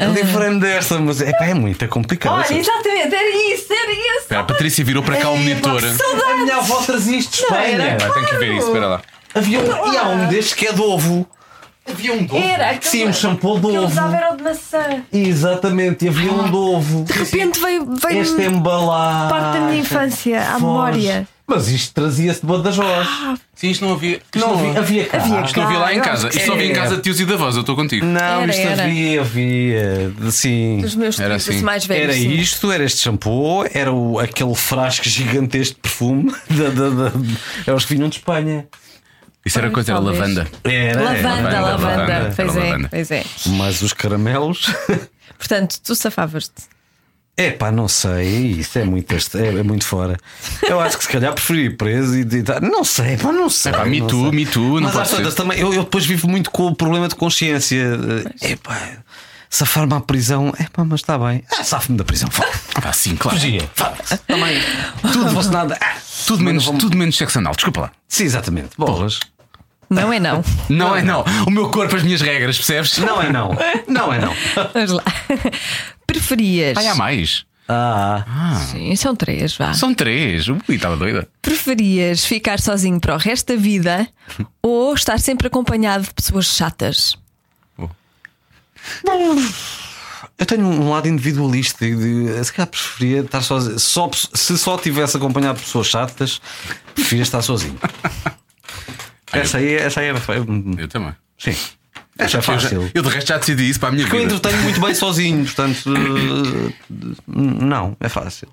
[SPEAKER 4] Eu livrei-me desta, mas é, pá, é muito complicado.
[SPEAKER 3] Olha, exatamente, era isso, era isso.
[SPEAKER 2] Espera, a Patrícia virou para
[SPEAKER 4] É,
[SPEAKER 2] cá o monitor.
[SPEAKER 4] a minha avó trazia isto de Espanha.
[SPEAKER 2] Espera, Tenho que ver isso, espera lá.
[SPEAKER 4] Havia um, e há um destes que é de ovo.
[SPEAKER 2] Havia um dom.
[SPEAKER 3] Ah. Era, aquele
[SPEAKER 4] Sim, um shampoo de
[SPEAKER 3] que eu usava
[SPEAKER 4] ovo.
[SPEAKER 3] era o de maçã.
[SPEAKER 4] Exatamente, e havia um de ovo.
[SPEAKER 3] De repente veio, veio um
[SPEAKER 4] Este é embalagem.
[SPEAKER 3] parte da minha infância, à
[SPEAKER 4] Foz.
[SPEAKER 3] memória. Ah,
[SPEAKER 4] Mas isto trazia-se de Badajoz.
[SPEAKER 2] Sim, isto não havia. Isto
[SPEAKER 4] não havia, havia cá.
[SPEAKER 3] Havia
[SPEAKER 2] Isto não havia lá em
[SPEAKER 3] Ah, eu
[SPEAKER 2] casa.
[SPEAKER 3] acho
[SPEAKER 2] Isto só
[SPEAKER 3] que
[SPEAKER 2] havia em
[SPEAKER 4] era.
[SPEAKER 2] casa de tios e da voz, eu estou contigo.
[SPEAKER 4] Não,
[SPEAKER 3] Era,
[SPEAKER 4] isto
[SPEAKER 3] era.
[SPEAKER 4] havia, havia. de- Sim.
[SPEAKER 3] Os meus
[SPEAKER 2] Era
[SPEAKER 3] tios
[SPEAKER 2] assim.
[SPEAKER 3] mais velhos.
[SPEAKER 4] Era
[SPEAKER 3] sim.
[SPEAKER 4] isto, era este shampoo, era o, aquele frasco gigantesco de perfume. Da, da, da, é os que vinham de Espanha.
[SPEAKER 2] Isso era coisa, era
[SPEAKER 3] Talvez.
[SPEAKER 2] lavanda.
[SPEAKER 4] Era,
[SPEAKER 3] Lavanda,
[SPEAKER 2] Lavanda,
[SPEAKER 3] lavanda,
[SPEAKER 2] lavanda.
[SPEAKER 3] Pois
[SPEAKER 2] Era
[SPEAKER 3] é,
[SPEAKER 2] lavanda.
[SPEAKER 3] pois é.
[SPEAKER 4] Mas os caramelos.
[SPEAKER 3] Portanto, tu safavas-te.
[SPEAKER 4] É pá, não sei, isso é muito, este- é, é muito fora. Eu acho que se calhar preferi ir preso e deitar. Não sei, pá, não sei.
[SPEAKER 2] Epá, me
[SPEAKER 4] não
[SPEAKER 2] too,
[SPEAKER 4] sei.
[SPEAKER 2] me too, não
[SPEAKER 4] Mas
[SPEAKER 2] pode
[SPEAKER 4] às tantas
[SPEAKER 2] ser.
[SPEAKER 4] também, eu, eu depois vivo muito com o problema de consciência. É pá, safar-me à prisão. É pá, mas está bem. Ah, safo-me da prisão. Fala.
[SPEAKER 2] Ah, sim, claro.
[SPEAKER 4] Fugia. Fala. Também. Tudo, fosse nada. Ah,
[SPEAKER 2] Tudo menos,
[SPEAKER 4] Não vou-
[SPEAKER 2] tudo menos sexo anal, desculpa lá.
[SPEAKER 4] Sim, exatamente. Bolas.
[SPEAKER 3] Não é não.
[SPEAKER 2] Não é não. O meu corpo, as minhas regras, percebes?
[SPEAKER 4] Não é não. Não é não.
[SPEAKER 3] Vamos lá. Preferias.
[SPEAKER 2] Ai, há mais.
[SPEAKER 4] Ah,
[SPEAKER 3] Sim, são três, vá.
[SPEAKER 2] São três. Ui, estava doida.
[SPEAKER 3] Preferias ficar sozinho para o resto da vida ou estar sempre acompanhado de pessoas chatas?
[SPEAKER 4] eu tenho um lado individualista. e de- Se calhar preferia estar sozinho. Só, se só tivesse acompanhado pessoas chatas, preferia estar sozinho. Essa aí, essa aí era.
[SPEAKER 2] Eu também.
[SPEAKER 4] Sim. Essa é
[SPEAKER 2] Eu, já-
[SPEAKER 4] fácil.
[SPEAKER 2] eu de resto já decidi isso para a minha
[SPEAKER 4] Porque eu
[SPEAKER 2] vida.
[SPEAKER 4] entretenho muito bem sozinho, portanto. eh, Não, é fácil.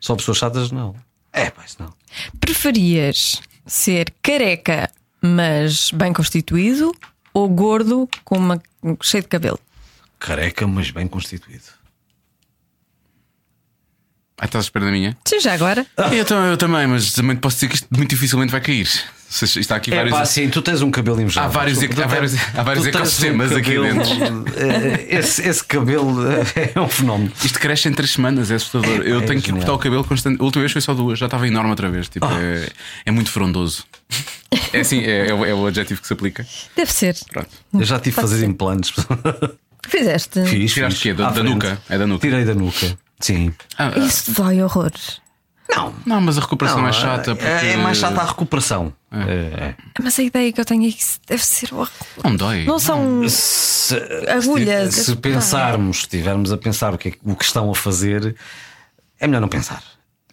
[SPEAKER 4] Só pessoas chatas, não. É, mas não.
[SPEAKER 3] Preferias ser careca, mas bem constituído, ou gordo, com uma... cheio de cabelo?
[SPEAKER 4] Careca, mas bem constituído.
[SPEAKER 2] Ah, estás à espera da minha?
[SPEAKER 3] Sim, já agora.
[SPEAKER 2] Eu, tam- eu também, mas também te posso dizer que isto muito dificilmente vai cair. Se- isto Está aqui
[SPEAKER 4] É
[SPEAKER 2] vários.
[SPEAKER 4] pá, sim, tu tens um cabelo invejável.
[SPEAKER 2] Há vários-
[SPEAKER 4] Tu- tu
[SPEAKER 2] há vários-
[SPEAKER 4] tens-
[SPEAKER 2] há vários
[SPEAKER 4] tu tens um
[SPEAKER 2] ecossistemas aqui
[SPEAKER 4] cabelo- eh, Esse, esse cabelo eh, é um fenómeno.
[SPEAKER 2] Isto cresce em três semanas, é assustador. eu tenho que
[SPEAKER 4] genial. Oh.
[SPEAKER 2] cortar o cabelo constante. A última vez foi só duas, já estava enorme outra vez. Tipo, é, é muito frondoso. É assim, é, é o- é o adjetivo que se aplica.
[SPEAKER 3] Deve ser.
[SPEAKER 2] Pronto.
[SPEAKER 4] Eu já tive de fazer implantes.
[SPEAKER 3] Fizeste.
[SPEAKER 4] Fiz,
[SPEAKER 2] Tiraste
[SPEAKER 4] fiz.
[SPEAKER 2] o quê? Da-
[SPEAKER 4] À
[SPEAKER 2] da
[SPEAKER 4] frente.
[SPEAKER 2] nuca? É da nuca.
[SPEAKER 4] Tirei da nuca. Sim.
[SPEAKER 2] Ah, ah,
[SPEAKER 3] Isso dói horrores.
[SPEAKER 2] não, mas a recuperação
[SPEAKER 4] Não,
[SPEAKER 2] é chata.
[SPEAKER 4] é-
[SPEAKER 2] Porque...
[SPEAKER 4] É mais chata a recuperação. É.
[SPEAKER 3] Mas a ideia que eu tenho é que isso deve ser horror.
[SPEAKER 2] Não me dói.
[SPEAKER 3] Não são.
[SPEAKER 4] Se,
[SPEAKER 3] Agulhas.
[SPEAKER 4] se- Se pensarmos, estivermos a pensar o que, é- o que estão a fazer, é melhor não pensar.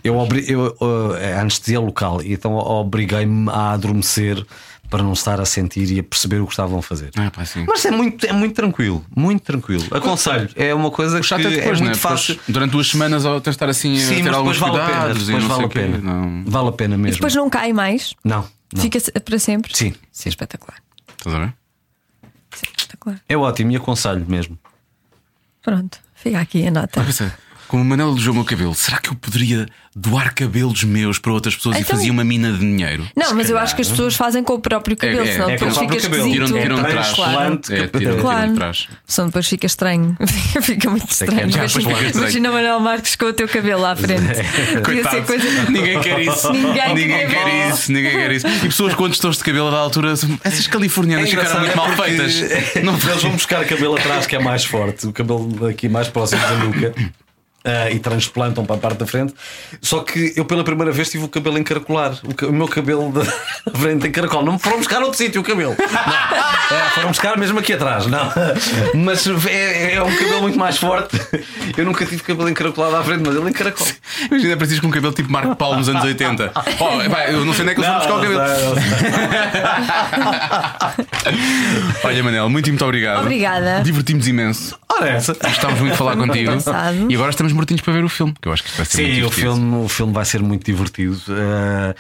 [SPEAKER 4] Eu, obri- eu, uh, é anestesia local, e então obriguei-me a adormecer para não estar a sentir e a perceber o que estavam a fazer.
[SPEAKER 2] Ah, pá, sim.
[SPEAKER 4] Mas é muito, é muito tranquilo, muito tranquilo. Aconselho, é uma coisa
[SPEAKER 2] O
[SPEAKER 4] que
[SPEAKER 2] chato é depois,
[SPEAKER 4] é
[SPEAKER 2] né?
[SPEAKER 4] muito fácil.
[SPEAKER 2] Depois, durante duas semanas ou tens de estar assim a
[SPEAKER 4] Sim,
[SPEAKER 2] ter
[SPEAKER 4] mas
[SPEAKER 2] alguns
[SPEAKER 4] depois vale a pena.
[SPEAKER 2] cuidados e
[SPEAKER 4] Depois
[SPEAKER 2] não
[SPEAKER 4] vale
[SPEAKER 2] sei
[SPEAKER 4] a
[SPEAKER 2] o quê.
[SPEAKER 4] pena.
[SPEAKER 2] Não.
[SPEAKER 4] Vale a pena mesmo.
[SPEAKER 3] Depois não cai mais,
[SPEAKER 4] Não, não.
[SPEAKER 3] fica se- para sempre.
[SPEAKER 4] Sim.
[SPEAKER 3] Isso é espetacular.
[SPEAKER 2] Estás a ver?
[SPEAKER 3] Isso é espetacular.
[SPEAKER 4] É ótimo e aconselho mesmo.
[SPEAKER 3] Pronto, fica aqui a nota.
[SPEAKER 2] Estava a pensar, Como o Manel elogiou o meu cabelo, será que eu poderia doar cabelos meus para outras pessoas e
[SPEAKER 3] Então-
[SPEAKER 2] fazia uma mina de dinheiro?
[SPEAKER 3] Não, mas eu acho que as pessoas fazem com o próprio cabelo,
[SPEAKER 2] é,
[SPEAKER 3] senão
[SPEAKER 2] é com
[SPEAKER 3] depois
[SPEAKER 2] o
[SPEAKER 3] fica
[SPEAKER 4] próprio cabelo.
[SPEAKER 3] esquisito.
[SPEAKER 2] Tiram, tiram de trás.
[SPEAKER 3] claro.
[SPEAKER 4] Transplante.
[SPEAKER 2] É, tiram, tiram
[SPEAKER 3] Claro.
[SPEAKER 2] de trás.
[SPEAKER 3] Senão depois fica estranho. fica muito
[SPEAKER 4] é que é
[SPEAKER 3] estranho.
[SPEAKER 4] já,
[SPEAKER 2] depois fica
[SPEAKER 3] Imagina,
[SPEAKER 2] estranho. é.
[SPEAKER 3] imagina o Manuel Marques com o teu cabelo à frente. Podia ser
[SPEAKER 2] Coitado.
[SPEAKER 3] coisa.
[SPEAKER 2] Ninguém quer isso.
[SPEAKER 3] Ninguém quer
[SPEAKER 2] quer
[SPEAKER 3] isso.
[SPEAKER 2] isso. Ninguém quer isso. E pessoas com tostões de cabelo da altura, essas californianas ficaram muito mal feitas.
[SPEAKER 4] Não, eles vão buscar cabelo atrás que é mais forte, o cabelo aqui mais próximo da nuca. ah, e transplantam para a parte da frente. Só que eu pela primeira vez tive o cabelo em caracolar. O, ca- o meu cabelo da da frente em caracol. Não me foram buscar a outro sítio o cabelo. Não. É, foram buscar mesmo aqui atrás. Não. Mas é, é um cabelo muito mais forte. Eu nunca tive cabelo encaracolado à frente, mas ele encaracol.
[SPEAKER 2] Imagina, pareces com um cabelo tipo Marco Paulo nos anos 80. Oh, epá, eu não sei onde é que eles vão buscar o cabelo. Olha, Manel, muito e muito obrigado.
[SPEAKER 3] Obrigada.
[SPEAKER 2] Divertimos imenso.
[SPEAKER 4] Ora, essa.
[SPEAKER 2] Gostámos muito de falar
[SPEAKER 3] muito
[SPEAKER 2] contigo.
[SPEAKER 3] engraçado.
[SPEAKER 2] E agora estamos mortinhos para ver o filme, que eu acho que isto vai ser é muito
[SPEAKER 4] Sim, o
[SPEAKER 2] divertido.
[SPEAKER 4] filme, o filme vai ser muito divertido. eh,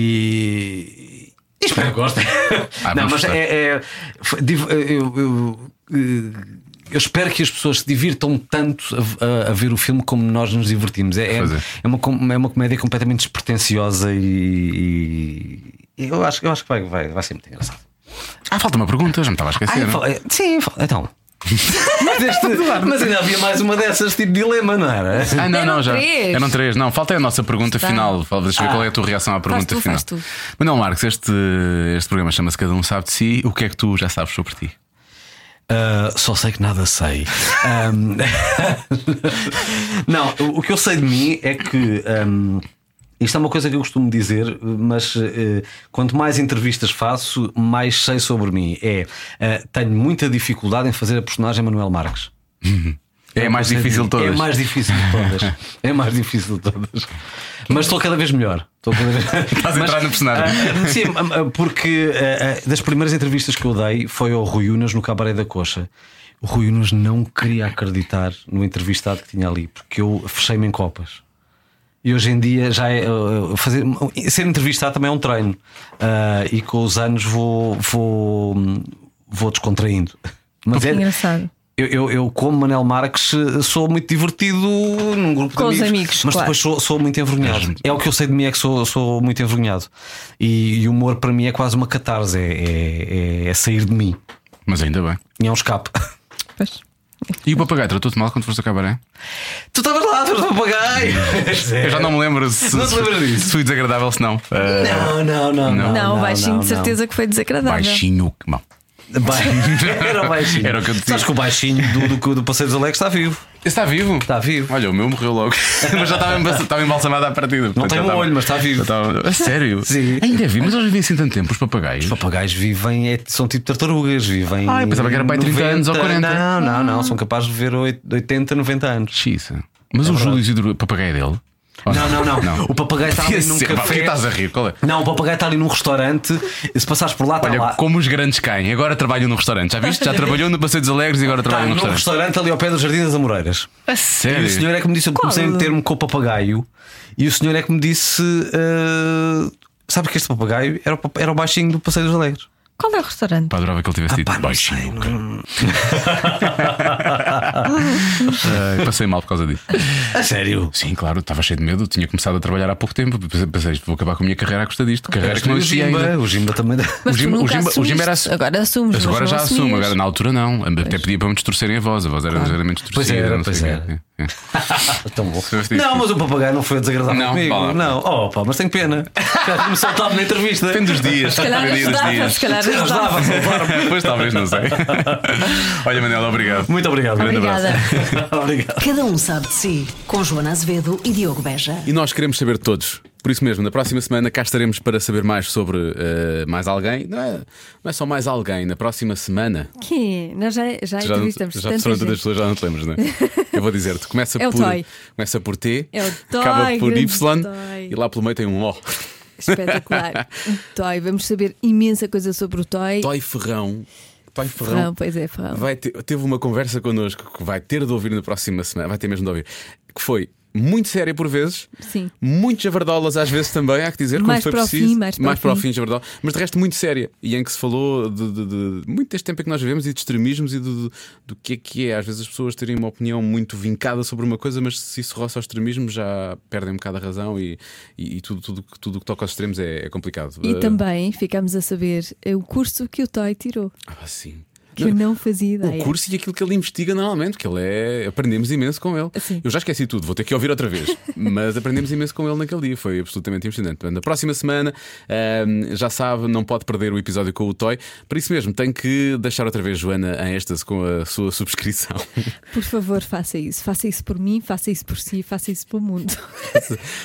[SPEAKER 4] e. e Espero que gostem.
[SPEAKER 2] Ah,
[SPEAKER 4] Não,
[SPEAKER 2] vamos
[SPEAKER 4] mas
[SPEAKER 2] gostar.
[SPEAKER 4] é. é- foi- div- eh, eu, eu, eh, eu espero que as pessoas se divirtam tanto a, a- a ver o filme como nós nos divertimos. É, é,
[SPEAKER 2] Pois é.
[SPEAKER 4] é uma, com- é uma comédia completamente despretensiosa e. e eu, acho, eu acho que vai, vai, vai ser muito engraçado.
[SPEAKER 2] Ah, falta uma pergunta, já me estava a
[SPEAKER 4] Ah,
[SPEAKER 2] esquecer.
[SPEAKER 4] eu
[SPEAKER 2] não?
[SPEAKER 4] fal- eh, sim, fal- então. mas, este- mas ainda havia mais uma dessas, tipo dilema, não era?
[SPEAKER 2] Ah, não,
[SPEAKER 3] Eram
[SPEAKER 2] não, já.
[SPEAKER 3] três.
[SPEAKER 2] Eram três. Não, falta é a nossa pergunta
[SPEAKER 3] Tá.
[SPEAKER 2] final. Fala- Deixa eu ver qual é a tua reação à pergunta
[SPEAKER 3] tu,
[SPEAKER 2] final.
[SPEAKER 3] Ah, faz tu.
[SPEAKER 2] Manuel Marques, este, este programa chama-se Cada Um Sabe de Si. O que é que tu já sabes sobre ti?
[SPEAKER 4] Uh, só sei que nada sei. Um, não, o- o que eu sei de mim é que. um, isto é uma coisa que eu costumo dizer, mas eh, quanto mais entrevistas faço, mais sei sobre mim. É, eh, tenho muita dificuldade em fazer a personagem Manuel Marques.
[SPEAKER 2] É a mais
[SPEAKER 4] Eu sei
[SPEAKER 2] difícil
[SPEAKER 4] de
[SPEAKER 2] de
[SPEAKER 4] mim.
[SPEAKER 2] todas.
[SPEAKER 4] É a mais difícil de todas. é a mais difícil de todas. Mas estou cada vez melhor. Estou cada vez...
[SPEAKER 2] Estás a entrar no personagem.
[SPEAKER 4] Ah, sim, ah, ah, porque ah, ah, das primeiras entrevistas que eu dei foi ao Rui Unas no Cabaré da Coxa. O Rui Unas não queria acreditar no entrevistado que tinha ali, porque eu fechei-me em copas. E hoje em dia já é, ah, fazer, ser entrevistado também é um treino. Ah, e com os anos vou, vou, vou descontraindo. Mas é,
[SPEAKER 3] Engraçado.
[SPEAKER 4] eu, eu, eu, como Manel Marques, sou muito divertido num grupo
[SPEAKER 3] Com os
[SPEAKER 4] de amigos,
[SPEAKER 3] amigos,
[SPEAKER 4] mas
[SPEAKER 3] claro.
[SPEAKER 4] depois sou, sou muito envergonhado. É o que eu sei de mim, é que sou, sou muito envergonhado. E e o humor para mim é quase uma catarse, é, é- é- é sair de mim.
[SPEAKER 2] Mas ainda bem.
[SPEAKER 4] E é um escape.
[SPEAKER 3] Pois.
[SPEAKER 2] E o papagaio tratou-te mal quando foste ao cabaré?
[SPEAKER 4] Tu estavas lá, tu eras um papagaio!
[SPEAKER 2] Eu já não me lembro se,
[SPEAKER 4] É. Não te lembras
[SPEAKER 2] se-
[SPEAKER 4] disso?
[SPEAKER 2] se fui desagradável, se não. Ah,
[SPEAKER 4] Não, não, não. Não,
[SPEAKER 3] Não, baixinho de certeza que foi desagradável.
[SPEAKER 2] baixinho. Bom,
[SPEAKER 4] não. Ba- Era o baixinho.
[SPEAKER 2] Era o que eu te
[SPEAKER 4] Sabes
[SPEAKER 2] disse.
[SPEAKER 4] que o baixinho do, do, que- do Passeio dos Alex está vivo.
[SPEAKER 2] esse está vivo?
[SPEAKER 4] Está vivo.
[SPEAKER 2] Olha, o meu morreu logo. mas já estava, emba- estava embalsamado à partida. portanto,
[SPEAKER 4] tem
[SPEAKER 2] já
[SPEAKER 4] um
[SPEAKER 2] estava-
[SPEAKER 4] olho, mas está vivo.
[SPEAKER 2] já estava- A sério?
[SPEAKER 4] Sim.
[SPEAKER 2] Ainda vi, mas eles vivem assim tanto tempo, os papagaios.
[SPEAKER 4] Os papagaios vivem, é- são tipo tartarugas, vivem.
[SPEAKER 2] Ah, eu pensava que era para aí 30 anos ou 40.
[SPEAKER 4] Não, não, não, são capazes de viver oit- 80, 90 anos.
[SPEAKER 2] Xiça. Mas o Júlio Isidro, o papagaio é dele? Ou
[SPEAKER 4] Não, não, não. O papagaio está ali num
[SPEAKER 2] Sim, pá,
[SPEAKER 4] café.
[SPEAKER 2] porquê estás a rir? Qual é?
[SPEAKER 4] Não, o papagaio está ali num restaurante. Se passares por lá, está
[SPEAKER 2] Olha,
[SPEAKER 4] lá.
[SPEAKER 2] como os grandes caem, agora trabalham no restaurante. Já viste? Já trabalhou no Passeio dos Alegres e agora
[SPEAKER 4] Está
[SPEAKER 2] trabalha
[SPEAKER 4] Tá num
[SPEAKER 2] no
[SPEAKER 4] restaurante.
[SPEAKER 2] restaurante.
[SPEAKER 4] ali ao pé do Jardim das Amoreiras.
[SPEAKER 2] A
[SPEAKER 4] E o senhor
[SPEAKER 2] sério?
[SPEAKER 4] é que me disse, eu comecei a meter-me com o papagaio. E o senhor é que me disse: ah, Sabe que este papagaio era o, pap- era o baixinho do Passeio dos Alegres.
[SPEAKER 3] Qual é o restaurante?
[SPEAKER 2] Pá, adorava que ele tivesse dito
[SPEAKER 4] Ah, pá, não
[SPEAKER 2] baixinho. cara. Passei mal por causa disso.
[SPEAKER 4] A sério?
[SPEAKER 2] Sim, claro, estava cheio de medo. Tinha começado a trabalhar há pouco tempo. Pensei, vou acabar com a minha carreira à custa disto. Carreira que não
[SPEAKER 4] o
[SPEAKER 2] existia ainda.
[SPEAKER 4] Jimba, o Jimba também.
[SPEAKER 3] Mas
[SPEAKER 2] o Jimba,
[SPEAKER 3] tu nunca
[SPEAKER 2] o Jimba, o Jimba era
[SPEAKER 3] assumiste. Agora assumes,
[SPEAKER 2] Mas
[SPEAKER 3] mas
[SPEAKER 2] agora
[SPEAKER 3] não
[SPEAKER 2] já assumo,
[SPEAKER 3] assumias.
[SPEAKER 2] agora na altura não. Até pedia para me distorcerem a voz, a voz era ligeiramente
[SPEAKER 4] Pois é,
[SPEAKER 2] distorcida.
[SPEAKER 4] era,
[SPEAKER 2] não sei
[SPEAKER 4] pois
[SPEAKER 2] o quê.
[SPEAKER 4] era.
[SPEAKER 2] É, é.
[SPEAKER 4] Tão bom.
[SPEAKER 2] Sim, sim,
[SPEAKER 4] Não,
[SPEAKER 2] sim.
[SPEAKER 4] mas o papagaio não foi desagradável
[SPEAKER 2] Não,
[SPEAKER 4] comigo.
[SPEAKER 2] vá lá.
[SPEAKER 4] Não, oh pá, mas tenho pena. Já me soltava na entrevista.
[SPEAKER 2] Depende dos dias.
[SPEAKER 3] Se calhar
[SPEAKER 2] depende é dos
[SPEAKER 3] ajudava,
[SPEAKER 2] dias.
[SPEAKER 3] se calhar ajudava.
[SPEAKER 4] Ajudava-me, claro.
[SPEAKER 2] Pois talvez, não sei. Olha, Manela, obrigado.
[SPEAKER 4] Muito obrigado.
[SPEAKER 2] Grande abraço.
[SPEAKER 3] Obrigada.
[SPEAKER 4] obrigado.
[SPEAKER 1] Cada um sabe de si, com Joana Azevedo e Diogo Beja.
[SPEAKER 2] E nós queremos saber de todos. Por isso mesmo, na próxima semana cá estaremos para saber mais sobre eh, mais alguém. Não é, não é só mais alguém, na próxima semana.
[SPEAKER 3] Que? Nós já, já,
[SPEAKER 2] já não,
[SPEAKER 3] entrevistamos
[SPEAKER 2] já
[SPEAKER 3] tanta
[SPEAKER 2] são tantas
[SPEAKER 3] gente.
[SPEAKER 2] pessoas, já não te lembras, não é? Eu vou dizer-te. Começa,
[SPEAKER 3] É o
[SPEAKER 2] por,
[SPEAKER 3] Toy.
[SPEAKER 2] começa por T,
[SPEAKER 3] É o Toy,
[SPEAKER 2] acaba por
[SPEAKER 3] grande
[SPEAKER 2] Y
[SPEAKER 3] Toy.
[SPEAKER 2] e lá pelo meio tem um O.
[SPEAKER 3] Espetacular. O Toy, vamos saber imensa coisa sobre o Toy.
[SPEAKER 2] Toy Ferrão. Toy
[SPEAKER 3] Ferrão,
[SPEAKER 2] Ferrão.
[SPEAKER 3] pois é, Ferrão.
[SPEAKER 2] Vai ter- teve uma conversa connosco que vai ter de ouvir na próxima semana, vai ter mesmo de ouvir, que foi muito séria por vezes,
[SPEAKER 3] Sim.
[SPEAKER 2] muito javardolas às vezes também, há que dizer, quando
[SPEAKER 3] Mais
[SPEAKER 2] foi
[SPEAKER 3] para o
[SPEAKER 2] preciso,
[SPEAKER 3] fim, mais para o
[SPEAKER 2] o
[SPEAKER 3] fim.
[SPEAKER 2] fim, javardola, mas de resto muito séria, e em que se falou de, de- de- muito deste tempo em que nós vivemos e de extremismos e do, do, do que é que é, às vezes as pessoas terem uma opinião muito vincada sobre uma coisa, mas se isso roça ao extremismo já perdem um bocado a razão e, e, e tudo, tudo, tudo o que toca aos extremos é, é complicado.
[SPEAKER 3] E
[SPEAKER 2] Ah,
[SPEAKER 3] também ficámos a saber eh, o curso que o Toy tirou,
[SPEAKER 2] ah, sim.
[SPEAKER 3] que eu não fazia ideia.
[SPEAKER 2] O curso e aquilo que ele investiga normalmente, porque ele é. Aprendemos imenso com ele.
[SPEAKER 3] Sim.
[SPEAKER 2] Eu já esqueci tudo, vou ter que ouvir outra vez. Mas aprendemos imenso com ele naquele dia, foi absolutamente impressionante. Portanto, Na próxima semana, ahm, já sabe, não pode perder o episódio com o Toy. Por isso mesmo, tem que deixar outra vez Joana em êxtase com a sua subscrição.
[SPEAKER 3] Por favor, faça isso. Faça isso por mim, faça isso por si, faça isso pelo mundo.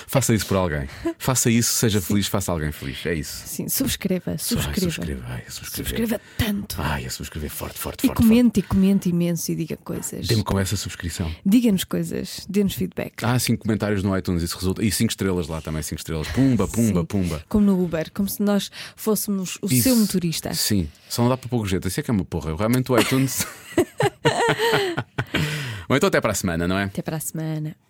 [SPEAKER 2] faça isso por alguém. Faça isso, seja feliz, faça alguém feliz. É isso.
[SPEAKER 3] Sim, subscreva,
[SPEAKER 2] Ai,
[SPEAKER 3] subscreva.
[SPEAKER 2] subscreva, ai, subscreva.
[SPEAKER 3] Subscreva tanto.
[SPEAKER 2] Ai, a subscrever forte, forte,
[SPEAKER 3] E
[SPEAKER 2] forte. forte.
[SPEAKER 3] comente, e comente imenso e diga coisas.
[SPEAKER 2] Dê-me com essa subscrição.
[SPEAKER 3] Diga-nos coisas, dê-nos feedback.
[SPEAKER 2] Há cinco comentários no iTunes, isso resulta. E cinco estrelas lá também, cinco estrelas. Pumba, Ah, pumba,
[SPEAKER 3] Sim.
[SPEAKER 2] pumba.
[SPEAKER 3] Como no Uber, como se nós fôssemos o
[SPEAKER 2] Isso.
[SPEAKER 3] seu motorista.
[SPEAKER 2] Sim, só não dá para pouco jeito. Isso é que é uma porra. Eu realmente o iTunes. Bom, então até para a semana, não é?
[SPEAKER 3] Até para a semana.